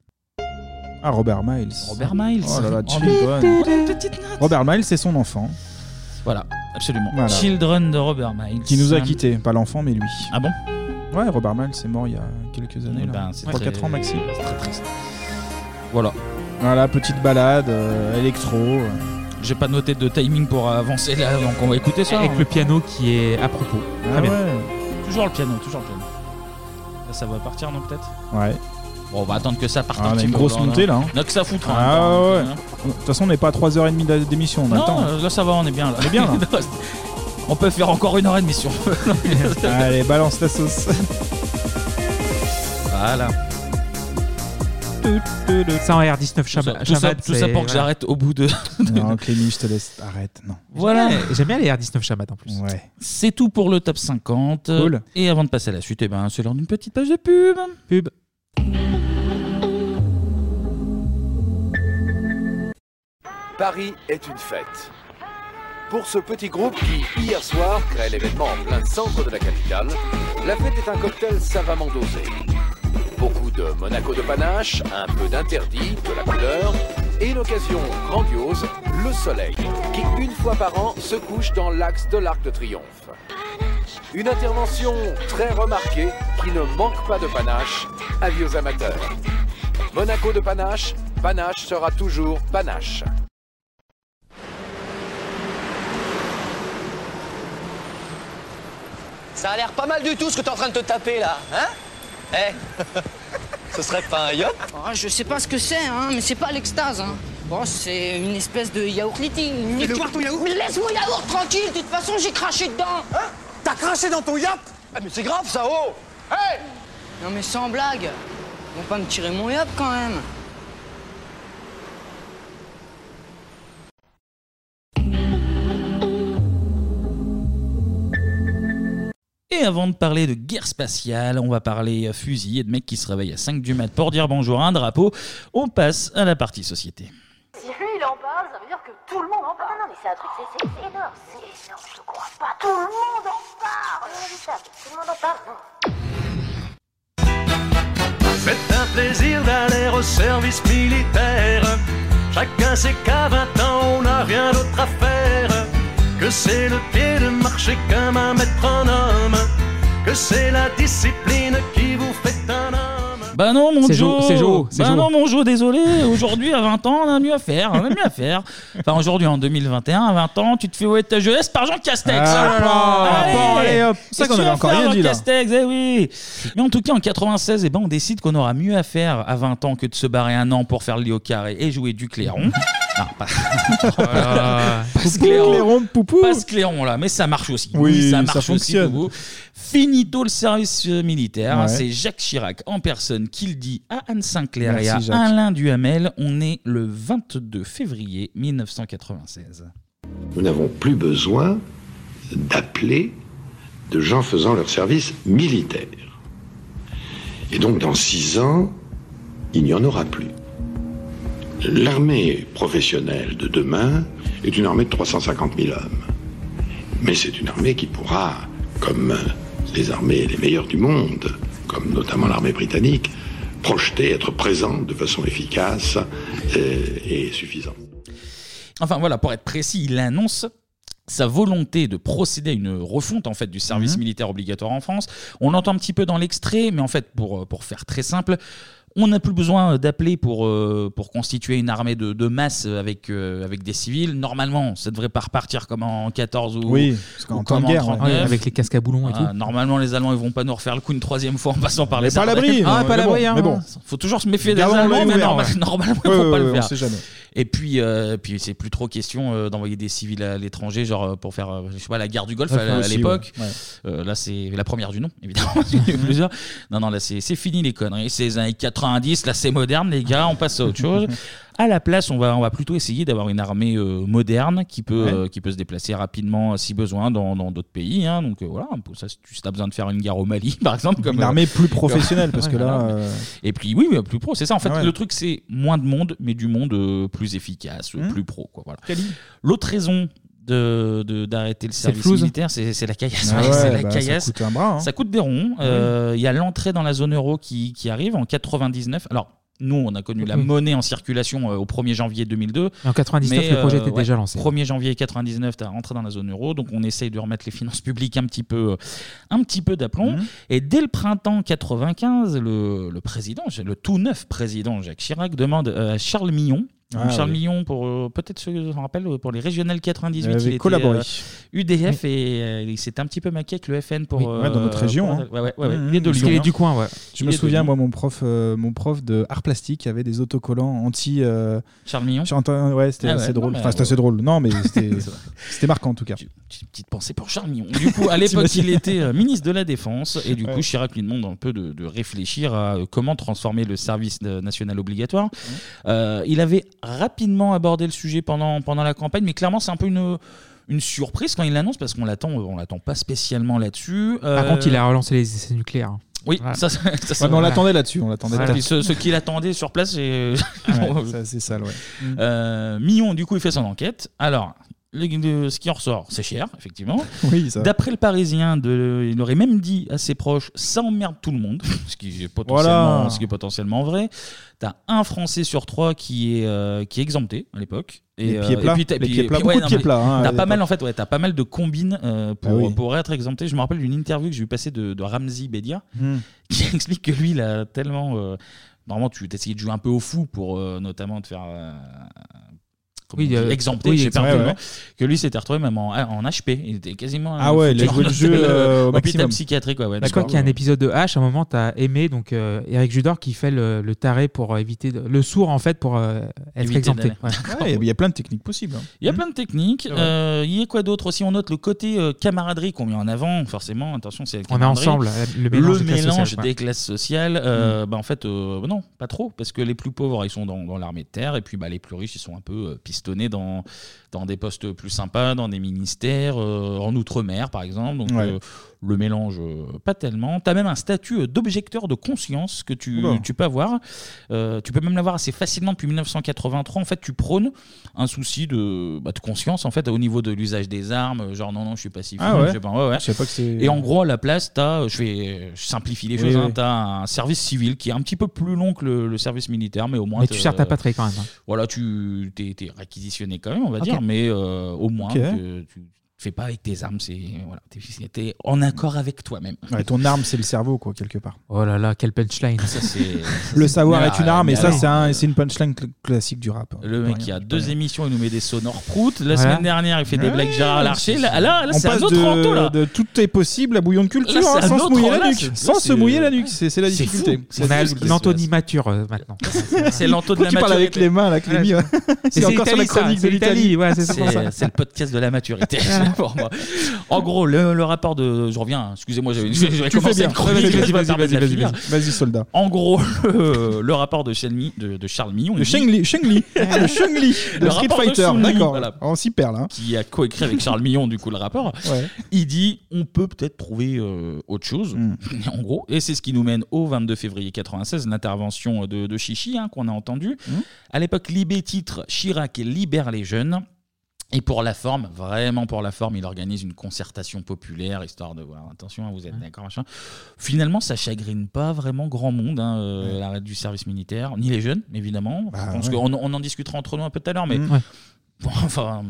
Ah Robert Miles.
Robert Miles.
Oh là là,
Oh,
Children.
petite
Robert Miles, c'est son enfant.
Voilà, absolument.
Voilà.
Children de Robert Miles.
Qui nous a quittés, pas l'enfant mais lui.
Ah bon
Ouais, Robert Miles est mort il y a quelques années.
Eh
là.
ben, c'est
3-4
très-
ans maxi.
c'est très triste. Voilà.
Voilà, petite balade, euh, électro. euh.
J'ai pas noté de timing pour avancer là, donc on va écouter ça.
Avec
hein.
le piano qui est à propos. Très
Ah
bien.
ouais. Toujours le piano, toujours le piano. Là, ça va partir, non, peut-être
Ouais.
Bon, on va attendre que ça parte
Ah,
un
on a
petit
une
peu,
grosse
là, on a-
montée là. hein.
On a que ça à foutre. hein,
Ah
on a-
ouais. De toute façon, on n'est pas à 3h30 d'a- d'émission, on
Bah,
Non,
attend.
euh, là ça va, on est bien là.
On est bien, là.
on peut faire encore une heure et demie si on veut.
Allez, balance la sauce.
Voilà.
Ça en R19
Tout
Shabbat.
ça- tout ça, tout ça pour que j'arrête au bout de.
non, Clémy, je te laisse. Arrête, non.
Voilà.
J'aime bien les R19 Shabbat en plus.
Ouais.
C'est tout pour le top 50.
Cool.
Et avant de passer à la suite, eh ben, c'est l'heure d'une petite page de pub.
Pub.
Paris est une fête. Pour ce petit groupe qui, hier soir, crée l'événement en plein centre de la capitale, la fête est un cocktail savamment dosé. Beaucoup de Monaco de panache, un peu d'interdit, de la couleur, et une occasion grandiose, le soleil, qui une fois par an se couche dans l'axe de l'Arc de Triomphe. Une intervention très remarquée qui ne manque pas de panache, avis aux amateurs. Monaco de panache, panache sera toujours panache.
Ça a l'air pas mal du tout ce que t'es en train de te taper là, hein Eh Ce serait pas un yacht
Ah, je sais pas ce que c'est, hein, mais c'est pas l'extase. Hein. Bon, c'est une espèce de yaourt liting.
Mais le part ton yaourt
Mais laisse mon yaourt tranquille, de toute façon j'ai craché dedans. Hein T'as craché dans ton yaourt Ah, Mais c'est grave ça, oh Non mais sans blague, ils vont pas me tirer mon yaourt quand même.
Et avant de parler de guerre spatiale, on va parler euh, fusil et de mecs qui se réveillent à 5 du mat pour dire bonjour à un drapeau. On passe à la partie société.
Si lui il en parle, ça veut dire que tout le monde en parle. Non, mais c'est un truc, c'est c'est énorme, c'est énorme, je te crois pas. Tout le monde en parle. C'est indubitable, Tout le monde en parle.
C'est un plaisir d'aller au service militaire. Chacun sait qu'à 20 ans, on n'a rien d'autre à faire. Que c'est le pied de marché qu'un main mettre en homme. Que c'est la discipline qui vous fait un homme.
Bah non, mon
C'est
Joe.
Jo, c'est Jo, c'est
Bah
Jo.
non, mon Joe, désolé. Aujourd'hui, à 20 ans, on a mieux à faire. On a mieux à faire. Enfin, aujourd'hui, en 2021, à 20 ans, tu te fais ouais de ta jeunesse par Jean Castex.
Ah là là, bon, allez, hop. C'est ça
Qu'est-ce
qu'on
que tu
avait
vas
encore
faire,
rien
Jean
dit, là.
Castex, eh oui. Mais en tout cas, en 96, eh ben, on décide qu'on aura mieux à faire à 20 ans que de se barrer un an pour faire le lit au carré et jouer du clairon. Non, pas. Passe Cléron, Passe Cléron, là, mais ça marche aussi.
Oui,
ça
ça
marche aussi.
fonctionne.
Bobo. Finito le service euh, militaire,
Ouais.
c'est Jacques Chirac en personne qui le dit à Anne Sinclair et à
Merci, Jacques.
Alain Duhamel. On est le 22 février 1996.
Nous n'avons plus besoin d'appeler de gens faisant leur service militaire. Et donc dans six ans, il n'y en aura plus. L'armée professionnelle de demain est une armée de 350 000 hommes. Mais c'est une armée qui pourra, comme les armées les meilleures du monde, comme notamment l'armée britannique,
projeter, être présent de façon efficace euh, et suffisante.
Enfin voilà, pour être précis, il annonce sa volonté de procéder à une refonte en fait du
Mhm.
service militaire obligatoire en France. On l'entend un petit peu dans l'extrait, mais en fait, pour, euh, pour faire très simple, on n'a plus besoin d'appeler pour, euh, pour constituer une armée de, de masse avec, euh, avec des civils. Normalement, ça devrait pas repartir comme en 14 ou,
Oui, parce qu'en
ou
temps de
comme en
guerre,
39.
ouais, avec
les casques à boulons et
Ah, Normalement, les Allemands ils vont pas nous refaire le coup une troisième fois en passant par
Mais
les
pas à
Ardennes.
l'abri,
Ah,
non,
pas à
mais bon,
l'abri, hein.
mais bon.
Faut toujours se méfier des
Gardons
Allemands,
l'œil
mais
ouvert,
normal-
ouais.
normalement,
Ouais,
faut
ouais,
pas le
ouais, on
faire.
sait jamais.
Et puis, euh, puis c'est plus trop question euh, d'envoyer des civils à l'étranger, genre euh, pour faire, euh, je sais pas, la guerre du Golfe
Ouais,
à, à
aussi,
l'époque.
ouais, ouais.
Euh, là, c'est la première du nom, évidemment. parce qu'il y en a eu plusieurs. Non, non, là, c'est c'est fini les conneries. C'est les années 90, là, c'est moderne, les gars, on passe à autre chose. À la place, on va, on va plutôt essayer d'avoir une armée euh, moderne qui peut,
Ouais.
euh, qui peut se déplacer rapidement euh, si besoin dans dans d'autres pays. hein. Donc euh, voilà, pour ça, si tu as besoin de faire une guerre au Mali, par exemple. Comme,
Une
euh,
armée plus
comme-
professionnelle, parce
Ouais,
que là,
voilà.
euh,
Et puis oui, oui, plus pro, c'est ça. En fait,
Ah ouais.
le truc, c'est moins de monde, mais du monde euh, plus efficace, euh,
Hmm.
plus pro. quoi, Voilà. L'autre raison de de- d'arrêter le
C'est
service
le flouze.
militaire, c'est c'est la caillasse.
Ah
Ouais,
ouais,
c'est la
bah, ça
caillasse.
coûte un bras, hein.
Ça coûte des ronds. Euh, Il y a l'entrée dans la zone euro qui, qui arrive en 99. Alors. Nous, on a connu la
Hum.
Oui.
monnaie en circulation euh, au 1er janvier 2002.
En 99, le projet
euh,
était déjà lancé.
1er janvier 99, tu as rentré dans la zone euro, donc on essaye de remettre les finances publiques un petit peu, euh, un petit peu d'aplomb.
Mhm.
Et dès le printemps 95, le, le président, le tout neuf président Jacques Chirac demande euh, à Charles Millon.
Ah,
Charles
oui.
Millon, pour euh, peut-être ceux s'en rappellent, pour les régionales 98,
Il avait
était,
collaboré.
euh, UDF et euh, il s'est un petit peu maqué avec le FN pour.
Ouais, dans notre
euh,
région.
pour-
hein.
ouais, ouais, ouais, ouais.
Mmh,
Il est de
parce
Lyon,
qu'il est
hein.
Je
Il
me
est de
souviens,
Lyon.
moi, mon prof, euh, mon prof de art plastique avait des autocollants anti. euh,
Charles Millon
sur- Ouais, c'était
Ah ouais,
assez drôle.
non, mais-
enfin, c'était assez drôle. Non, mais c'était c'était marquant en tout cas.
petite pensée pour Charles Millon. Du coup, à l'époque,
T'imagines
il était euh, ministre de la Défense et du coup,
Ouais.
Chirac lui demande un peu de, de réfléchir à euh, comment transformer le service euh, national obligatoire. Euh, il avait rapidement abordé le sujet pendant, pendant la campagne, mais clairement, c'est un peu une, une surprise quand il l'annonce parce qu'on l'attend, on l'attend pas spécialement là-dessus.
Par
Euh,
contre, il a relancé les essais nucléaires.
Oui,
Voilà.
ça, ça, ça, ça-
Ouais, mais on l'attendait
là-dessus, on l'attendait
Voilà.
là-dessus.
Ce, ce qu'il attendait sur place, c'est.
Ouais, ça, c'est sale, ouais.
Euh, Millon, du coup, il fait son enquête. Alors, le, le- ce qui en ressort, c'est cher, effectivement.
Oui, ça.
D'après le Parisien, de, il aurait même dit à ses proches ça emmerde tout le monde, ce qui est potentiellement,
Voilà.
ce qui est potentiellement vrai. T'as un Français sur trois qui est, euh, qui est exempté à l'époque. euh,
Les pieds plats,
t'as-
les pieds plats, beaucoup de
non,
pieds
mais
plats, hein, à
t'as pas
l'époque.
mal en fait, ouais, t'as pas mal de combines euh, pour,
Ah oui.
pour être exempté. Je me rappelle d'une interview que j'ai eu passer de, de Ramzi Bedia
Hmm.
qui explique que lui, il a tellement. euh, normalement, tu essayais de jouer un peu au fou pour euh, notamment te faire. euh, comment
Oui,
on dit,
euh,
exempté,
oui,
j'ai perdu
exempté,
le
ouais.
nom, que lui s'était retrouvé même en, ah, en HP. Il était quasiment.
Ah ouais, il a
foutu
joué le jeu,
en hôpital,
euh, au
hôpital
maximum.
psychiatrique, ouais, ouais,
Je crois qu'il y a un épisode de H, à un moment, t'as aimé, donc euh, Eric Judor qui fait le, le taré pour euh, éviter. de- le sourd, en fait, pour euh, être
Éviter
exempté.
d'aller.
Ouais.
Ouais, Ah, Il y a plein de techniques possibles. hein.
Il y a plein de techniques.
vrai.
Euh, il y a quoi d'autre aussi On note le côté euh, camaraderie qu'on met en avant. Forcément, attention, c'est la
On est
camaraderie.
ensemble, euh, le mélange des classes
mélange
sociales,
des
ouais. Mm.
classes sociales. euh, bah, en fait, euh, non, pas trop, parce que les plus pauvres, ils sont dans, dans l'armée de terre, et puis bah, les plus riches, ils sont un peu euh, pistonnés dans, dans des postes plus sympas, dans des ministères, euh, en outre-mer, par exemple. Donc,
Ouais.
euh, le mélange, euh, pas tellement. Tu as même un statut euh, d'objecteur de conscience que tu,
Oula.
tu peux avoir. Euh, tu peux même l'avoir assez facilement depuis 1983. En fait, tu prônes un souci de, bah, de conscience en fait, au niveau de l'usage des armes. euh, Genre, non, non, je suis pacifiste.
Ah ouais
je sais pas, ouais, ouais.
Je savais pas que c'est-
Et en gros, à la place, tu as, je, vais, je simplifie les
Oui,
choses,
oui.
tu as un service civil qui est un petit peu plus long que le, le service militaire, mais au moins.
Mais tu
t'es- euh,
sers ta patrie quand même, hein.
Voilà, tu t'es t'es réquisitionné quand même, on va
Ok.
dire, mais euh, au moins,
Ok.
que tu tu fais pas avec tes armes, c'est. Voilà, t'es- t'es en accord avec toi-même.
Ouais, ton arme, c'est le cerveau, quoi, quelque part.
Oh là là, quel punchline.
Ça, c'est-
Le savoir est une arme, et
mais
ça,
alors,
c'est un- c'est une punchline cl- classique du rap. hein.
Le mec, il a deux émissions, il nous met des sonores proutes. La
Voilà.
semaine dernière, il fait des
Ouais,
blagues Gérard Larcher. Là, là, là,
on
c'est un
passe
autre
de,
rando, là.
de tout est possible à bouillon de culture
Là, c'est
hein,
un
sans se
autre-
mouiller
là,
la nuque.
c'est-
sans
là,
se
c'est-
mouiller la nuque, c'est c'est la
c'est fou.
difficulté.
C'est
On a
fou,
l'Anthony Mature euh, maintenant.
C'est l'anto de la
Tu parles avec
maturité.
les mains, là, Clémy, ouais.
Mais
C'est encore sur la
l'Italie, ça,
chronique de
c'est
l'Italie. Ouais, c'est sûrement ça.
C'est le podcast de la maturité, c'est pour moi. En gros, le, le rapport de. Je reviens, hein, excusez-moi, j'avais- je, je vais
Tu fais
commencer
bien.
une chronique.
Vas-y, vas-y,
je
vas-y,
vais pas
vas-y,
tarder à
vas-y,
finir.
vas-y. Vas-y, soldat.
En gros, le, le rapport de, Shelmy- de, de Charles Millon.
Le Shengli, Shengli, le Shengli de Street Fighter, d'accord. On s'y perd là. hein.
Qui a coécrit avec Charles Millon, du coup, le rapport.
Ouais.
Il dit on peut peut-être trouver euh, autre chose,
Hmm.
en gros. Et c'est ce qui nous mène au 22 février 96, l'intervention de,
Hmm.
de Chichi, hein, qu'on a entendu. À l'époque, Libé titre Chirac libère les jeunes. Et pour la forme, vraiment pour la forme, il organise une concertation populaire, histoire de voir, attention, hein, vous êtes d'accord, machin. Finalement, ça chagrine pas vraiment grand monde, hein, euh, l'arrêt du service militaire, ni les jeunes, évidemment. Je pense
Bah ouais.
qu'on on en discutera entre nous un peu tout à l'heure, mais
Mm. Ouais.
bon, enfin,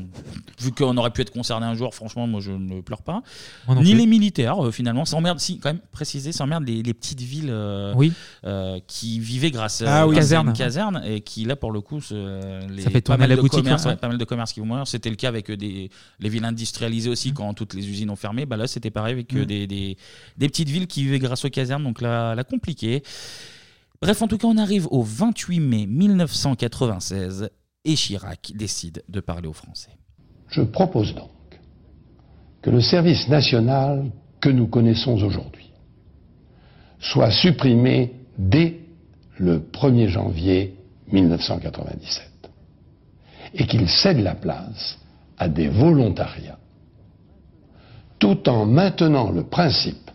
vu qu'on aurait pu être concerné un jour, franchement, moi, je ne pleure pas.
Moi non
Ni
plus.
les militaires, euh, finalement. Ça emmerde, si, quand même, préciser, ça emmerde les, les petites villes euh,
Oui.
euh, qui vivaient grâce, euh,
Ah
à
oui.
grâce à
Caserne.
une caserne et qui, là, pour le coup, se- euh, les-
Ça fait
pas
tourner
mal
la
de
boutique,
commerces,
ouais.
ouais, pas mal de commerces qui vont mourir. C'était le cas avec euh, des, les villes industrialisées
Mm.
aussi, quand toutes les usines ont fermé. Bah là, c'était pareil avec euh,
Mm.
des, des- des petites villes qui vivaient grâce aux casernes, donc la, la compliquée. Bref, en tout cas, on arrive au 28 mai 1996 et Chirac décide de parler aux Français.
Je propose donc que le service national que nous connaissons aujourd'hui soit supprimé dès le 1er janvier 1997 et qu'il cède la place à des volontariats tout en maintenant le principe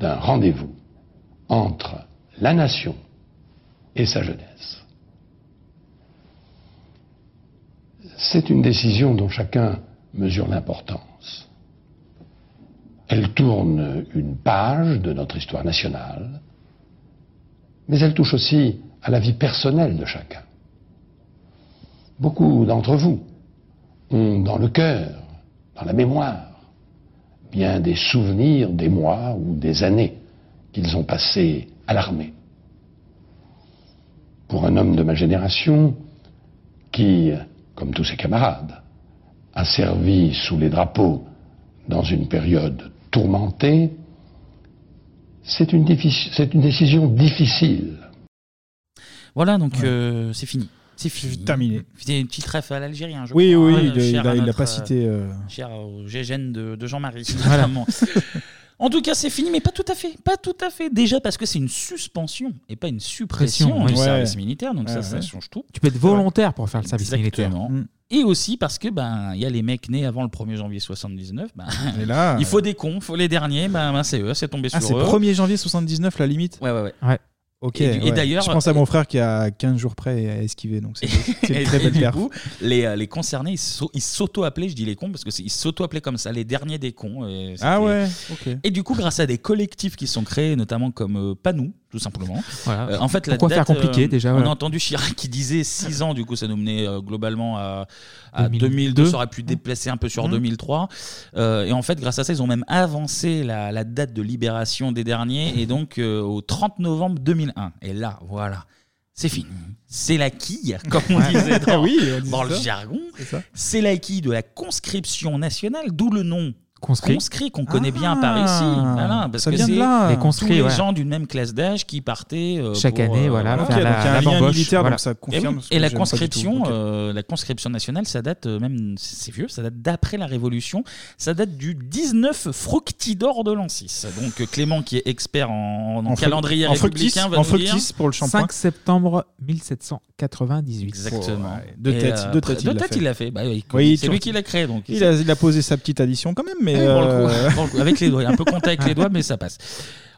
d'un rendez-vous entre la nation et sa jeunesse. C'est une décision dont chacun mesure l'importance. Elle tourne une page de notre histoire nationale, mais elle touche aussi à la vie personnelle de chacun. Beaucoup d'entre vous ont dans le cœur, dans la mémoire, bien des souvenirs des mois ou des années qu'ils ont passés à l'armée. Pour un homme de ma génération, qui, comme tous ses camarades, a servi sous les drapeaux dans une période tourmentée, c'est une, diffici- c'est une décision difficile.
Voilà, donc euh, c'est fini. C'est fini.
terminé.
C'était une petite ref à l'Algérien, je
Oui,
crois.
oui,
hein,
il a-
cher
il a-
à
il a
notre,
pas cité, euh,
Cher au GGN de, de Jean-Marie,
Voilà.
notamment. En tout cas, c'est fini, mais pas tout à fait. Pas tout à fait. Déjà parce que c'est une suspension et pas une suppression
Pression,
du
ouais.
service militaire, donc ça,
Ouais,
ça
ouais.
change tout.
Tu peux être volontaire pour faire le service
Exactement.
Mm.
militaire.
Et aussi parce que ben il y a les mecs nés avant le 1er janvier 79, ben,
Et là, euh,
il faut des cons, il faut les derniers, ben, ben, c'est eux, c'est tombé
Ah, c'est
sur eux.
1er janvier 79 la limite
Ouais, ouais, ouais.
Ok.
Et du- et
ouais.
d'ailleurs-
Je pense à mon frère qui a 15 jours près à esquiver, donc c'est c'est
et,
une très
et
belle
du
perf.
coup, les, euh, les concernés, ils s'au- ils s'auto-appelaient, je dis les cons, parce qu'ils s'auto-appelaient comme ça, les derniers des cons. et c'était-
Ah ouais, ok.
Et du coup, grâce à des collectifs qui sont créés, notamment comme euh, Panou, tout simplement.
Voilà.
Euh, en fait, la
Pourquoi
date,
faire compliqué, déjà,
On
voilà.
a entendu Chirac qui disait 6 ans, du coup, ça nous menait euh, globalement à, à 2002.
2002.
Ça aurait pu déplacer un peu sur
Mhm.
Mmh.
2003. Euh, et en fait, grâce à ça, ils ont même avancé la, la date de libération des derniers, et donc euh, au 30 novembre 2001. Et là, voilà. C'est fini. C'est la quille, comme on
Ouais.
disait dans,
Oui, on disait
dans le
ça.
jargon.
C'est ça.
C'est la quille de la conscription nationale, d'où le nom
Conscrit.
qu'on connaît bien par ici.
Ah,
Voilà, parce
ça
que
vient de
c'est
là. Les conscrits,
tous les
ouais.
gens d'une même classe d'âge qui partaient euh,
Chaque
pour,
année,
euh,
voilà,
voilà.
faire Ok, la- donc il y a un la lien bamboche, militaire,
donc voilà. ça confirme
Et oui,
ce que
Et, la
j'aime pas du tout.
conscription,
Ok.
euh, la conscription nationale, ça date euh, même, c'est vieux, ça date d'après la Révolution, ça date du 19 Fructidor de l'an 6. Donc euh, Clément, qui est expert en, en
En fruc-
calendrier
en fructis,
républicain, va
en
nous dire.
fructis pour le shampoing. 5 septembre 1798.
Exactement.
Deux
Et,
têtes,
euh,
deux têtes,
deux
il l'a
têtes,
fait.
il l'a fait. Bah, oui,
Oui,
c'est
tu-
lui qui l'a créé, donc.
Il a, il a posé sa petite addition quand même, mais.
Ouais, Ah pour le coup,
euh,
pour le coup, avec les doigts, il y a un peu contact avec les doigts, mais ça passe.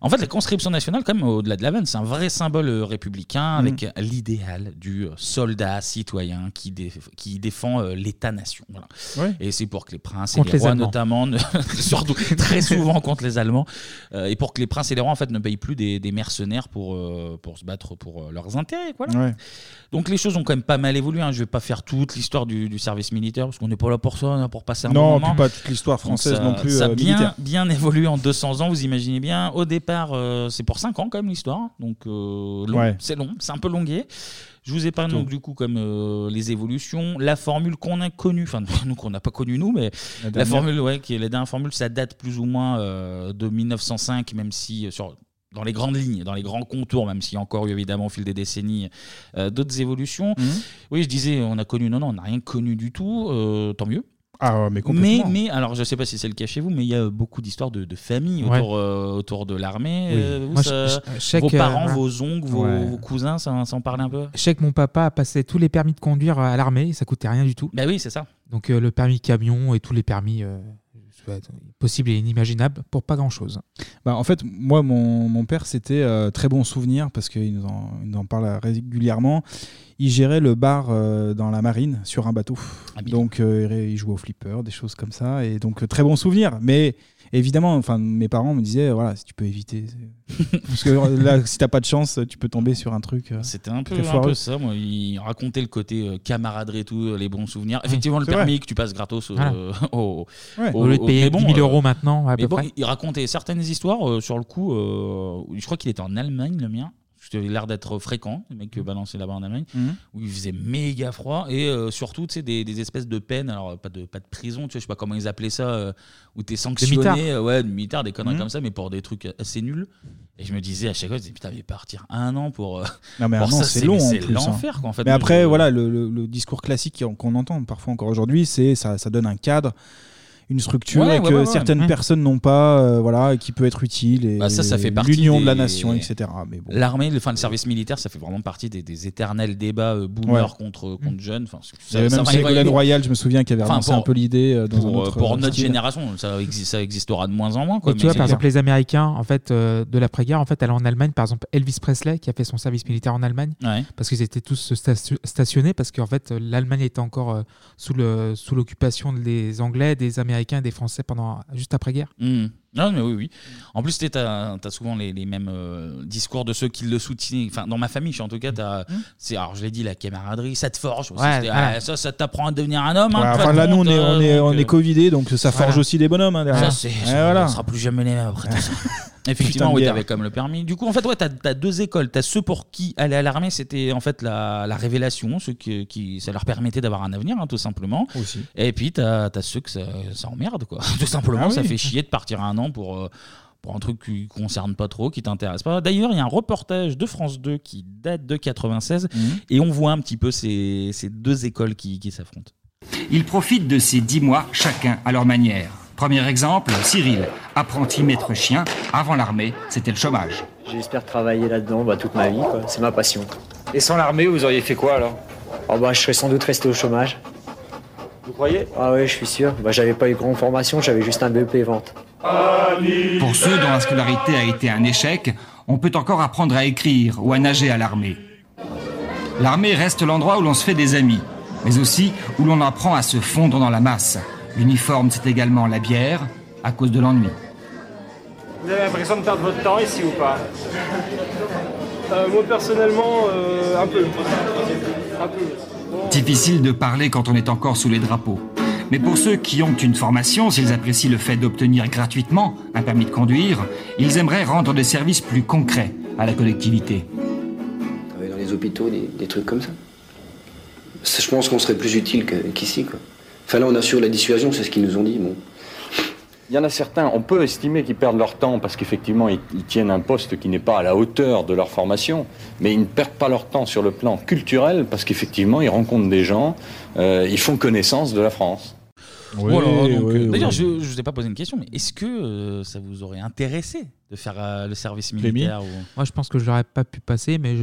En fait, la conscription nationale, quand même, au-delà de la vanne, c'est un vrai symbole euh,
Mm.
républicain avec euh, l'idéal du euh, soldat citoyen qui, dé- qui défend euh, l'État-nation. Voilà.
Ouais.
Et c'est pour que les princes et
Contre les
les rois,
Allemands.
notamment, ne- surtout très souvent contre les Allemands, euh, et pour que les princes et les rois, en fait, ne payent plus des, des mercenaires pour, euh, pour se battre pour euh, leurs intérêts. Voilà.
Ouais.
Donc les choses ont quand même pas mal évolué. hein. Je vais pas faire toute l'histoire du, du service militaire parce qu'on n'est pas là pour ça, on est là pour passer un
Non, puis
bon moment.
pas toute l'histoire
Donc,
française
ça-
non plus,
Ça a
euh,
bien,
militaire.
bien évolué en 200 ans. Vous imaginez bien. Au départ, euh, c'est pour 5 ans quand même l'histoire. Donc euh, long.
Ouais.
c'est long, c'est un peu longué. Je vous épargne
Plutôt.
donc du coup comme euh, les évolutions, la formule qu'on a connue, enfin nous qu'on n'a pas connue nous, mais
La
la,
dernière.
formule ouais qui est la dernière formule, ça date plus ou moins euh, de 1905, même si euh, sur dans les grandes lignes, dans les grands contours, même s'il y a encore eu évidemment au fil des décennies euh, d'autres évolutions.
Mhm.
Oui, je disais, on a connu, non, non, on n'a rien connu du tout, euh, tant mieux.
Ah, ouais, mais
Mais,
complètement.
mais, alors je sais pas si c'est le cas chez vous, mais il y a euh, beaucoup d'histoires de, de famille
Ouais.
autour, euh, autour de l'armée.
Oui.
Euh, vous,
Moi,
ça-
je- je- chaque,
vos parents,
euh,
vos oncles, vos,
Ouais.
vos cousins, ça, ça en parle un peu
Je sais que mon papa a passé tous les permis de conduire à l'armée, ça coûtait rien du tout.
Bah oui, c'est ça.
Donc euh, le permis camion et tous les permis. euh, doit être possible et inimaginable pour pas grand-chose.
Bah, en fait, moi, mon, mon père, c'était euh, très bon souvenir parce qu'il nous, en- il nous en parle régulièrement. Il gérait le bar euh, dans la marine sur un bateau.
Ah,
donc, euh, il ré- il jouait au flipper, des choses comme ça. Et donc, euh, très bon souvenir. Mais évidemment, enfin, mes parents me disaient voilà, si tu peux éviter. c'est- parce que euh, là, si t'as pas de chance, tu peux tomber sur un truc. euh,
C'était un peu, un peu ça, moi. Il racontait le côté euh, camaraderie et tout, euh, les bons souvenirs. Effectivement, le
c'est vrai.
permis que tu passes gratos euh,
Voilà.
au,
Ouais. Au lieu de payer
mais bon,
1000
euh,
euros maintenant, à
mais
peu
bon,
près.
Il racontait certaines histoires euh, sur le coup. euh, je crois qu'il était en Allemagne, le mien. C'était l'air d'être fréquent, le
Mm.
mec euh, balancé là-bas en Allemagne,
Mhm.
où il faisait méga froid et euh, surtout tu sais, des, des espèces de peines, alors euh, pas de, pas de prison, tu sais, je sais pas comment ils appelaient ça, euh, où t'es
mitards.
sanctionné, euh, ouais, de mitard, des conneries
Mhm.
comme ça, mais pour des trucs assez nuls. Et je me disais à chaque fois, je disais, putain, mais partir un an pour. euh,
Non, mais
pour
un an,
ça,
c'est long. en
C'est
plus, hein.
l'enfer, quoi, en fait.
Mais
Moi,
après,
je-
voilà, le, le- le discours classique qu'on- qu'on entend parfois encore aujourd'hui, c'est ça, ça donne un cadre, une structure
Ouais,
et
ouais,
que
ouais, ouais.
certaines
Mhm.
personnes n'ont pas, euh, voilà, et qui peut être utile. Et
Bah, ça, ça fait partie.
L'union de
des-
la nation, etc. Mais bon.
L'armée, le, enfin, le service militaire, ça fait vraiment partie des, des éternels débats euh, boomers
Ouais. Mhm.
contre, contre jeunes. Enfin, ça-
Il y avait
ça
même
va
Ségolène
arriver.
Royal, je me souviens, qui avait
Enfin,
avancé
pour-
un peu l'idée euh, dans un
pour,
autre,
pour
euh,
notre
style.
génération, ça, exi- ça existera de moins en moins. Quoi,
Et tu vois,
mais-
par exemple, les Américains, en fait, euh, de l'après-guerre, en fait, allaient en Allemagne. Par exemple, Elvis Presley, qui a fait son service militaire en Allemagne,
Ouais.
parce qu'ils étaient tous sta- stationnés, parce qu'en fait, euh, l'Allemagne était encore euh, sous le sous l'occupation des Anglais, des Américains, et des Français pendant juste après-guerre.
Hmm. Non, mais oui, oui. En plus, tu as, souvent les, les mêmes euh, discours de ceux qui le soutiennent. Enfin, dans ma famille, je suis en tout cas, t'as-
Hmm.
c'est alors je l'ai dit, la camaraderie, ça te forge. aussi.
Ouais,
C'est-
voilà.
ah, ça, ça t'apprend à devenir un homme. hein,
Ouais,
de toute
enfin, là,
façon,
nous, on est,
t'as-
on est, on
donc,
est
euh,
Covidé, donc ça forge
Voilà.
aussi des bonhommes hein, derrière.
Ça, c'est,
Et
ça,
voilà.
on sera plus jamais les mêmes après tout ça.
Putain
Effectivement,
de
oui,
guerre.
t'avais comme le permis. Du coup, en fait, ouais, t'as, t'as deux écoles. T'as ceux pour qui aller à l'armée, c'était en fait la, la révélation, ceux qui, qui- ça leur permettait d'avoir un avenir, hein, tout simplement.
Aussi.
Et puis, t'as, t'as ceux que ça, ça emmerde, quoi. Tout simplement,
Ah
ça
oui.
fait chier de partir un an pour. euh, pour un truc qui concerne pas trop, qui t'intéresse pas. D'ailleurs, il y a un reportage de France 2 qui date de 96
Mhm.
et on voit un petit peu ces, ces deux écoles qui, qui s'affrontent.
Ils profitent de ces dix mois chacun à leur manière. Premier exemple, Cyril, apprenti maître chien. Avant l'armée, c'était le chômage.
J'espère travailler là-dedans bah, toute ma vie, quoi. c'est ma passion.
Et sans l'armée, vous auriez fait quoi alors
Oh, bah, je serais sans doute resté au chômage. Vous croyez Ah ouais, je suis sûr. Bah, j'avais pas eu grande formation, j'avais juste un BEP vente.
Pour ceux dont la scolarité a été un échec, on peut encore apprendre à écrire ou à nager à l'armée. L'armée reste l'endroit où l'on se fait des amis, mais aussi où l'on apprend à se fondre dans la masse. L'uniforme, c'est également la bière, à cause de l'ennui.
Vous avez l'impression de perdre votre temps ici ou pas Euh, Moi personnellement, euh, un peu. Un peu.
Difficile de parler quand on est encore sous les drapeaux. Mais pour ceux qui ont une formation, s'ils apprécient le fait d'obtenir gratuitement un permis de conduire, ils aimeraient rendre des services plus concrets à la collectivité.
Travailler dans les hôpitaux, des, des trucs comme ça. C'est- Je pense qu'on serait plus utile que- qu'ici, quoi. Enfin, là, on assure la dissuasion, c'est ce qu'ils nous ont dit, bon.
Il y en a certains, on peut estimer qu'ils perdent leur temps parce qu'effectivement ils, ils tiennent un poste qui n'est pas à la hauteur de leur formation, mais ils ne perdent pas leur temps sur le plan culturel parce qu'effectivement ils rencontrent des gens, euh, ils font connaissance de la France.
Voilà, donc, euh, D'ailleurs, je ne vous ai pas posé une question, mais est-ce que euh, ça vous aurait intéressé de faire euh, le service militaire ou...
Moi, je pense que je l'aurais pas pu passer, mais je,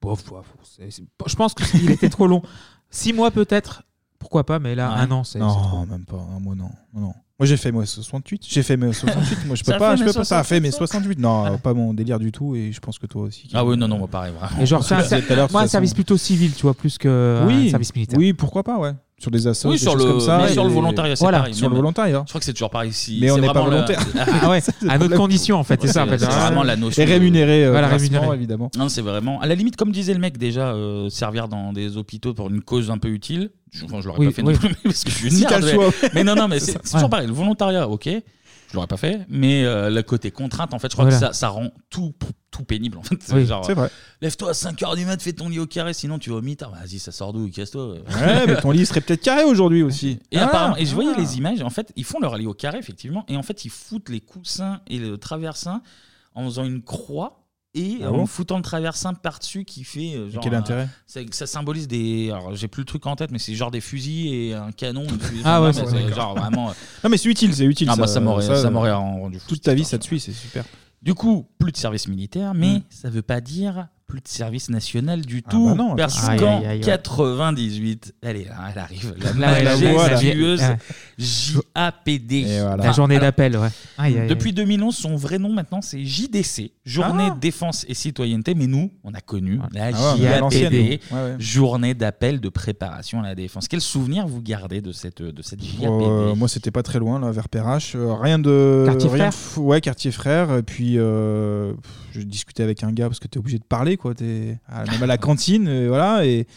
bof, bof, c'est- c'est- je pense qu'il était trop long. Six mois peut-être, pourquoi pas, mais là,
Ah
un an, c'est. c'est trop
Ah Non, même pas. Un mois, non. non, non. Moi, j'ai fait mes 68. J'ai fait mes 68. Moi, je peux
Ça
pas.
fait
Je
mes
peux pas. Ça a fait mes 68.
68.
Non, euh, pas mon délire du tout. Et je pense que toi aussi.
Ah oui, non, non, moi, pareil, vraiment.
Et genre, c'est un,
Tu le disais tout à l'heure, de
moi, un
toute façon.
service plutôt civil, tu vois, plus que
Oui.
un service militaire.
Oui, pourquoi pas, ouais. Sur des assos,
Oui,
des
sur
choses
le,
comme ça.
mais sur
et-
le volontariat, c'est
voilà,
pareil.
sur
Non,
le
mais-
volontariat.
Je crois que c'est toujours pareil. Si
Mais on
c'est
n'est pas
vraiment le-
volontaire.
Ah ouais, à notre condition, en fait, c'est ça, en fait. hein.
C'est vraiment la notion.
Et rémunéré, euh,
Voilà,
grassement, évidemment.
Non, c'est vraiment. À la limite, comme disait le mec, déjà, euh, servir dans des hôpitaux pour une cause un peu utile. Je- Enfin, je l'aurais
Oui,
pas fait
oui.
non plus, mais parce que je suis une
Si t'as
merde,
le
mais-
choix.
Mais non, non, mais
C'est
c'est
ça.
c'est toujours
Ouais.
pareil. Le volontariat, ok, je l'aurais pas fait. Mais euh, le côté contrainte, en fait, je crois que
Voilà.
ça, ça rend tout, tout pénible, en fait.
Oui,
genre, euh,
c'est vrai.
Lève-toi à 5h du mat, fais ton lit au carré, sinon tu vas au mitard. Vas-y, ça sort d'où Casse-toi.
Ouais, mais ton lit serait peut-être carré aujourd'hui aussi.
Et,
Ah,
apparemment- et je voyais
ah.
les images, en fait, ils font leur lit au carré, effectivement, et en fait, ils foutent les coussins et le traversin en faisant une croix et
Ah
en
bon
foutant le traversin par-dessus qui fait. euh, Genre,
quel
un-
intérêt
ça, ça symbolise des. Alors, j'ai plus le truc en tête, mais c'est genre des fusils et un canon. une fusée-
Ah ouais,
enfin, non,
c'est
mais
vrai,
c'est
d'accord.
genre vraiment. euh,
Non, mais c'est utile, c'est utile.
Ah, moi, ça m'aurait- ça m'aurait rendu
Toute ta vie, ça te suit, c'est super. Mm.
Du coup, plus de service militaire, mais ça veut pas dire plus de service national du tout.
bah non,
parce
aïe,
qu'en
aïe, aïe, ouais.
98, elle est là, elle arrive. La
Ah ouais, la voix, là.
majestueuse
Ah.
JAPD.
Et voilà. La journée d'appel, ouais. Aïe, aïe, aïe.
Depuis 2011, son vrai nom maintenant, c'est JDC, Journée Défense et Citoyenneté. Mais nous, on a connu la
Ah ouais, à l'ancienne,
JAPD,
nous. Ouais, ouais.
Journée d'appel de préparation à la défense. Quel souvenir vous gardez de cette, de cette JAPD
Euh, moi, c'était pas très loin, là, vers Perrache. Euh, rien de.
Quartier
rien de
frère
fou- Ouais, quartier frère. Et puis, euh, pff, je discutais avec un gars parce que t'es obligé de parler, quoi. T'es à, même à la cantine, et voilà. Et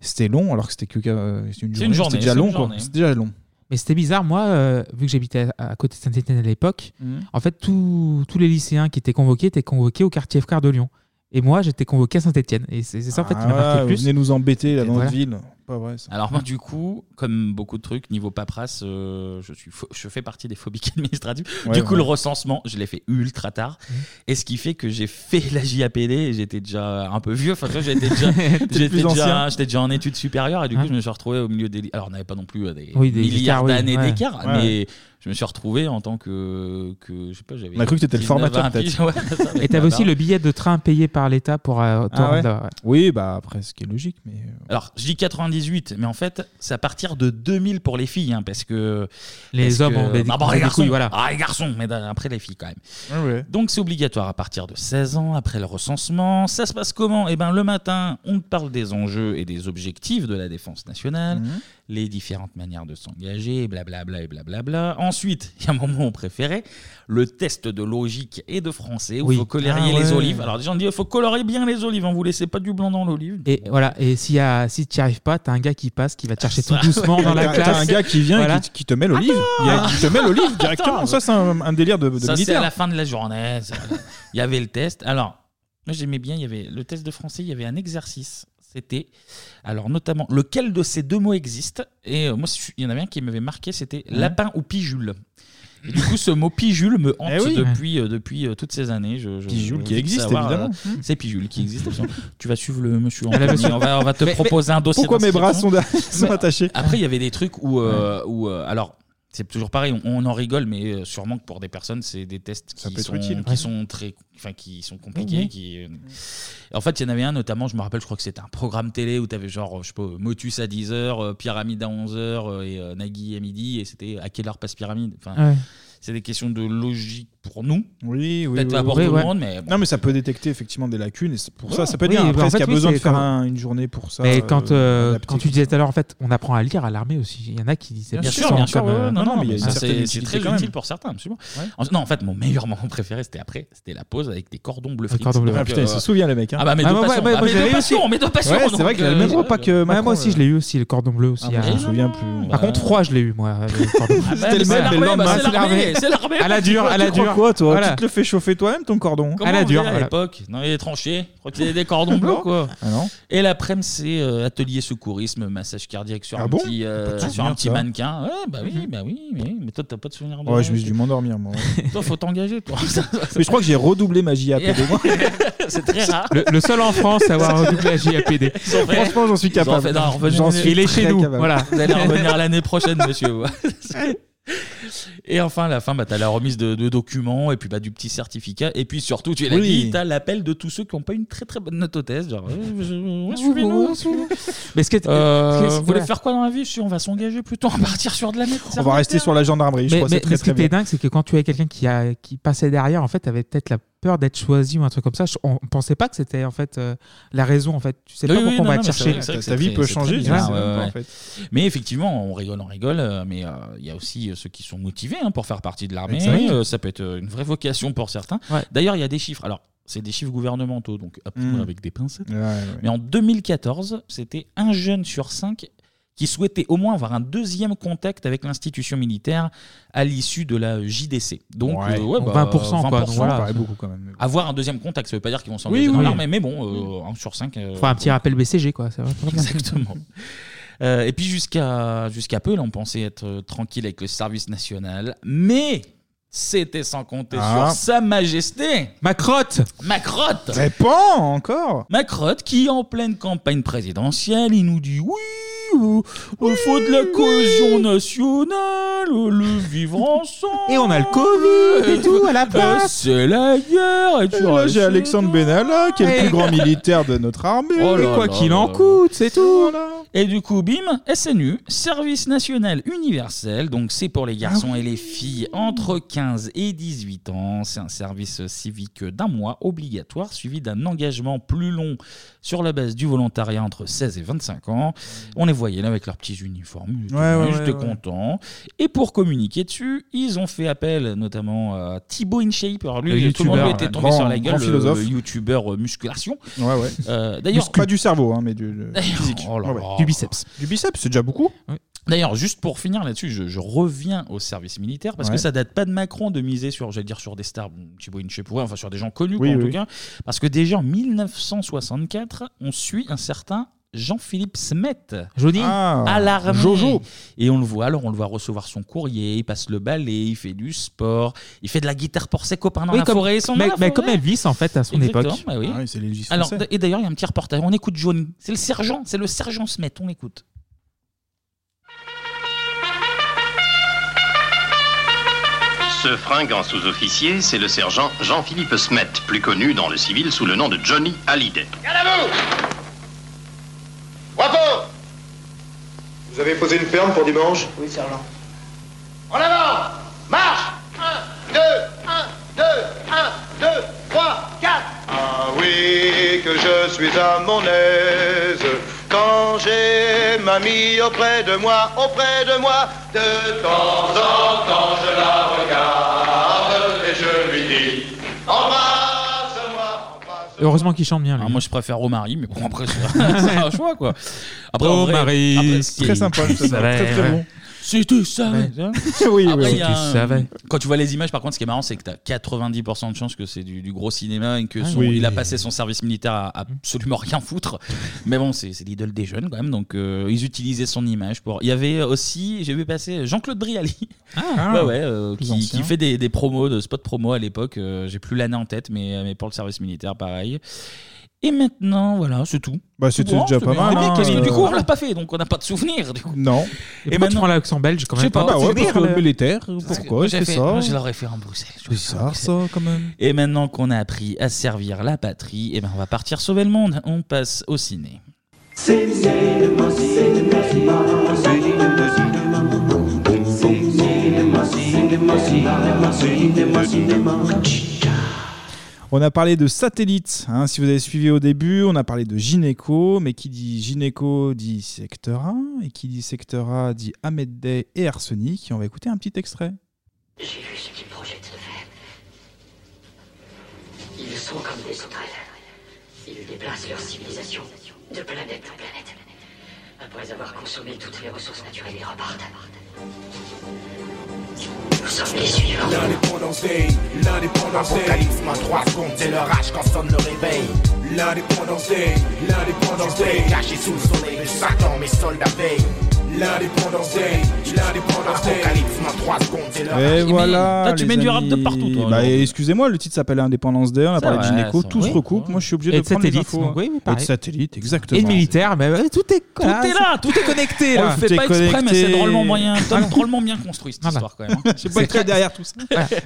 c'était long, alors que c'était que euh, c'est une,
C'est
journée.
une journée,
C'était déjà
c'est une
long, quoi.
journée.
C'était déjà long.
Mais c'était bizarre, moi, euh, vu que j'habitais à, à côté de Saint-Étienne à l'époque,
Mhm.
en fait, tous tous les lycéens qui étaient convoqués étaient convoqués au quartier frère de Lyon. Et moi, j'étais convoqué à Saint-Étienne. Et c'est c'est ça, en fait, qui m'a
Ah,
marqué le
vous
plus.
venez nous embêter, là,
Et
dans
voilà.
notre ville. Pas vrai, ça.
Alors moi du coup, comme beaucoup de trucs niveau paperasse, euh, je suis pho- je fais partie des phobiques administratives.
Ouais,
du coup
ouais.
le recensement, je l'ai fait ultra tard
Mhm.
et ce qui fait que j'ai fait la JAPD et j'étais déjà un peu vieux, enfin tu vois, j'étais déjà
T'es
j'étais
plus ancien.
déjà j'étais déjà en études supérieures et du coup
Hein.
je me suis retrouvé au milieu des alors on n'avait pas non plus euh, des,
Oui, des écarts,
milliards
oui,
d'années
ouais.
d'écart
Ouais,
mais
ouais.
je me suis retrouvé en tant que que je sais pas, j'avais
On a cru que t'étais le
19,
formateur,
20,
peut-être.
ouais, c'est ça,
Et
avec
t'avais
ma
aussi
barbe.
le billet de train payé par l'État pour euh, te
Ah
rendre
ouais
là, ouais.
Oui, bah après, ce qui est logique, mais. euh,
Alors, je dis 98, mais en fait, c'est à partir de 2000 pour les filles, hein, parce que.
Les
parce
hommes
que-
ont des-
Ah, bon,
ont
les
des
garçons,
couilles, voilà.
Ah, les garçons, mais d'un- après les filles quand même.
Ah Ouais, ouais.
Donc, c'est obligatoire à partir de 16 ans, après le recensement. Ça se passe comment Eh bien, le matin, on te parle des enjeux et des objectifs de la défense nationale,
Mhm.
les différentes manières de s'engager, blablabla et blablabla. Ensuite, il y a un moment préféré, le test de logique et de français, où il
Oui.
faut colorier
Ah,
les
ouais.
olives. Alors, des gens disent il faut colorier bien les olives, on vous laissez pas du blanc dans l'olive.
Et voilà, et si, si tu n'y arrives pas, t'as un gars qui passe, qui va te chercher tout
Ça,
doucement
ouais.
dans la
T'as-
classe.
t'as un gars qui
Qui vient et
Voilà.
qui, qui te met l'olive. Il y a- Qui Ah, te met l'olive directement.
Attends.
ça, c'est un, un délire de, de
Ah, ça, c'est
militaire.
à la fin de la journée. ça. Il y avait le test. Alors, moi, j'aimais bien. Il y avait le test de français. Il y avait un exercice. C'était, alors notamment, lequel de ces deux mots existe Et euh, moi, je- il y en avait un qui m'avait marqué. C'était
Ouais.
lapin ou pijule. Et du coup, ce mot pijule me hante
Eh oui.
depuis, euh, depuis euh, toutes ces années. Je, je-
Pijule
je
qui
veux
existe,
savoir,
évidemment. Mm.
euh, c'est pijule qui existe. absolument. tu vas suivre le monsieur
Ah, là,
Anthony,
monsieur.
On va, on va te
Mais- mais
proposer un dossier.
pourquoi mes bras
d'inscription.
sont derrière- sont
Mais
attachés
Après, il y avait des trucs où, euh, où, euh, alors. C'est toujours pareil, on, on en rigole, mais euh, sûrement que pour des personnes, c'est des tests qui,
peut être
sont,
utile.
qui
Ouais.
sont très, enfin, qui sont compliqués.
Mhm.
Qui, euh, En fait, il y en avait un notamment, je me rappelle, je crois que c'était un programme télé où tu avais genre, euh, je sais pas, Motus à 10h, Pyramide à 11h et euh, Nagui à midi, et c'était à quelle heure passe Pyramide enfin,
Ouais.
C'est des questions de logique pour nous.
Oui, oui.
Peut-être
oui,
pas
oui,
pour
oui,
tout
ouais.
le monde, mais
Non, mais ça peut détecter effectivement des lacunes. Et c'est pour ça,
Ouais.
ça peut être
Oui,
bien.
bah,
Après,
en
est-ce qu'il y a
fait, oui,
besoin de
c'est
faire
comme-
un- une journée pour ça
Mais
euh,
quand, euh,
adapté,
quand tu disais tout à l'heure, en fait, on apprend à lire à l'armée aussi. Il y en a qui
Bien,
disaient
sûr,
hein,
bien sûr. ouais,
euh,
ouais, non, non, mais
ça,
ça, c'est c'est très utile pour certains, absolument. En, non, en fait, mon meilleur moment préféré, c'était après, c'était la pause avec des cordons bleus
Le
frites.
cordon bleu.
Donc,
Ah, putain, il
euh,
se souvient, le mec. hein.
Ah bah, mais deux passions, ah, mais deux passions, mais deux passions.
Ouais, c'est vrai
donc,
qu'il a le même
euh,
repas que
Ah,
Macron.
moi aussi, je l'ai eu aussi, le cordon bleu aussi.
Ah, moi, je me souviens plus.
Par contre, trois, je l'ai eu, moi. le cordon bleu.
bah,
Ah, C'était le même, mais le lendemain.
À la dure, à la
Tu crois
dure.
quoi, toi
Voilà.
Tu te le fais chauffer toi-même, ton cordon
Comment on faisait à l'époque Non, il est tranché. Je crois qu'il y avait des cordons bleus, quoi.
Ah non
Et l'après-midi, c'est euh, atelier secourisme, massage cardiaque sur
Ah
un
bon
petit, euh,
Pas de
sur
souvenir,
un petit
ça. Mhm.
mannequin. Ouais, bah oui, bah oui, oui. Mais toi, t'as pas de souvenir de
Ouais, je me suis dû m'endormir, moi.
Toi, faut t'engager, toi.
Mais je crois que j'ai redoublé ma JAPD. moi.
c'est très rare.
Le, le seul en France à avoir redoublé la JAPD.
Franchement, j'en suis
Ils ont
capable.
fait, non, revenez-
J'en suis
Il est chez
très
nous.
capable.
Voilà.
Vous allez revenir l'année prochaine, monsieur. Et enfin, à la fin, bah, tu as la remise de, de documents et puis bah, du petit certificat. Et puis surtout, tu l'as
Oui.
dit, tu as l'appel de tous ceux qui n'ont pas une très très bonne note au test. Genre, euh, je- ouais, suivez-nous.
Mais ce qui est-
Euh,
ce qui est-
vous
voilà.
voulez faire quoi dans la vie Je sais, On va s'engager plutôt à partir sur de la mer.
On va rester sur la gendarmerie, je
Mais,
crois. C'est
mais- mais
très
ce qui
très
était
bien.
dingue, c'est que quand tu avais quelqu'un qui, a- qui passait derrière, en fait, t'avais peut-être la peur d'être choisi ou un truc comme ça. Je- On on pensait pas que c'était en fait euh, la raison. En fait, tu sais pas
Oui, oui,
pourquoi on
non,
va
non,
te
mais c'est
chercher.
vrai, c'est vrai que
Ta vie
c'est
peut
c'est
changer,
très
je
bien,
sais
ouais,
même pas, en
ouais. Mais effectivement, on rigole, on rigole, euh, mais euh, il y a aussi euh, ceux qui sont motivés hein, pour faire partie de l'armée.
Exact.
Euh, ça peut être euh, une vraie vocation pour certains. D'ailleurs, il y a des chiffres. Alors, c'est des chiffres gouvernementaux, donc à prendre
Mm.
avec des pincettes.
Ouais, ouais.
Mais en 2014, c'était un jeune sur cinq qui souhaitait au moins avoir un deuxième contact avec l'institution militaire à l'issue de la JDC. Donc,
Ouais.
euh, ouais,
Donc
bah,
20%, quoi.
20%,
Donc voilà. Ça paraît beaucoup, quand même.
Avoir un deuxième contact, ça veut pas dire qu'ils vont s'engager
Oui,
dans
oui.
l'armée, mais bon, euh, un sur cinq. euh,
Faut un petit rappel BCG, quoi. ça va.
Exactement. Euh, et puis jusqu'à jusqu'à peu, là, on pensait être euh, tranquille avec le service national, mais c'était sans compter
Ah.
sur Sa Majesté
Ma crotte
Ma crotte
Réponds encore
Ma crotte qui, en pleine campagne présidentielle, il nous dit oui, ou il faut de la cohésion nationale, le vivre ensemble.
Et on a le Covid et tout à la
Euh,
place.
C'est la guerre. Et tu
Là,
restes-
j'ai Alexandre Benalla, qui est le
Et-
plus grand militaire de notre armée. Oh
Oh là
quoi
là
qu'il
là
en
là.
coûte, c'est tout.
Et du coup, bim, SNU, Service National Universel. Donc, c'est pour les garçons
Ah
et les filles entre 15 et 18 ans. C'est un service civique d'un mois obligatoire, suivi d'un engagement plus long sur la base du volontariat entre 16 et 25 ans. On les voyait là avec leurs petits uniformes. Ils étaient
Ouais, ouais,
juste
ouais, ouais.
contents. Et pour communiquer dessus, ils ont fait appel notamment à Thibaut InShape. Alors,
Le
lui, tout le monde
youtubeur,
lui était tombé
grand-
sur la gueule,
grand philosophe.
le youtubeur euh, musculation.
Ouais, ouais.
Euh, D'ailleurs,
Muscu- pas du cerveau, hein, mais du le physique.
Oh là
Ouais, ouais.
là.
Du biceps. Du biceps, c'est déjà beaucoup.
D'ailleurs, juste pour finir là-dessus, je, je reviens au service militaire parce
Ouais.
que ça date pas de Macron de miser sur, j'allais dire sur des stars, bon, Thibaut Inchepou, enfin sur des gens connus
Oui,
quoi, en
oui.
tout cas, parce que déjà en 1964, on suit un certain Jean-Philippe Smet,
Joli.
à
Ah,
l'armée.
Jojo.
Et on le voit, alors on le voit recevoir son courrier, il passe le balai, il fait du sport, il fait de la guitare pour ses copains dans
Oui,
la
comme-
forêt. ils sont dans
mais-
la
mais comme
forêt.
Elvis, en fait, à son
Exactement,
époque.
bah oui.
Ah oui, c'est l'Elvis
Alors,
français.
Et d'ailleurs, il y a un petit reportage, on écoute Johnny, c'est le sergent, c'est le sergent Smet, on écoute.
Ce fringant sous-officier, c'est le sergent Jean-Philippe Smet, plus connu dans le civil sous le nom de Johnny Hallyday.
Garde à vous Wapo
Vous avez posé une ferme pour dimanche
Oui, sergent. En avant Marche 1, 2, 1, 2, 1, 2, 3, 4
Ah oui, que je suis à mon aise quand j'ai mamie auprès de moi, auprès de moi. De temps en temps, je la regarde et je lui dis Embrasse-moi.
Heureusement qu'il chante bien. Ah,
hein.
moi, je préfère Romary, mais bon, après, c'est c'est un choix, quoi. Après, en vrai,
Romary,
après, ce
Oh,
qui
très
est-
sympa, le
qui
sonore, très,
savait,
très
ouais.
bon.
Si tu savais.
hein. Oui, oui,
Après,
oui.
il y a
Si tu
un-
savais.
Quand tu vois les images, par contre, ce qui est marrant, c'est que tu as 90% de chances que c'est du, du gros cinéma et que
Ah
son-
oui.
il a passé son service militaire à absolument rien foutre. Mais bon, c'est c'est l'idole des jeunes, quand même. Donc, euh, ils utilisaient son image pour. Il y avait aussi, j'ai vu passer Jean-Claude Brialy.
Ah.
ouais, ouais, euh,
Plus
qui,
ancien.
qui fait des, des promos, de spots promo à l'époque. euh, J'ai plus l'année en tête, mais, mais pour le service militaire, pareil. Et maintenant, voilà, c'est tout.
Bah, c'était
Bon,
déjà
c'est
pas
bien.
mal,
Mais
hein,
qu'est-ce que du
euh,
coup, on l'a pas fait, donc on n'a pas de souvenir. Du coup.
Non.
Et maintenant- Je sais pas,
Bah ouais, parce
souvenir,
que
euh,
le militaire,
parce que
pourquoi
moi,
il
j'ai
fait
fait-
ça
moi, je l'aurais fait en Bruxelles.
C'est bizarre, ça, Oh, quand même.
Et maintenant qu'on a appris à servir la patrie, eh ben on va partir sauver le monde. On passe au ciné.
On a parlé de satellite, hein, si vous avez suivi au début, on a parlé de gynéco, mais qui dit gynéco dit secteur 1, et qui dit secteur A dit Ahmed Day et Arsenic, et on va écouter un petit extrait.
J'ai vu ce qu'ils projettent de faire. Ils sont comme des sauterelles. Ils déplacent leur civilisation de planète en planète. Après avoir consommé toutes les ressources naturelles, ils repartent. Nous sommes les suivants.
L'indépendance Day, l'indépendance Day. Apocalypse moins trois secondes, c'est leur rage quand sonne le réveil. L'indépendance Day, l'indépendance Day. Caché sous le soleil de Satan, mes soldats veillent. L'indépendance Day, l'indépendance Day. Apocalypse moins trois secondes, c'est leur
Ah,
Et
rage.
voilà.
Toi, eh ben, tu
les
mets du rap de
amis.
partout, toi,
Bah,
alors.
excusez-moi, le titre s'appelle Indépendance Day, on a
C'est
parlé de
vrai,
gynéco,
c'est
tout
vrai.
se recoupe. Moi, je suis obligé
Et
de
de
prendre les
satellite,
infos. hein.
donc oui, oui,
Et de
pareil.
satellite, exactement.
Et de militaire, mais ouais, tout est
Tout est là, tout est connecté.
là.
On le fait
Tout est
pas exprès, mais c'est
connecté.
drôlement moyen, drôlement bien construit cette
Voilà.
histoire quand même. hein.
Je sais pas qui est derrière tout ça.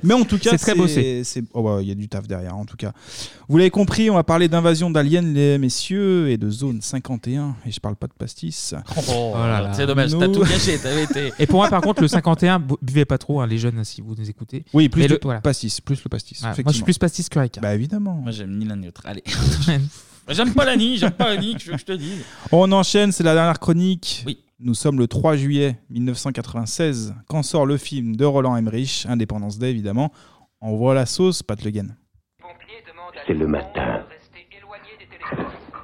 Mais en tout cas,
C'est très bossé.
c'est- oh, bah, il y a du taf derrière. En tout cas, vous l'avez compris, on va parler d'invasion d'aliens, les messieurs, et de zone 51. Et je parle pas de pastis.
Oh, C'est dommage, t'as
Nous-
tout gâché, t'avais été.
Et pour moi, par contre, le 51, bu- buvez pas trop, hein, les jeunes, si vous nous écoutez.
Oui, plus
Mais
de
le- voilà.
pastis, plus le pastis.
Ouais, moi, je suis
effectivement.
plus pastis que Ricard.
Bah évidemment.
Moi, j'aime ni l'un ni l'autre. Allez. j'aime pas la nie, j'aime pas la nie, que je que je te dise.
On enchaîne, c'est la dernière chronique. Nous sommes le 3 juillet 1996, quand sort le film de Roland Emmerich, Indépendance Day évidemment. On voit la sauce, Pat Le Guen.
C'est le matin.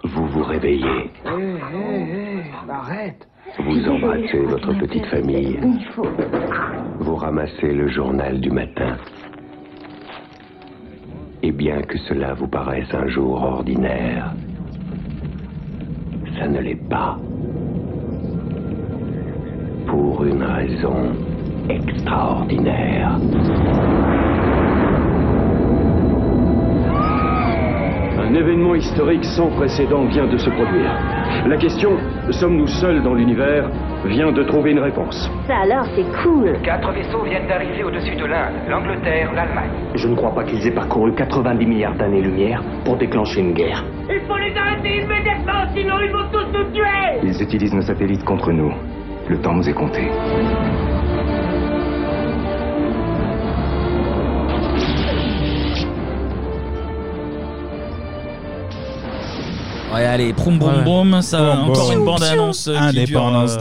Vous vous réveillez.
arrête.
Vous embrassez votre petite famille. Vous ramassez le journal du matin. Et bien que cela vous paraisse un jour ordinaire, ça ne l'est pas. Pour une raison extraordinaire.
Un événement historique sans précédent vient de se produire.
La question Sommes-nous seuls dans l'univers vient de trouver une réponse.
Ça alors, c'est cool.
Quatre vaisseaux viennent d'arriver au-dessus de l'Inde, l'Angleterre, l'Allemagne.
Je ne crois pas qu'ils aient parcouru 90 milliards d'années-lumière pour déclencher une guerre.
Il faut les arrêter immédiatement, sinon ils vont tous nous tuer
Ils utilisent nos satellites contre nous. Le temps nous est compté.
Ouais, allez, proum boum
Ouais.
boum, ça
Bon,
encore
bon.
une bande annonce qui dure.
Indépendance
euh,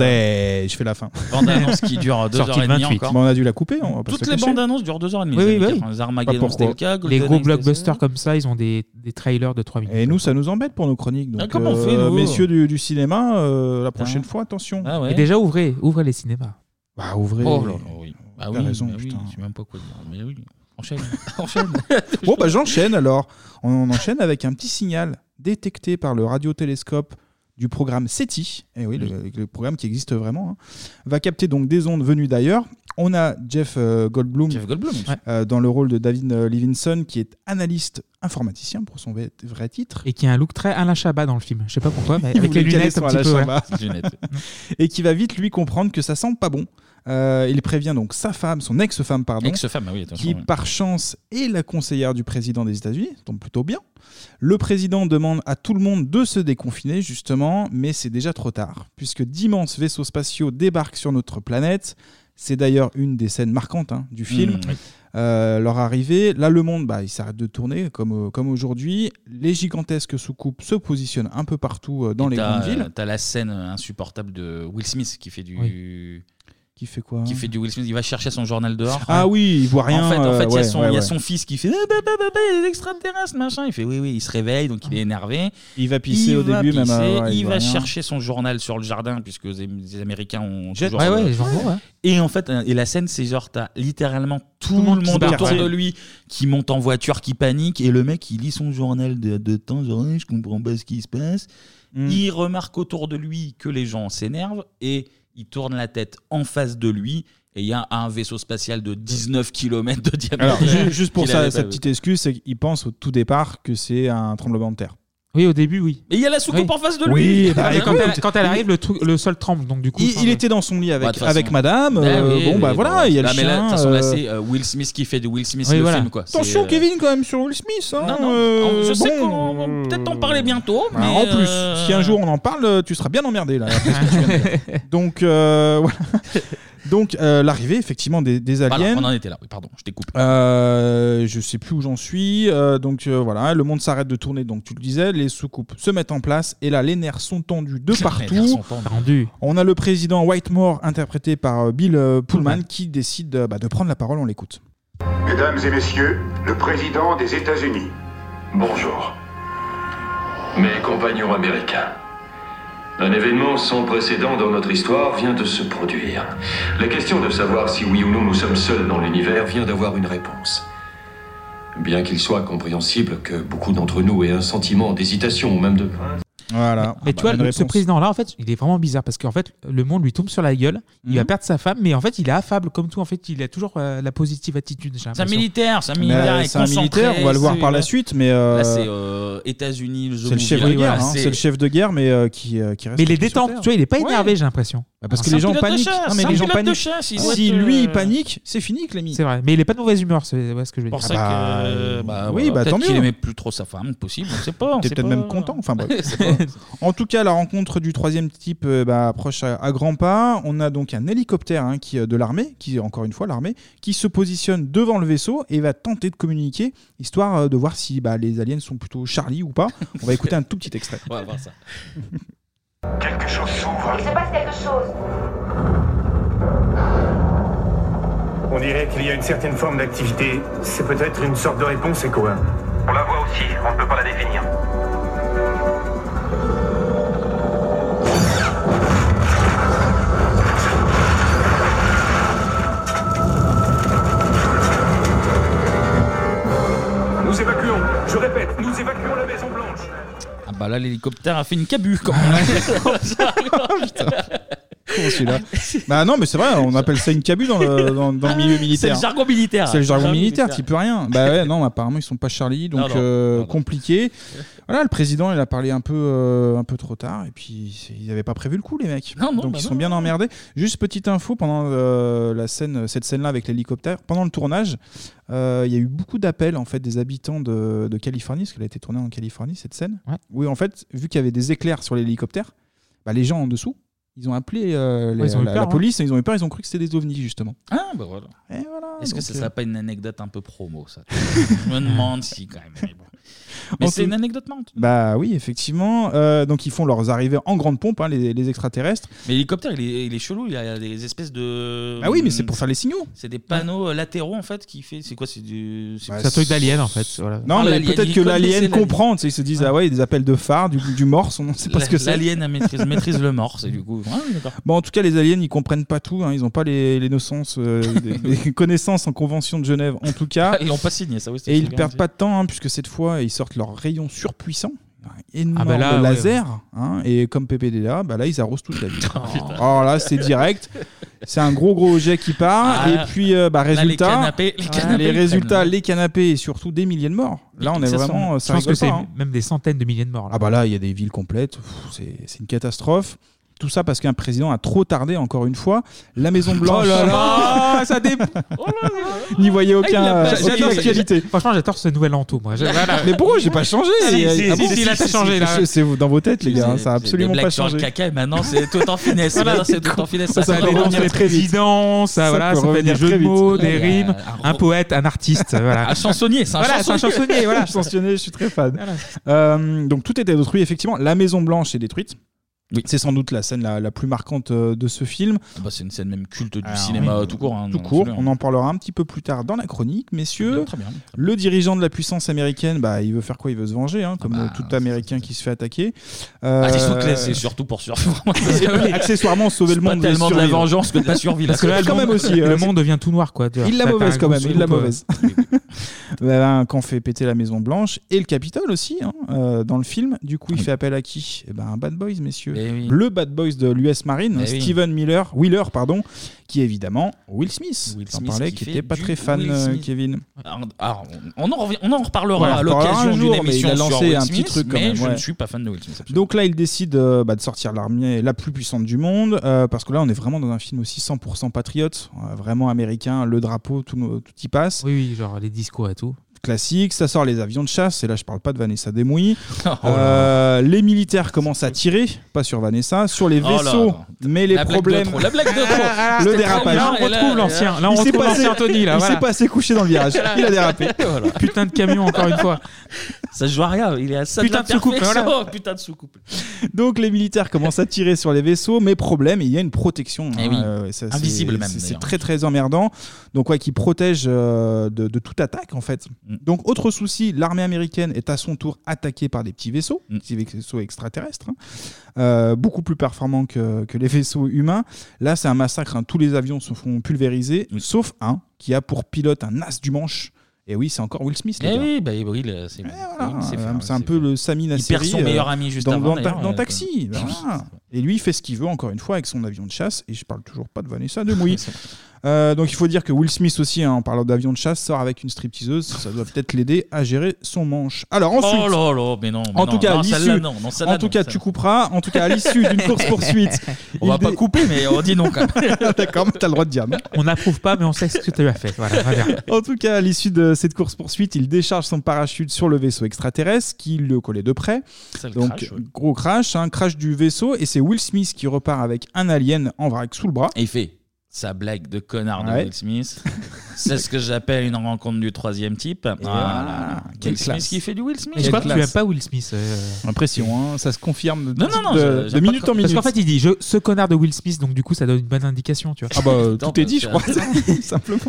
Day. Je fais la fin.
Bande annonce qui dure deux
Sortie
heures et
le
demie
28.
encore.
Bon, on a dû la couper. On va pas
Toutes
se
les
cacher.
bandes annonces durent deux heures et demie.
Oui,
les
oui,
années
oui.
80.
Pas
Armageddon,
Bah, pourquoi.
c'était le cas.
Les
Golden
gros
Axe, c'était
blockbusters comme ça, ils ont des, des trailers de 3 minutes.
Et nous, ça nous embête pour nos chroniques. Donc,
Ah, comment on
euh,
fait, nous
messieurs du, du cinéma, euh, la prochaine fois, attention.
Ah ouais.
Et déjà, ouvrez, ouvrez les cinémas.
Bah, ouvrez.
Oh là là, oui. Bah
T'as
oui,
raison,
bah oui,
putain.
Je sais même pas quoi dire. Mais oui, enchaîne. enchaîne.
Bon, bah, j'enchaîne alors. On, on enchaîne avec un petit signal détecté par le radiotélescope du programme SETI, et oui, le, le programme qui existe vraiment, hein, va capter donc des ondes venues d'ailleurs. On a Jeff euh, Goldblum, euh, dans le rôle de David euh, Livingston, qui est analyste informaticien pour son vrai- vrai titre.
Et qui a un look très Alain Chabat dans le film. Je sais pas pourquoi, mais
Il
avec les
voulait
lunettes
caler sur
un petit peu.
Alain
ouais.
hein.
Chabat. et qui va vite lui comprendre que ça sent pas bon. Euh, il prévient donc sa femme, son ex-femme, pardon.
Ex-femme, ah oui, attention,
Qui,
oui.
par chance, est la conseillère du président des États-Unis, ça tombe plutôt bien. Le président demande à tout le monde de se déconfiner, justement, mais c'est déjà trop tard, puisque d'immenses vaisseaux spatiaux débarquent sur notre planète. C'est d'ailleurs une des scènes marquantes hein, du film.
Mmh, oui.
Euh, leur arrivée. Là, le monde, bah, il s'arrête de tourner comme, euh, comme aujourd'hui. Les gigantesques soucoupes se positionnent un peu partout euh, dans les
T'as-
grandes villes.
T'as la scène insupportable de Will Smith qui fait du.
Qui fait quoi
Qui fait du Will Smith. Il va chercher son journal dehors.
Ah oui, il voit rien,
En fait, en
euh,
fait, il y a
ouais,
son-
ouais,
il y a
ouais.
son fils qui fait
Eh,
Ah, bah, bah, bah, bah, les extraterrestres, machin. Il fait oui, oui. Il se réveille, donc il est énervé.
Il va pisser au début, même, euh, ouais, il
il
voit
va
rien.
chercher son journal sur le jardin, puisque les, les Américains ont.
Jette-
toujours
Ouais,
le-
ouais, les journaux, ouais.
Et en fait, euh, et la scène, c'est genre, t'as littéralement tout,
Tout le
le
monde
monde
qui se
autour
barre,
de
ouais.
lui qui monte en voiture, qui panique, et le mec, il lit son journal de, de temps, genre, Ouais, je comprends pas ce qui se passe.
Mm.
Il remarque autour de lui que les gens s'énervent, et il tourne la tête en face de lui, et il y a un vaisseau spatial de 19 km de diamètre.
Alors, ju- juste pour
qu'il
ça,
avait
sa
pas vu.
petite excuse, c'est qu'il pense au tout départ que c'est un tremblement de terre.
Oui, au début, oui.
Et il y a la soucoupe en face de lui.
Oui, bah,
Et quand,
écoute,
elle, quand elle arrive, le, truc- le sol tremble. Donc, du coup,
Il, il était dans son lit
Bah,
avec,
de toute façon.
avec madame.
Bah
euh,
oui,
bon, bah
oui,
voilà, il y a le
Non, mais là, de
chien.
toute façon, là,
euh,
c'est euh, Will Smith qui fait de Will Smith
Oui,
le
voilà.
film, quoi.
Attention,
C'est, euh,
Kevin, quand même, sur Will Smith. hein, euh,
je sais
bon.
qu'on va peut-être en parler bientôt.
Bah,
mais,
en plus,
euh,
si un jour on en parle, euh, tu seras bien emmerdé là. après ce que tu viens de dire. Donc euh, voilà. Donc euh, l'arrivée effectivement des, des aliens.
Voilà, on en était là, oui, pardon, je t'ai coupé.
Euh, je sais plus où j'en suis. euh, donc euh, voilà, le monde s'arrête de tourner. Donc tu le disais, les soucoupes se mettent en place et là les nerfs sont tendus de partout.
nerfs sont tendus. Tendus.
On a le président Whitemore interprété par euh, Bill euh, Pullman qui décide euh, bah, de prendre la parole. On l'écoute.
Mesdames et messieurs, le président des États-Unis.
Bonjour. Mes compagnons américains. Un événement sans précédent dans notre histoire vient de se produire. La question de savoir si oui ou non nous sommes seuls dans l'univers vient d'avoir une réponse. Bien qu'il soit compréhensible que beaucoup d'entre nous aient un sentiment d'hésitation ou même de crainte.
Voilà. Ah bah,
Mais tu vois, le- ce président-là, en fait, il est vraiment bizarre parce qu'en fait, le monde lui tombe sur la gueule. Il
Mhm.
va perdre sa femme, mais en fait, il est affable comme tout. En fait, il a toujours euh, la positive attitude. j'ai
C'est un
l'impression.
militaire, c'est un militaire.
Mais,
il est
c'est un
concentré,
militaire, on va le voir
c'est-
par la suite, mais, euh,
Là, c'est euh, États-Unis, le
C'est le chef de guerre. hein, C'est le chef de guerre, mais euh, qui, euh, qui reste.
Mais il est
tranquille sur
détente,
Terre.
tu vois, il est pas énervé, j'ai l'impression.
Bah, parce
Ah,
que
c'est
les
un
gens
pilote de
paniquent.
chasse,
Non, mais
c'est
les
un
gens
pilote de
paniquent.
chasse, il doit
si
être,
lui
euh,
il panique, c'est fini, Clémy.
C'est vrai, mais il est pas de mauvaise humeur, c'est ouais, ce que je veux dire.
pour ça que. Bah,
oui,
voilà,
Ah, bah, tant
peut-être qu'il
mieux.
aimait plus trop sa femme, possible, on sait pas. on
T'es
sait
peut-être
pas.
même content. Enfin, bref.
C'est pas-
En tout cas, la rencontre du troisième type euh, bah, approche à, à grands pas. On a donc un hélicoptère hein, qui, euh, de l'armée, qui encore une fois l'armée, qui se positionne devant le vaisseau et va tenter de communiquer, histoire euh, de voir si bah, les aliens sont plutôt Charlie ou pas. On va écouter un tout petit extrait.
On va voir ça.
Quelque chose s'ouvre.
Il se passe quelque chose.
On dirait qu'il y a une certaine forme d'activité. C'est peut-être une sorte de réponse écho. On la voit aussi, on ne peut pas la définir.
Nous évacuons, je répète, nous évacuons la Maison Blanche.
Ah bah là, l'hélicoptère a fait une cabue quand même.
Pour celui-là. bah non, mais c'est vrai, on appelle ça une cabue dans le, dans- dans le milieu
C'est
militaire.
le jargon militaire.
C'est le jargon militaire,
militaire.
tu peux rien. Bah ouais, non, apparemment ils sont pas Charlie, donc
Non, non.
euh, compliqué. Voilà, le président, il a parlé un peu, euh, un peu trop tard, et puis c'est- ils n'avaient pas prévu le coup, les mecs. Donc
bah
ils sont
non,
bien
non,
emmerdés. Juste petite info, pendant euh, la scène, cette scène-là avec l'hélicoptère, pendant le tournage, euh, il y a eu beaucoup d'appels en fait des habitants de, de Californie, parce qu'elle a été tournée en Californie cette scène. Oui, en fait, vu qu'il y avait des éclairs sur l'hélicoptère, bah, les gens en dessous, ils ont appelé euh, les-
Ouais, ils ont eu
la,
peur,
la
hein.
police, et ils ont eu peur, ils ont cru que c'était des ovnis justement.
Ah, bah voilà. Est-ce que
donc,
ça
euh,
serait pas une anecdote un peu promo, ça Je me demande si, quand même. Mais, bon. Mais
En
c'est
tout-
une anecdote marrante.
Bah oui, effectivement. Euh, donc ils font leurs arrivées en grande pompe, hein, les, les extraterrestres.
Mais l'hélicoptère, il est, il est chelou, il a des espèces de.
Ah oui, mais
Mmh.
c'est pour faire les signaux.
C'est des panneaux euh, latéraux, en fait, qui fait. C'est quoi C'est du. C'est
Bah, c'est- Non,
Ah,
mais
l'alien,
peut-être que
il connaît, c'est
l'alien
l'alien.
comprend. tu sais, Ils se disent, ah ouais, il y a des appels de phare, du, du morse, on ne sait pas
La-
ce que c'est.
L'alien maîtrise, maîtrise le morse, et du coup. ouais, oui, d'accord.
Bon, en tout cas, les aliens, ils comprennent pas tout. hein, Ils n'ont pas les, les nocences, euh, les- les connaissances en convention de Genève, en tout cas.
Ils l'ont pas signé, ça, oui, c'est
Et ils
garanti.
perdent pas de temps, hein, puisque cette fois, ils sortent leurs rayons surpuissants. un
Ah
Énorme
bah là, ouais.
laser. hein, et comme PPD là, bah là, ils arrosent toute la ville.
Oh,
Alors là, c'est direct. C'est un gros gros jet qui part.
Ah,
et puis, euh, bah,
là, les
résultat,
canapés- les canapés, ils
résultats,
prennent.
les canapés et surtout des milliers de morts. Là, on est vraiment.
Je
Mhm. ça
pense que
rigole
c'est
pas, hein.
même des centaines de milliers de morts. là.
Ah bah là, il y a des villes complètes, Pff, c'est c'est une catastrophe. Tout ça parce qu'un président a trop tardé, encore une fois. La Maison Blanche.
Oh là là,
ça dé... N'y voyez aucun,
Ah, il l'a pas-
aucune
j'adore-
actualité.
Franchement, j'adore ce nouvel ento, moi. Je- voilà.
Mais pourquoi j'ai pas changé
Ah, si, si,
Ah bon
si, si, là, t'as changé, là.
C'est- C'est dans vos têtes, les gars. hein, Ça a
C'est des
absolument
blagues
pas
sur le
changé.
caca, et maintenant, c'est tout en finesse.
Voilà.
Maintenant, c'est tout en finesse.
Ça, ça
fait
peut
vraiment
revenir
très
très vite.
président, ça,
Ça
voilà,
peut
ça fait des
revenir
jeux de
très vite.
mots, des
Ouais,
rimes,
un
un, poète, un artiste, voilà.
Un chansonnier, c'est un
Voilà, c'est un
chansonnier.
chansonnier, voilà.
Chansonnier, je suis très fan. Euh, donc tout était détruit, effectivement. La Maison Blanche est détruite. C'est sans doute la scène la, la plus marquante euh, de ce film.
Ah bah, c'est une scène même culte du cinéma tout court. hein,
Ah, Tout
dans
court,
l'absolu, hein.
on en parlera un petit peu plus tard dans la chronique, messieurs.
Très bien.
Le dirigeant de la puissance américaine, bah, il veut faire quoi Il veut se venger, hein, comme euh, tout Américain qui se fait attaquer. Euh,
Bah, Ah, c'est surtout que là, c'est surtout pour survivre.
accessoirement sauver
C'est
le monde
Pas
et
tellement de la
survivre.
vengeance que de la survie.
Parce que là, quand
le monde-
même aussi,
le
euh,
monde devient tout noir, quoi.
Il l'a
T'as-
mauvaise
t'as
quand
un
même,
gros
il l'a
scoop, euh,
mauvaise. ben, quand on fait péter la Maison Blanche et le Capitole aussi, hein, euh, dans le film, du
Ah
coup, il fait appel à qui eh ben, Un bad boys, messieurs. Le bad boys de l'US Marine,
Eh oui.
Steven Miller, Wheeler, pardon, qui est évidemment Will Smith.
Will
T'en
Smith
parlais,
qui
qui
fait
n'était pas
du
très fan,
Will
euh,
Smith.
Kevin.
Alors, alors, on, en revient- on en reparlera
Ouais, on
à
en reparlera un
l'occasion d'une
jour, mais
émission
il a lancé
sur Will
un petit
Smith,
truc quand
mais
même,
je
ouais.
ne suis pas fan de Will Smith.
Donc là, il décide euh, bah, de sortir l'armée la plus puissante du monde, euh, parce que là, on est vraiment dans un film aussi 100% patriote, euh, vraiment américain, le drapeau, tout, nos- tout y passe.
Oui, oui, genre les discours et tout.
Classique, ça sort les avions de chasse, et là, je parle pas de Vanessa Demouy.
Oh là
Euh, les militaires commencent à tirer, pas sur Vanessa, sur les
Oh là
vaisseaux,
là.
mais les
La blague de
problèmes.
trop, la blague de trop.
le
C'était
dérapage.
trop bien, et là, et là,
là, on
Il s'est
retrouve
passé-
l'ancien Tony, là,
Il
voilà.
s'est passé couché dans le virage, il a dérapé.
Putain de camion, encore une fois.
Ça se joue à rien, il est à ça
Putain
de
de
la
soucoupe,
perfection.
voilà.
Putain de soucoupe.
Donc les militaires commencent à tirer sur les vaisseaux, mais problème, il y a une protection hein, euh,
Eh oui.
ça,
Invisible
c'est-
même,
c'est- C'est
d'ailleurs.
très très emmerdant. Donc ouais, qui protège euh, de, de toute attaque en fait.
Mm.
Donc autre souci, l'armée américaine est à son tour attaquée par des petits vaisseaux,
Mm.
petits vaisseaux extraterrestres, hein. Euh, beaucoup plus performants que, que les vaisseaux humains. Là, c'est un massacre. hein. Tous les avions se font pulvériser, sauf un qui a pour pilote un as du manche. Et oui, c'est encore Will Smith. les
Eh
gars.
oui, bah, il brille, euh, c'est
Voilà,
c'est
euh,
fait,
c'est un peu le Sami Nasseri
perd son
euh,
meilleur ami juste
dans,
avant,
dans,
d'ailleurs,
dans
euh,
Taxi. bah,
quoi.
voilà. Et lui, il fait ce qu'il veut, encore une fois, avec son avion de chasse. Et je parle toujours pas de Vanessa de Mouy. Euh, donc il faut dire que Will Smith aussi, hein, en parlant d'avion de chasse, sort avec une stripteaseuse. Ça doit peut-être l'aider à gérer son manche. Alors ensuite.
Oh là là, mais non. mais
en tout
non,
cas, à
non, celle-là,
l'issue-
non, non, celle-là,
en tout
non,
cas,
celle-là.
tu couperas. En tout cas, à l'issue d'une course poursuite,
On va pas couper, mais on dit non quand même.
Ah,
D'accord, mais t'as le droit de dire. non.
On n'approuve pas, mais on sait ce que tu as fait.
Ah,
Voilà, très bien.
En tout cas, à l'issue de cette course-poursuite, il décharge son parachute sur le vaisseau extraterrestre qui le collait de près.
Ça, le
Donc,
crash, ouais.
gros crash, un crash du vaisseau, et c'est Will Smith qui repart avec un alien en vrac sous le bras.
Et il fait sa blague de connard
Ouais.
de Will Smith. C'est ce que j'appelle une rencontre du troisième type. Voilà.
quelle
Ah, Will
classe.
Smith qui fait du Will Smith.
Et je crois que tu
Quelle
n'aimes
classe.
pas Will Smith. euh.
Impression, hein, ça se confirme
Non, non, non,
de,
je-
de
j'aime
minute
pas
en minute.
Parce qu'en fait, il dit je, ce connard de Will Smith, donc du coup, ça donne une bonne indication, tu vois.
Ah bah, euh, tout est dit, je crois, simplement.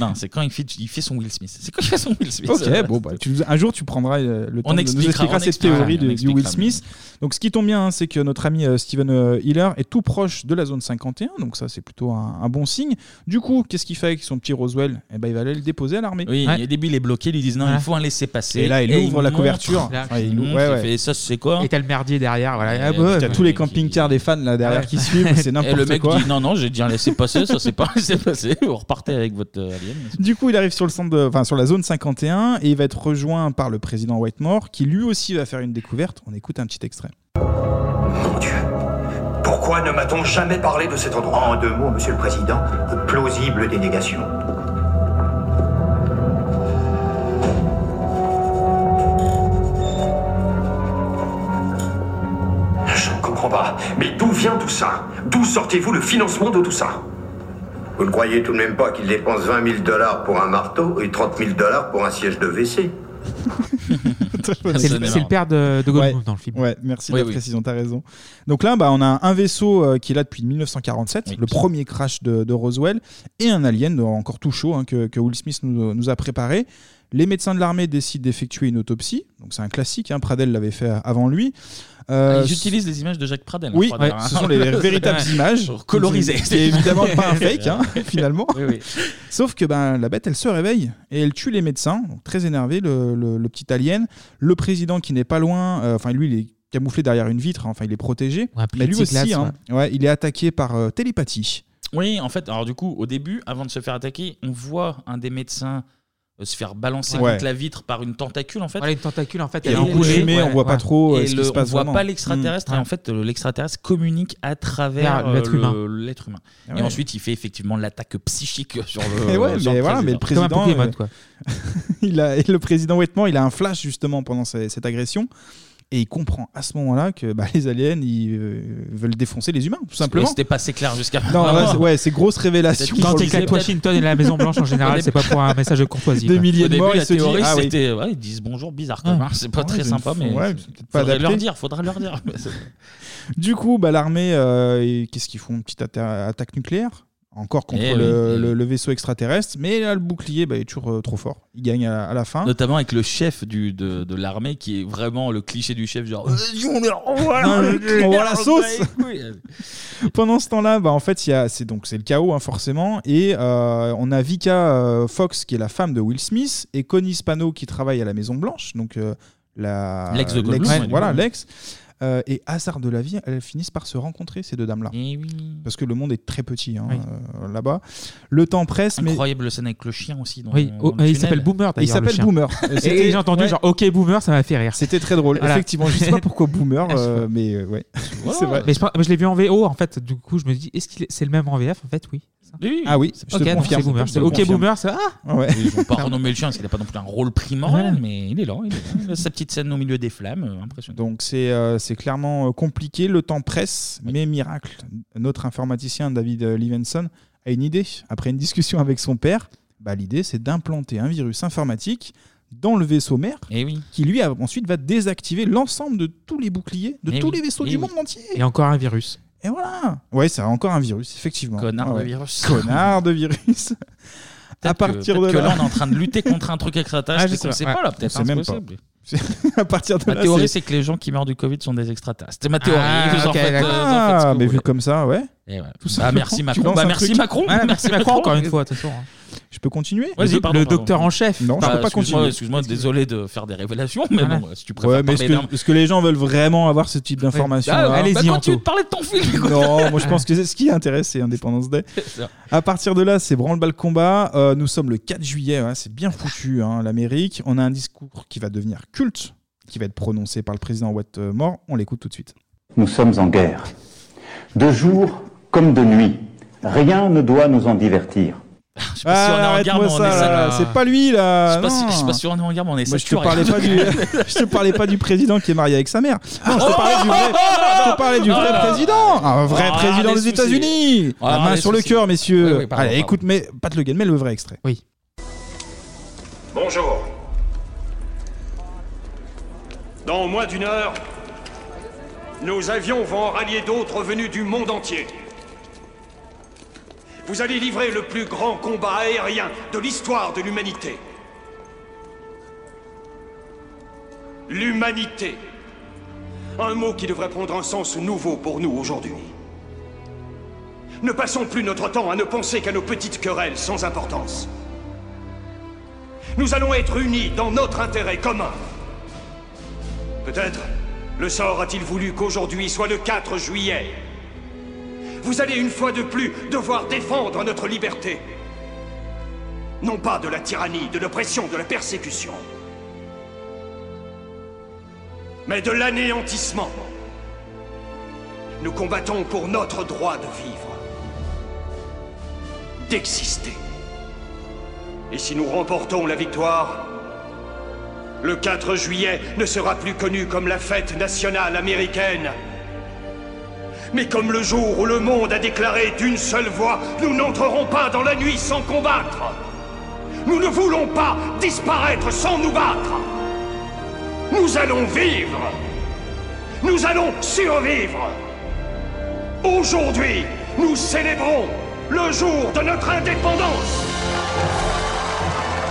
Non, c'est quand il fait, il fait son Will Smith. C'est quand il fait son Will Smith. Euh,
Ok, bon, bah, tu nous- un jour tu prendras euh, le temps
On
de
expliquera,
nous expliquera
on
cette
expliquera,
théorie
on
de, du
expliquera,
Will
mais-
Smith. Donc ce qui tombe bien, hein, c'est que notre ami euh, Steven euh, Hiller est tout proche de la zone 51, donc ça c'est plutôt un, un un bon signe. Du coup, qu'est-ce qu'il fait avec son petit Roswell Eh ben, il va aller le déposer à l'armée.
Oui, au début, il est bloqué, ils lui disent non, il faut un laisser passer.
Et là, il ouvre la couverture. Enfin, il ouvre- ouais, ouais.
fait ça, c'est quoi
Et t'as le merdier derrière. Voilà.
Ah bah ouais, t'as tous les camping-cars des fans là derrière qui suivent, c'est
Et le
n'importe
mec
quoi.
dit non, non, j'ai dit un laisser passer, ça c'est pas un laisser passer, vous repartez avec votre euh, alien.
Du coup, il arrive sur, le centre de- enfin, sur la zone 51 et il va être rejoint par le président Whitemore qui lui aussi va faire une découverte. On écoute un petit extrait.
Pourquoi ne m'a-t-on jamais parlé de cet endroit En deux mots, Monsieur le Président, plausible dénégation.
Je ne comprends pas. Mais d'où vient tout ça D'où sortez-vous le financement de tout ça
Vous ne croyez tout de même pas qu'il dépense 20 000 dollars pour un marteau et 30 000 dollars pour un siège de WC
C'est le- c'est le père de, de Goldblum dans le film.
Ouais, merci
Oui,
de la
oui.
précision, t'as raison. Donc là, bah, on a un vaisseau euh, qui est là depuis 1947, le premier crash de, de Roswell, et un alien euh, encore tout chaud hein, que, que Will Smith nous, nous a préparé. Les médecins de l'armée décident d'effectuer une autopsie, donc c'est un classique, hein, Pradel l'avait fait avant lui. Euh,
Ah, Ils utilisent les images de Jacques Pradel. hein,
oui,
Pradel,
ouais,
hein.
ce sont les véritables
Ouais.
images.
Colorisées.
C'est évidemment pas un fake, hein, finalement.
Oui, oui.
Sauf que ben, la bête, elle se réveille et elle tue les médecins. Donc, très énervé, le, le- le petit alien. Le président qui n'est pas loin, euh, enfin, lui, il est camouflé derrière une vitre, hein, enfin, il est protégé.
Ouais,
Mais lui aussi,
plexiglas,
hein, ouais, il est attaqué par euh, télépathie.
Oui, en fait, alors du coup, au début, avant de se faire attaquer, on voit un des médecins euh, se faire balancer
Ouais.
contre la vitre par une tentacule en fait.
Voilà, une tentacule, en fait,
Et
elle est
le-
enroulée.
Mais on voit pas trop euh,
et
ce
le-
qui se passe
on voit
vraiment.
pas l'extraterrestre
Mm.
et en fait euh, l'extraterrestre communique à travers
Vers
euh,
l'être
le-
humain.
l'être humain.
Ah
Et
ouais.
ensuite il fait effectivement l'attaque psychique sur le.
Et ouais,
sur
mais voilà, mais le président,
Comme un Pokémon,
euh,
quoi.
il a, et le président Wetman, il a un flash justement pendant ce- cette agression. Et il comprend à ce moment-là que bah, les aliens, ils euh, veulent défoncer les humains, tout
Et
simplement.
c'était pas assez clair jusqu'à
Non, ouais,
maintenant.
c'est- ouais, c'est grosse révélation.
Peut-être
pour
qu'il
lui.
faut le dire, peut-être. Au début-
Des milliers de
Au
morts,
début,
il
la
se dit
théorie,
ah oui.
c'était, ouais, ils disent bonjour bizarre quand
Ouais.
même. hein. C'est pas
Ouais,
très
c'est-
sympa, mais
ouais, c'est peut-être pas
faudrait leur
adapté.
dire, faudra leur dire. Hein
Du coup, bah, l'armée, euh, et qu'est-ce qu'ils font Une petite atta- attaque nucléaire Encore contre
Eh
le,
oui, eh
le- le vaisseau extraterrestre. Mais là, le bouclier bah, est toujours euh, trop fort. Il gagne à, la- à la fin.
Notamment avec le chef du, de, de l'armée qui est vraiment le cliché du chef, genre Euh, dis, on est- on voit-
Non, on voit la sauce.
Oui.
Pendant ce temps-là, bah, en fait, il y a- c'est donc c'est le chaos hein, forcément, et euh, on a Vika euh, Fox qui est la femme de Will Smith et Connie Spano qui travaille à la Maison Blanche, donc euh, la
L'ex de Goldblum, ouais, du
voilà
coup.
l'ex. Euh, et hasard de la vie, elles finissent par se rencontrer ces deux dames-là, parce que le monde est très petit hein,
Eh Oui.
euh, là-bas. Le temps presse, mais
Incroyable le scène avec le chien aussi. Dans,
Oui, oh,
dans le
il
tunnel.
s'appelle Boomer
il
d'ailleurs. le
s'appelle
chien.
Boomer.
Et
C'était-
j'ai entendu
ouais.
genre OK Boomer, ça m'a fait rire.
C'était très drôle.
Voilà.
Effectivement, je sais pas pourquoi Boomer, euh, mais euh, ouais, c'est vrai.
Mais je, pense- mais je l'ai vu en VO en fait, du coup je me dis est-ce qu'il est- c'est le même en VF en fait oui.
Oui,
Ah oui, je
Ok,
te
donc
confirme.
c'est Boomer.
Je te
C'est OK
confirme.
Boomer, ça ah
Ouais.
Ils vont pas renommer le chien parce qu'il a pas non plus un rôle primordial, mais il est là. Il est là. Il a sa petite scène au milieu des flammes, euh, impressionnant.
Donc c'est euh, c'est clairement euh, compliqué, le temps presse, mais miracle. Notre informaticien David euh, Levinson a une idée. Après une discussion avec son père, bah, l'idée c'est d'implanter un virus informatique dans le vaisseau mère,
Eh
qui lui a- ensuite va désactiver l'ensemble de tous les boucliers, de
Eh
tous
oui,
les vaisseaux
eh
du
oui.
monde entier.
Et encore un virus.
Et voilà. Ouais, c'est encore un virus, effectivement.
Connard
Ah
de
ouais.
virus.
Connard de virus. à partir
que,
de
peut-être que
là,
là, on est en train de lutter contre un truc
Ah,
extraterrestre
je
et
sais
qu'on
pas.
sait
Ouais.
pas là,
On
peut-être.
sait
hein, c'est
même pas.
possible.
à partir de
Ma
là,
théorie,
c'est-
c'est que les gens qui meurent du Covid sont des extraterrestres. C'était ma théorie.
Ah,
Vous en
ok,
faites, euh, vous en
d'accord.
faites ce que
Ah,
vous
mais vu
voulez.
comme ça, ouais.
Et voilà.
Tout
Bah,
simplement,
merci
tu
Macron.
lances
Bah,
un
merci
truc.
Macron.
Voilà, merci Macron encore une fois, attention. hein.
Je peux continuer
Vas-y,
Le-
pardon,
le
pardon.
docteur en chef. Non, je peux pas
excuse-moi,
continuer.
Excuse-moi, désolé de faire des révélations, mais
Voilà.
bon, si tu préfères
Ouais, mais
parler
est-ce que, est-ce que les gens veulent vraiment avoir ce type d'information
Ah, bah,
allez-y
continue de parler de ton film. écoute.
non, moi je pense que c'est ce qui intéresse, c'est Indépendance Day.
ça.
À partir de là, c'est branle-bas le combat. Euh, nous sommes le 4 juillet, ouais, c'est bien foutu, hein, l'Amérique. On a un discours qui va devenir culte, qui va être prononcé par le président Wetmore. On l'écoute tout de suite.
Nous sommes en guerre. De jour comme de nuit. Rien ne doit nous en divertir.
si on est en
Ah, arrête-moi
guerre, mais on
ça,
est
là,
ça,
là.
là.
C'est pas lui là.
Je sais pas si-
non.
je sais pas si on est en guerre, mais on est
Moi, je te
saturé.
parlais pas du, je te parlais pas du président qui est marié avec sa mère. Non, je te parlais du vrai, je te parlais du vrai
Ah.
président, un vrai
Ah,
président
les
des
soucis.
États-Unis.
Ah,
La main
les
sur le
soucis.
cœur, messieurs.
Oui, oui, pardon,
Allez,
pardon.
écoute, mais Pat Le Guen, mais le vrai extrait. Oui.
Bonjour. Dans moins d'une heure, nos avions vont en rallier d'autres venus du monde entier. Vous allez livrer le plus grand combat aérien de l'histoire de l'humanité. L'humanité. Un mot qui devrait prendre un sens nouveau pour nous aujourd'hui. Ne passons plus notre temps à ne penser qu'à nos petites querelles sans importance. Nous allons être unis dans notre intérêt commun. Peut-être le sort a-t-il voulu qu'aujourd'hui soit le 4 juillet. Vous allez une fois de plus devoir défendre notre liberté. Non pas de la tyrannie, de l'oppression, de la persécution, mais de l'anéantissement. Nous combattons pour notre droit de vivre, d'exister. Et si nous remportons la victoire, le 4 juillet ne sera plus connu comme la fête nationale américaine, mais comme le jour où le monde a déclaré d'une seule voix, nous n'entrerons pas dans la nuit sans combattre. Nous ne voulons pas disparaître sans nous battre. Nous allons vivre. Nous allons survivre. Aujourd'hui, nous célébrons le jour de notre indépendance.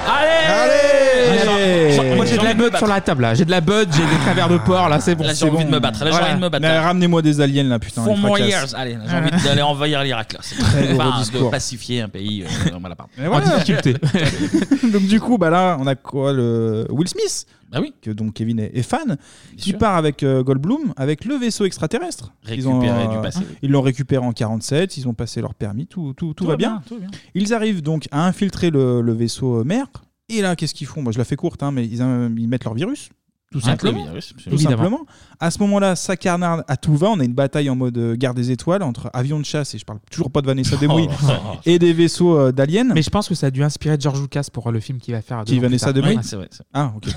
Allez
Allez Moi j'ai de la bud sur la table là, j'ai de la bud, j'ai des travers de porc là, c'est bon.
Ah. Là, j'ai envie de me battre, là, j'ai envie de me battre.
Mais Ramenez-moi des aliens là, putain.
Four
ils
more
fracassent.
years. Allez, j'ai envie d'aller envahir l'Irak là. C'est très
gros
enfin, de
discours.
pacifier un pays euh, on va la part.
Mais voilà. donc du coup, bah là, on a quoi le Will Smith,
Bah
que donc Kevin est, est fan, qui part avec euh, Goldblum avec le vaisseau extraterrestre. Ils ont, euh,
Récupéré du passé.
Ils l'ont récupéré en 47, ils ont passé leur permis, tout, tout, tout, va bien.
tout va bien.
Ils arrivent donc à infiltrer le, le vaisseau euh, mère. Et là, qu'est-ce qu'ils font Moi, je la fais courte, hein, mais ils, euh, ils mettent leur virus.
Tout
Hein,
simplement.
le
virus,
tout
absolument.
simplement. À ce moment-là, ça carnarde à tout va. On a une bataille en mode euh, guerre des étoiles entre avions de chasse, et je parle toujours pas de Vanessa Demouy,
Oh,
et des vaisseaux euh, d'aliens.
Mais je pense que ça a dû inspirer George Lucas pour euh, le film qu'il va faire. deux
Qui
ans
Vanessa
plus tard.
Demey
Ouais, c'est vrai, c'est vrai.
Ah, ok.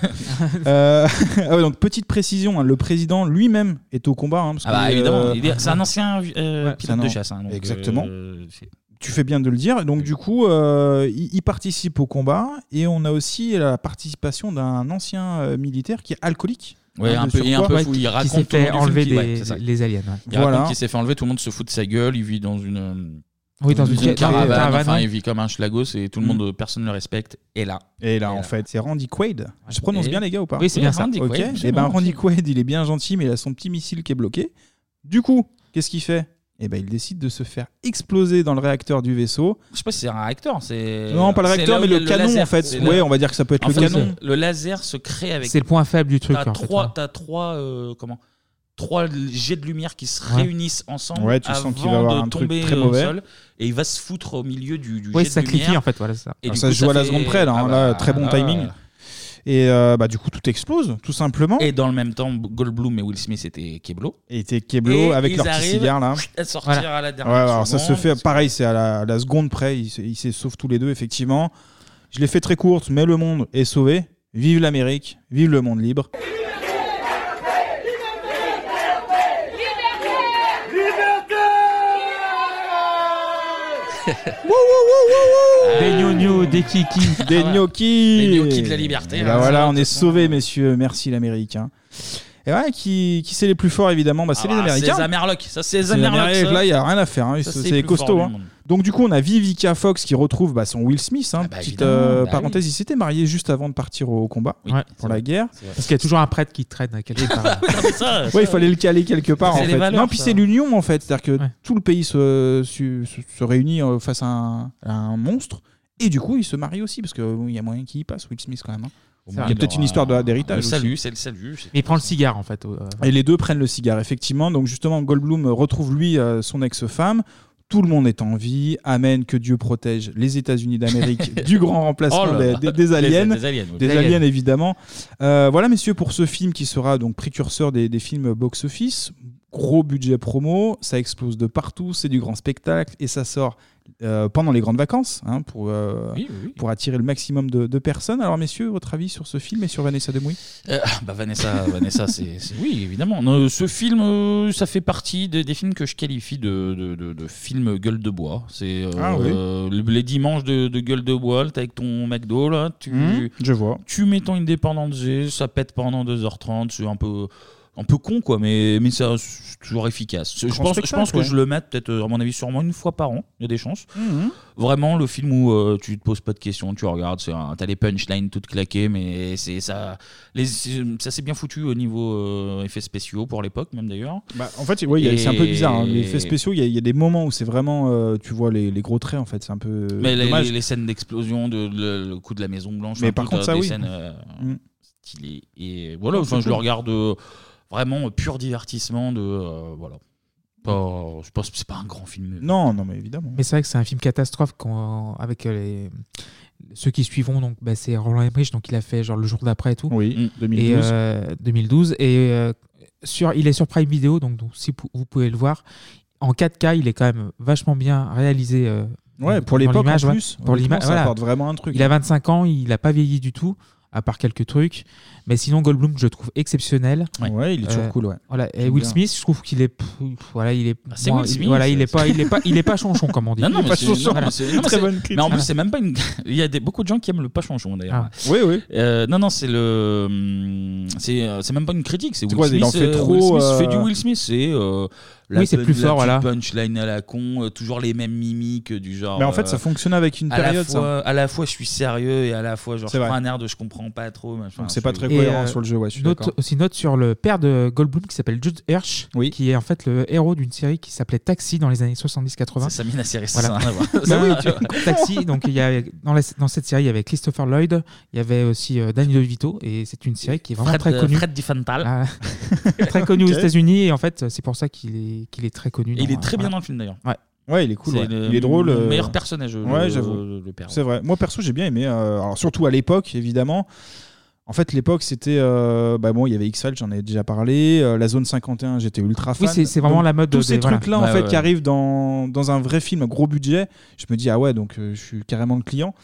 Euh, ah ouais, donc, petite précision, hein, le président lui-même est au combat. hein, parce
Ah bah
que,
évidemment,
euh,
il est- c'est un ancien euh,
Ouais, c'est
pilote
un
de
an.
chasse. hein, donc,
Exactement.
euh, c'est-
Tu fais bien de le dire. Et Donc, du coup, euh, il, il participe au combat. Et on a aussi la participation d'un ancien euh, militaire qui est alcoolique.
Ouais,
hein,
un
de
peu, et un
surpoids.
peu fou. Il raconte tout le monde du film qui- ouais, c'est ça. Il
Voilà.
raconte qu'il s'est fait enlever, tout le monde se fout de sa gueule, il vit dans une, euh,
Oui, dans une ca-
caravane,
caravane,
enfin,
ouais.
il vit comme un schlagos et tout le monde, euh, personne ne le respecte. Et là.
Mm. Et là, en fait, c'est Randy Quaid. Je prononce
Et-
bien les gars ou pas
Oui, c'est bien ça. Randy
Ok.
Quaid,
Et ben
absolument.
Randy Quaid, il est bien gentil, mais il a son petit missile qui est bloqué. Du coup, qu'est-ce qu'il fait Et ben, il décide de se faire exploser dans le réacteur du vaisseau.
Je sais pas si c'est un réacteur, c'est.
Non, pas le
c'est
réacteur,
là où
mais
il y a
le canon,
laser.
en fait.
C'est
Ouais,
là-
on va dire que ça peut être
En
le
fait,
canon.
Le laser se crée avec.
C'est le point faible du truc,
T'as
en fait, hein.
trois,
ouais.
t'as trois, euh, comment Trois jets de lumière qui se
Ouais.
réunissent ensemble
Ouais, tu sens
avant
qu'il va avoir
de
un truc
tomber
très
au
mauvais.
sol et il va se foutre au milieu du, du
Ouais, il
jet
se
de
sacrifie,
lumière.
en fait, voilà, c'est ça.
Et
Alors
du
Ah, ça
coup,
se joue à la
fait-
seconde près, là, hein.
ah
Là,
bah,
très bon
ah bah,
timing. Et euh, bah, du coup, tout explose, tout simplement.
Et dans le même temps, Goldblum et Will Smith étaient Keblo.
Étaient Keblo avec
ils
leur petit
arrivent
cigare là.
à sortir à la dernière
Ouais, alors ça se
seconde.
fait pareil, c'est à la, à la seconde près, ils se, ils se sauvent tous les deux effectivement. Je l'ai fait très courte, mais le monde est sauvé. Vive l'Amérique, vive le monde libre.
Ah,
Des gnognos, des kiki.
Des gnocchis.
Les Ah gnocchis de la liberté,
Et bah
hein, ça
voilà,
va,
on est sauvés, messieurs. Merci l'Amérique. hein. Et ouais, qui, qui c'est les plus forts évidemment bah, C'est
Ah
les
bah,
Américains.
C'est les Amerlocs. Ça, c'est les
C'est la
Amerlocs.
merde,
ça.
Là, il n'y a rien à faire. hein.
Ça,
C'est-
les
c'est
plus
costaud.
forts
hein.
du monde.
Donc, du coup, on a Vivica Fox qui retrouve bah, son Will Smith. hein. Petite
évidemment,
euh,
bah
parenthèse, il s'était marié juste avant de partir au combat
Ouais.
pour la guerre.
Parce qu'il y a toujours un prêtre qui traîne à quelque part.
Ouais, il fallait le caler quelque part en
C'est les
fait.
valeurs,
non, puis
ça.
c'est l'union en fait, c'est-à-dire que tout le pays se, se, se- se réunit euh, face à un, à un monstre et du coup ils se marient aussi parce qu'il y a moyen qu'il y passe Will Smith quand même. hein.
Au
Il y
moins,
a
il
peut-être
aura
une histoire de-
Le
d'héritage.
salut,
aussi.
c'est le salut. c'est-
Il prend le cigare en fait.
Euh, Et les deux prennent le cigare, effectivement. Donc justement, Goldblum retrouve lui euh, son ex-femme. Tout le monde est en vie. Amen. Que Dieu protège les États-Unis d'Amérique du grand remplacement
Oh là
des,
là.
des- des
Des-
aliens.
des aliens, oui.
Des
Des aliens.
aliens, évidemment. Euh, voilà, messieurs, pour ce film qui sera donc précurseur des, des films box-office. Gros budget promo. Ça explose de partout. C'est du grand spectacle. Et ça sort euh, pendant les grandes vacances hein, pour, euh, pour attirer le maximum de, de personnes. Alors, messieurs, votre avis sur ce film et sur Vanessa Demouy
Euh, bah Vanessa, Vanessa c'est, c'est- oui évidemment. Non, ce film, euh, ça fait partie des, des films que je qualifie de, de, de- de film gueule de bois. C'est euh,
Ah oui.
euh, le- les dimanches de, de gueule de bois, là, t'es avec ton McDo là, tu,
Hmm, je vois.
tu mets ton Independence Day, ça pète pendant 2h30, c'est un peu un peu con, quoi, mais, mais ça, c'est toujours efficace. Je
Grand
pense, je
spectacle,
pense que
ouais.
je le mate, peut-être, euh, à mon avis, sûrement une fois par an, il y a des chances.
Mhm.
Vraiment, le film où euh, tu te poses pas de questions, tu regardes, c'est un- t'as les punchlines toutes claquées, mais c'est ça. Les, c'est- ça s'est bien foutu au niveau euh, effets spéciaux pour l'époque, même d'ailleurs.
Bah, en fait, ouais, il y a- c'est un peu
Et-
bizarre. hein. Les effets spéciaux, il y, a- il y a des moments où c'est vraiment, euh, tu vois, les, les gros traits, en fait. C'est un peu.
Mais les,
euh, dommage.
les- les scènes d'explosion, de, le, le coup de la Maison Blanche,
Mais
enfin,
par
tout,
contre,
euh,
ça,
des
oui.
scènes euh,
Mm.
stylées. Et voilà,
Non,
enfin,
c'est
je le
cool.
regarde euh, vraiment euh, pur divertissement de. euh, voilà. Pas, je pense que c'est pas un grand film.
Non, non, mais évidemment.
Mais c'est vrai que c'est un film catastrophe quand, avec euh, les, ceux qui suivront. Donc, bah, c'est Roland Emmerich, donc il a fait genre le jour d'après et tout.
Oui, Mm. 2012.
Et, euh, 2012. Et euh, sur, il est sur Prime Video, donc, donc si pou- vous pouvez le voir en 4K, il est quand même vachement bien réalisé. euh,
Ouais,
dans-
pour
dans
l'époque,
l'image,
en
ouais.
plus,
Pour
honnêtement,
l'image,
ça
voilà.
apporte vraiment un truc.
Il a 25 ans, il n'a pas vieilli du tout, à part quelques trucs. Mais sinon, Goldblum, je le trouve exceptionnel. Euh,
Ouais. Ouais, il est toujours cool, ouais.
Voilà. Et
J'aime
Will
bien.
Smith, je trouve qu'il est, pff, voilà, il est,
C'est
moins-
Will
il-
Smith.
voilà, il est pas, il est pas, il est pas chanchon, comme on dit.
Non, non,
Il est
mais
pas
c'est-
chanchon.
non,
Voilà.
mais c'est- non, mais c'est- Mais en plus, c'est même pas une. Il y a des, beaucoup de gens qui aiment le pas chanchon d'ailleurs.
Ah. Oui, oui.
Euh, non, non, c'est le. hum, C'est euh, c'est même pas une critique. C'est
C'est
Will
quoi,
Smith.
il en fait
euh,
trop,
Will Smith
euh,
fait du Will Smith. C'est. euh, la
Oui, c'est
pun-
plus fort,
la petite
voilà.
punchline à la con, euh, toujours les mêmes mimiques euh, du genre.
Mais en fait,
euh,
ça fonctionne avec une
à la
période, ça.
fois- À la fois, je suis sérieux et à la fois, genre, je
C'est
prends
vrai.
un air de je comprends pas trop. machin.
Donc, c'est pas
Je-
très
Et,
cohérent
euh,
sur le jeu, ouais, je suis
note,
d'accord.
aussi note sur le père de Goldblum qui s'appelle Jude Hirsch, qui est en fait le héros d'une série qui s'appelait Taxi dans les années 70-80.
Ça, ça mène à la série, ça n'a rien à voir.
Bah
Ça,
oui,
tu-
tu- Taxi, donc il y a, dans, la- dans cette série, il y avait Christopher Lloyd, il y avait aussi euh, Danny DeVito, et c'est une série qui est vraiment
Fred,
très
euh,
connue.
Fred Diffenthal.
Ah. très connue
Ok.
aux États-Unis, et en fait, c'est pour ça qu'il est, qu'il est très connu.
Et il est très bien dans le film, d'ailleurs.
Ouais.
Ouais, il est cool.
C'est
ouais.
le
il est drôle. euh,
meilleur personnage, le-
Ouais, j'avoue.
le- le père.
C'est vrai. Moi, perso, j'ai bien aimé. euh, alors, surtout à l'époque, évidemment. En fait, l'époque, c'était. euh, bah bon, il y avait X-Files, j'en ai déjà parlé. euh, la zone 51, j'étais ultra fan.
Oui, c'est- c'est vraiment
Donc,
la mode
Tous
des-
ces
voilà.
trucs-là, en
Ouais,
fait,
ouais.
qui arrivent dans, dans un vrai film, gros budget. Je me dis, ah ouais, donc euh, je suis carrément le client.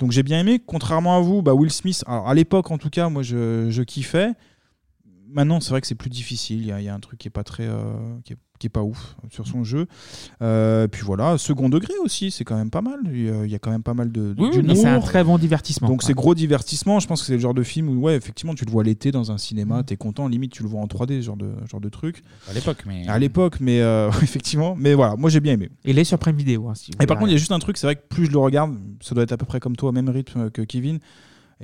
Donc, j'ai bien aimé. Contrairement à vous, bah, Will Smith, alors, à l'époque, en tout cas, moi, je, je kiffais. Maintenant, c'est vrai que c'est plus difficile. Il y, a- il y a un truc qui est pas très, euh, qui, est, qui est pas ouf sur son jeu. Euh, puis voilà, second degré aussi, c'est quand même pas mal. Il y a- il y a quand même pas mal de.
Oui, oui,
d'humour.
mais c'est un très bon divertissement.
Donc c'est
Ouais.
gros divertissement. Je pense que c'est le genre de film où ouais, effectivement, tu le vois l'été dans un cinéma, t'es content. Limite, tu le vois en 3D, ce genre de ce genre de truc.
Mm. À l'époque, mais-
À l'époque, mais euh, effectivement, mais voilà, moi j'ai bien aimé.
Il est sur Prime Video. hein, si vous
Et par contre, il
voulez
y a
regarder.
juste un truc, c'est vrai que plus je le regarde, ça doit être à peu près comme toi, au même rythme que Kevin.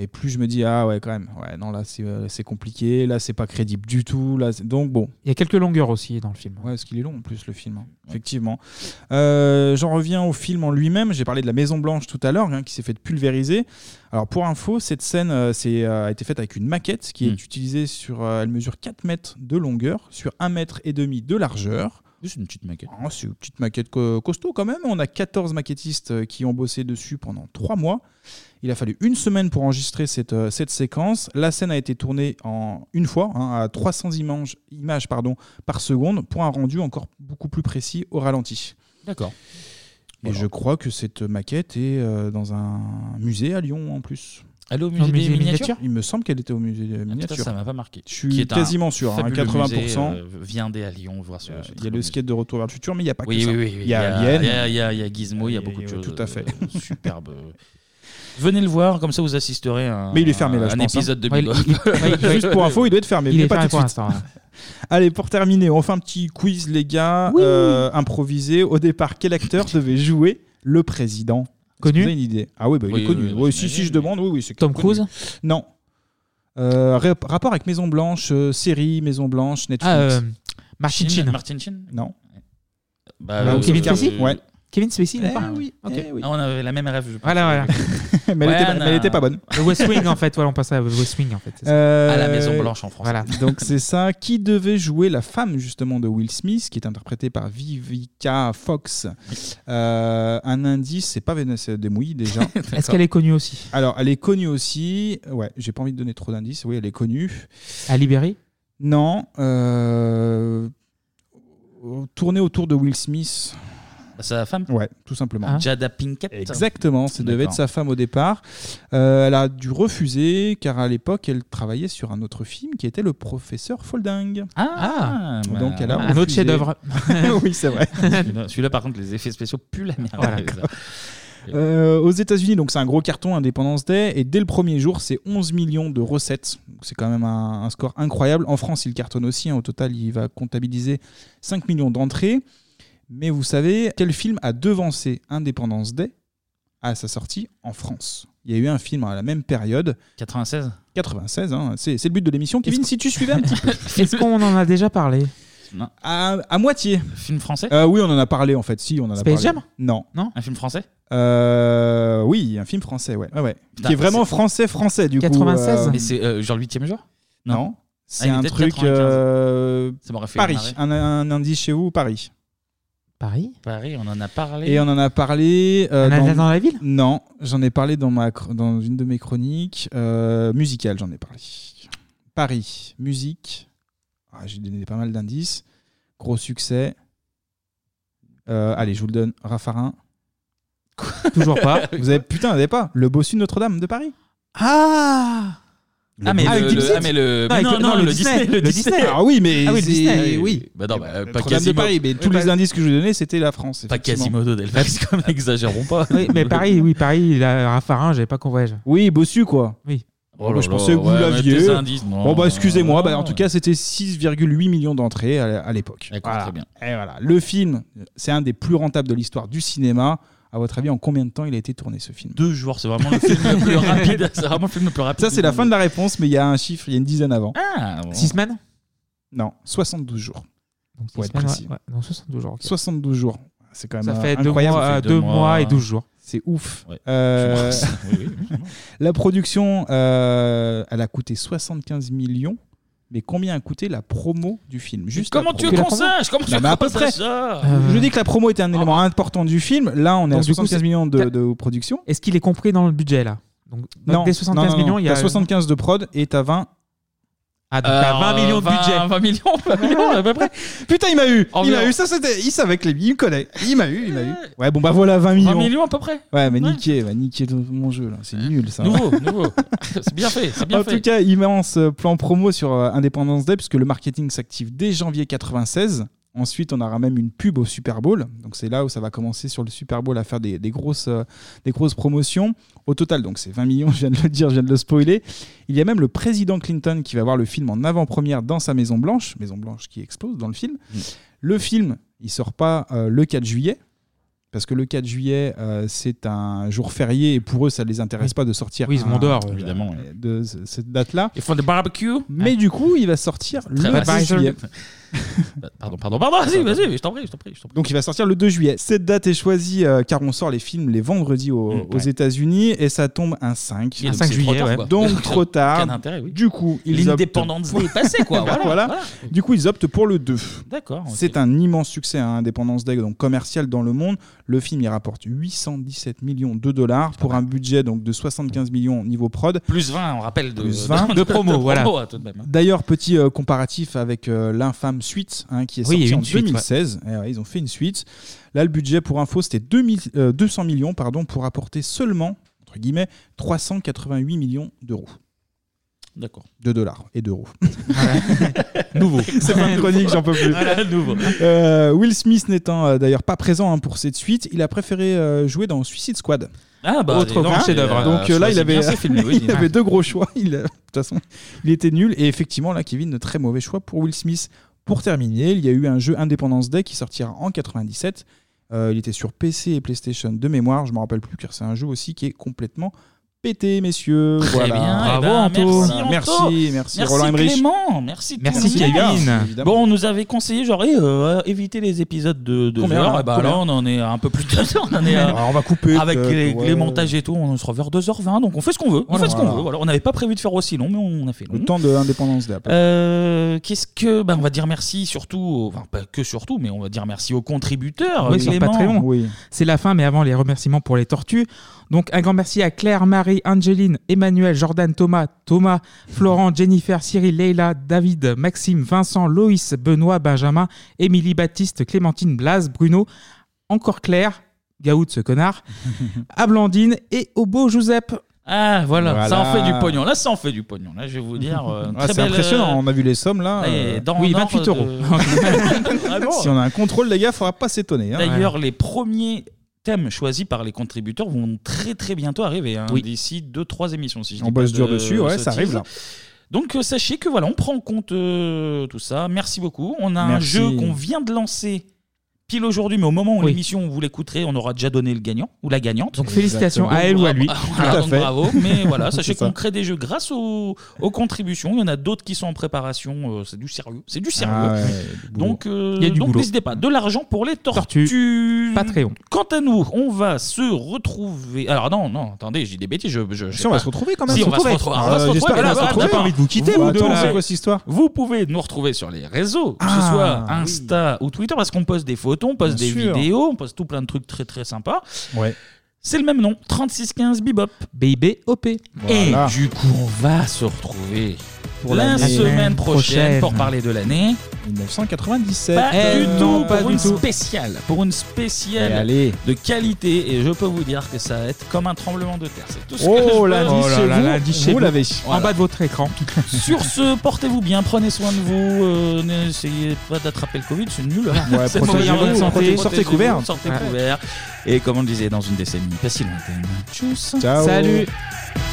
Et plus je me dis, ah ouais, quand même, ouais, non, là c'est euh, c'est compliqué, là c'est pas crédible du tout. Là, c'est- Donc bon.
Il y a quelques longueurs aussi dans le film.
Ouais, parce qu'il est long en plus le film, hein. effectivement. Euh, J'en reviens au film en lui-même. J'ai parlé de la Maison Blanche tout à l'heure, hein, qui s'est fait pulvériser. Alors pour info, cette scène euh, c'est, euh, a été faite avec une maquette qui
Mm.
Hmm.
est utilisée sur. euh, elle mesure 4 mètres de longueur sur 1 mètre et demi de largeur.
C'est une petite maquette.
Ah, c'est une petite maquette co- costaud quand même. On a 14 maquettistes euh, qui ont bossé dessus pendant 3 mois. Il a fallu une semaine pour enregistrer cette, euh, cette séquence. La scène a été tournée en une fois, hein, à 300 images, images pardon, par seconde, pour un rendu encore beaucoup plus précis au ralenti.
D'accord.
Et je crois que cette maquette est euh, dans un musée à Lyon en plus.
Elle est au musée Dans le des musée des miniatures miniatures
Il me semble qu'elle était au musée des miniatures.
ça m'a pas marqué.
Je
Qui
suis
est un
quasiment sûr, hein,
fabuleux
80%.
musée, euh, viendez à Lyon voir ce- ce
Euh, il y a le skate de Retour vers le futur, mais il n'y a pas
Oui,
que ça.
oui, oui, oui.
Il y a Alien.
Il y a, il y a- il y a Gizmo, il y a beaucoup de choses.
tout à fait.
euh, superbes. Venez le voir, comme ça vous assisterez à un,
Mais il est fermé là,
un
je pense, hein.
épisode de Bebop.
Juste pour info, il doit être fermé, mais pas tout de suite.
hein.
Allez, pour terminer, on fait un petit quiz, les gars, euh, improvisé. Au départ, quel acteur devait jouer le président Est-ce que
Connu
Vous avez une idée Ah oui, bah, il
Oui,
est connu.
oui,
Oui, si, si, je demande, oui, oui. c'est Tom
Cruise
Non. Euh, rap- rapport avec Maison Blanche, euh, série Maison Blanche, Netflix.
euh, Martin Sheen.
Martin Sheen
Non.
Bah,
Euh,
Kevin
Oscar-
Spacey
Ouais.
Kevin Spacey,
Eh
n'est pas
oui,
Ok.
Ah, on avait la même rêve. je pense.
Voilà, voilà.
Ouais, on a-
Le West Wing, en fait. Voilà, on passait à West Wing, en fait. c'est ça.
Euh,
À la Maison Blanche en France.
Voilà.
Donc c'est ça. Qui devait jouer la femme justement de Will Smith, qui est interprétée par Vivica Fox. Euh, un indice, c'est pas Vanessa Demouy déjà.
Est-ce qu'elle est connue aussi
Alors elle est connue aussi. Ouais, j'ai pas envie de donner trop d'indices. Oui, elle est connue.
À Libéry
Non. Euh... Tournée autour de Will Smith.
Sa femme
Ouais, tout simplement.
Ah. Hein
Jada Pinkett.
Exactement, ça devait être
D'accord.
sa femme au départ. Euh, elle a dû refuser car à l'époque elle travaillait sur un autre film qui était Le Professeur Folding.
Ah,
Donc elle a
bah,
refusé. oui, c'est vrai.
Celui-là, celui-là, par contre, les effets spéciaux puent la merde.
Voilà. Euh, aux États-Unis, donc c'est un gros carton Indépendance Day, et dès le premier jour, c'est 11 millions de recettes. Donc, C'est quand même un, un score incroyable. En France, il cartonne aussi. hein. Au total, il va comptabiliser 5 millions d'entrées. Mais vous savez quel film a devancé Indépendance Day à sa sortie en France Il y a eu un film à la même période.
96
96, hein. c'est c'est le but de l'émission. Kevin, si tu suivais un petit peu.
Est-ce qu'on en a déjà parlé
À, à moitié.
Film français
Euh, oui, on en a parlé en fait. Si, on en a
Space
parlé.
Jam
Non.
Non Un film français
Euh, oui, un film français, ouais. Ouais, ouais.
Putain,
qui est vraiment
c'est-
français, français du coup. euh,
Mais c'est euh, genre le 8 genre
Non.
Ah,
C'est
il est
un
peut-être
truc.
95.
euh,
Ça m'aurait fait
Paris.
marrer.
Un, un indice chez vous, Paris.
Paris
Paris, on en a parlé.
Et on en a parlé. euh,
Un Aladdin dans la
ville
Non, j'en ai parlé dans, ma, chr- dans une de mes chroniques euh, musicales, j'en ai parlé. Paris, musique. Ah, J'ai donné pas mal d'indices. Gros succès. Euh, allez, je vous le donne. Raffarin.
Toujours pas.
Vous avez, putain, vous avez pas. Le bossu de Notre-Dame de Paris.
Ah
Ah, mais le- le- ah, mais le- mais non, non, le Disney, le Disney.
Ah oui, mais.
Ah oui, le
c'est-
Disney.
Oui.
Bah non, bah, pas
Notre-Dame de
Quasimodo.
Paris, mais tous
Ouais,
les
pas-
indices que je vous donnais, c'était la France.
Pas
effectivement.
Quasimodo Del Valle, quand même, exagérons pas.
Oui, mais Paris, oui, Paris, il a Raffarin, j'avais pas qu'on voyage.
Oui, bossu, quoi.
Oui.
Oh là
Moi, je
là,
pensais que vous
ouais, mais
l'aviez.
tes indices, non.
Bon, bah, excusez-moi. Bah, en
Non.
tout cas, c'était 6,8 millions d'entrées euh, à, à l'époque. Voilà.
très bien.
Et voilà. Le film, c'est un des plus rentables de l'histoire du cinéma. À votre avis, en combien de temps il a été tourné ce film
Deux jours, c'est vraiment le film le plus rapide. C'est vraiment le film le plus rapide.
Ça, c'est la fin de la réponse, mais il y a un chiffre, il y a une dizaine avant.
Ah, bon.
Six semaines
Non, 72 jours.
Donc,
Pour
six
être
semaines,
précis.
ouais, ouais. Non, 72 jours, ok.
72 jours. C'est quand même
Ça
euh,
fait deux
incroyable.
mois, Ça fait deux euh, deux mois. mois et 12 jours.
C'est ouf.
Ouais.
Euh,
Je pense. Oui, oui, oui.
la production, euh, elle a coûté 75 millions. Mais combien a coûté la promo du film Juste
Comment
la
tu
promo.
veux qu'on sache Comment tu
Non,
veux
mais à
qu'on
peu près.
sache ça
Euh,
Je dis que la promo
Oh.
était un élément important du film. Là, on est
Donc,
à
du coup,
75
c'est-
millions de,
t'as-
de production.
Est-ce qu'il est compris dans le budget là Donc, donc, dès
non,
75
non, non.
millions, il y a.
T'as 75 de prod et t'as 20.
Ah, donc t'as 20 millions de budget.
20 Euh, millions, 20 millions à peu près.
Putain, il m'a eu Il
Environ.
m'a eu, ça c'était. Il savait que les il me connaît. Il m'a eu, il m'a eu. Ouais, bon bah voilà, 20 millions.
20 millions à peu près.
Ouais, mais niqué, va niquer tout mon jeu là. C'est nul ça.
Nouveau, nouveau. C'est bien fait, c'est bien
en
fait.
tout cas, immense euh, plan promo sur euh, Independence Day, puisque le marketing s'active dès janvier 96. Ensuite, on aura même une pub au Super Bowl. Donc, c'est là où ça va commencer sur le Super Bowl à faire des, des grosses, euh, des grosses promotions. Au total, donc, c'est 20 millions, je viens de le dire, je viens de le spoiler. Il y a même le président Clinton qui va voir le film en avant-première dans sa Maison Blanche. Maison Blanche qui explose dans le film. Le film, il sort pas euh, le 4 juillet. Parce que le 4 juillet, euh, c'est un jour férié et pour eux, ça les intéresse pas de sortir.
Oui, ils
un- euh,
vont dehors, ouais.
Évidemment.
de ce- cette date-là.
Ils font des barbecues.
Mais du coup, il va sortir
Très
le 2
raciste.
juillet.
Bah, Pardon, pardon, pardon, vas-y, vas-y, je t'en prie, je t'en prie, je t'en prie.
Donc il va sortir le 2 juillet. Cette date est choisie euh, car on sort les films les vendredis au- aux
Mm, ouais.
États-Unis et ça tombe un 5.
Et Un donc 5 c'est juillet, trop tard, ouais. quoi.
Donc trop tard.
Quel intérêt, oui.
Du coup, ils optent
L'indépendance
pour-
Day est passée, quoi, voilà,
Voilà.
voilà.
Du coup, ils optent pour le 2.
D'accord, ok.
C'est un immense succès à Independence Day, donc commercial dans le monde. Le film, il rapporte 817 millions de dollars pour un budget donc de 75 millions au niveau prod.
Plus 20, on rappelle de,
Plus 20
de promo, à tout de
hein.
même. hein.
D'ailleurs, petit euh, comparatif avec euh, l'infâme suite hein, qui est
Oui, il y a
sortie
eu
en
une suite,
2016. Eh ouais, ils ont fait une suite. Là, le budget pour info, c'était 2000 euh, 200 millions pardon, pour apporter seulement, entre guillemets, 388 millions d'euros.
D'accord.
De dollars et d'euros.
Nouveau.
C'est pas une chronique, j'en peux plus.
Voilà, nouveau.
Euh, Will Smith n'étant euh, d'ailleurs pas présent hein, pour cette suite, il a préféré euh, jouer dans Suicide Squad.
Ah, bah, dis
autre
donc,
grand
il a
chef-d'œuvre. Donc euh, là,
choisi
il avait,
bien ses films, oui, dis
il
donc.
avait deux gros choix. Il, a- de toute façon, il était nul. Et effectivement, là, Kevin, de très mauvais choix pour Will Smith. Pour terminer, il y a eu un jeu Independence Day qui sortira en 97. Euh, il était sur PC et PlayStation de mémoire. Je me rappelle plus car c'est un jeu aussi qui est complètement pété, messieurs.
Très
Voilà.
bien, eh
Bravo,
ben,
Anto.
Merci, Anto.
Merci, merci, Roland Emmerich.
Clément, merci,
Merci,
Clément.
Kevin. Évidemment.
Bon, on nous avait conseillé, genre, eh, euh, éviter les épisodes de, de
Combien, Ah, bah
heures.
là
Eh ben,
Combien
là, on en est à un peu plus de deux heures. On, en est à-
Alors, Ah, on va couper,
Avec
peut-être,
les,
ouais.
les montages et tout, on sera vers 2h20. Donc, on fait ce qu'on veut. On
Voilà.
fait ce qu'on
Voilà.
veut. Voilà, On n'avait pas prévu de faire aussi long, mais on a fait long.
Le temps de l'indépendance Day. après.
Euh, Qu'est-ce que. ben, on va dire merci surtout, aux- enfin, pas que surtout, mais on va dire merci aux contributeurs.
Oui, sur
Clément.
Patreon. C'est la fin, mais avant les remerciements pour les tortues. Donc un grand merci à Claire, Marie, Angeline, Emmanuel, Jordan, Thomas, Thomas, Florent, Jennifer, Cyril, Leila, David, Maxime, Vincent, Loïs, Benoît, Benjamin, Émilie, Baptiste, Clémentine, Blaze, Bruno, encore Claire, Gaout ce connard, Ablandine et au beau Joseph.
Ah voilà, ça en fait du pognon. Là, ça en fait du pognon. Là, je vais vous dire. euh,
Ah,
très
c'est
belle,
impressionnant,
euh,
on a vu les sommes là.
là, et
euh,
dans un ordre de- Ah bon
si on a un contrôle, les gars, faudra pas s'étonner. hein.
D'ailleurs, les premiers thèmes choisis par les contributeurs vont très très bientôt arriver. hein,
Oui.
D'ici 2-3 émissions, si je
On
dis pas
bosse
de
dur dessus, ouais, ça arrive,
sottises.
là.
Donc euh, sachez que voilà, on prend en compte euh, tout ça. Merci beaucoup. On a
Merci.
un jeu qu'on vient de lancer pile aujourd'hui, mais au moment où
Oui.
l'émission vous l'écouterez, on aura déjà donné le gagnant ou la gagnante.
Donc, félicitations à elle ou à lui.
Donc, bravo.
Tout à
Voilà, donc,
fait.
bravo. Mais voilà, sachez
C'est ça.
qu'on crée des jeux grâce aux, aux contributions. Il y en a d'autres qui sont en préparation. euh, c'est du sérieux. C'est du sérieux.
Ah ouais, boulot.
donc euh,
Il y a du
donc
boulot.
n'hésitez pas. De l'argent pour les tortues.
Patreon.
Quant à nous, on va se retrouver. Alors non, non, attendez, je dis des bêtises. Je, je- je
Si,
sais
on va
pas.
se retrouver quand même,
Si, on
se
va se
retrouver.
retrouver. on va
Euh,
se
j'espère
retrouver,
qu'on
mais
va
là,
se
on a
retrouver.
pas envie de vous quitter,
Attends,
vous deux.
c'est
là.
quoi cette histoire
Vous pouvez nous retrouver sur les réseaux, que ce
Ah,
soit Insta ou Twitter, parce qu'on poste des photos, on poste
Bien
des
sûr.
vidéos, on poste tout plein de trucs très très sympas.
Ouais.
C'est le même nom, 3615 Bibop.
BIBOP.
Voilà. Et du coup, on va se retrouver
Pour
la
l'année
semaine
prochaine.
prochaine pour parler de l'année.
1997.
Pas
Euh,
du
non,
tout,
pas
pour
du
une
tout.
spéciale, pour une spéciale
Et allez.
de qualité. Et je peux vous dire que ça va être comme un tremblement de terre. C'est tout ce que je
Oh,
peux
lundi
dire.
chez vous, vous l'avez.
Voilà.
En bas de votre écran.
Sur ce, portez-vous bien, prenez soin de vous, euh, n'essayez pas d'attraper le Covid, c'est nul.
Ouais,
C'est mauvais
protégez-vous,
pour votre santé.
protégez- sortez
Protégez-vous,
couverts.
Sortez
Ouais.
couverts. Et comme on le disait dans une décennie pas si lointaine. Tchuss.
Ciao.
Salut.
Salut.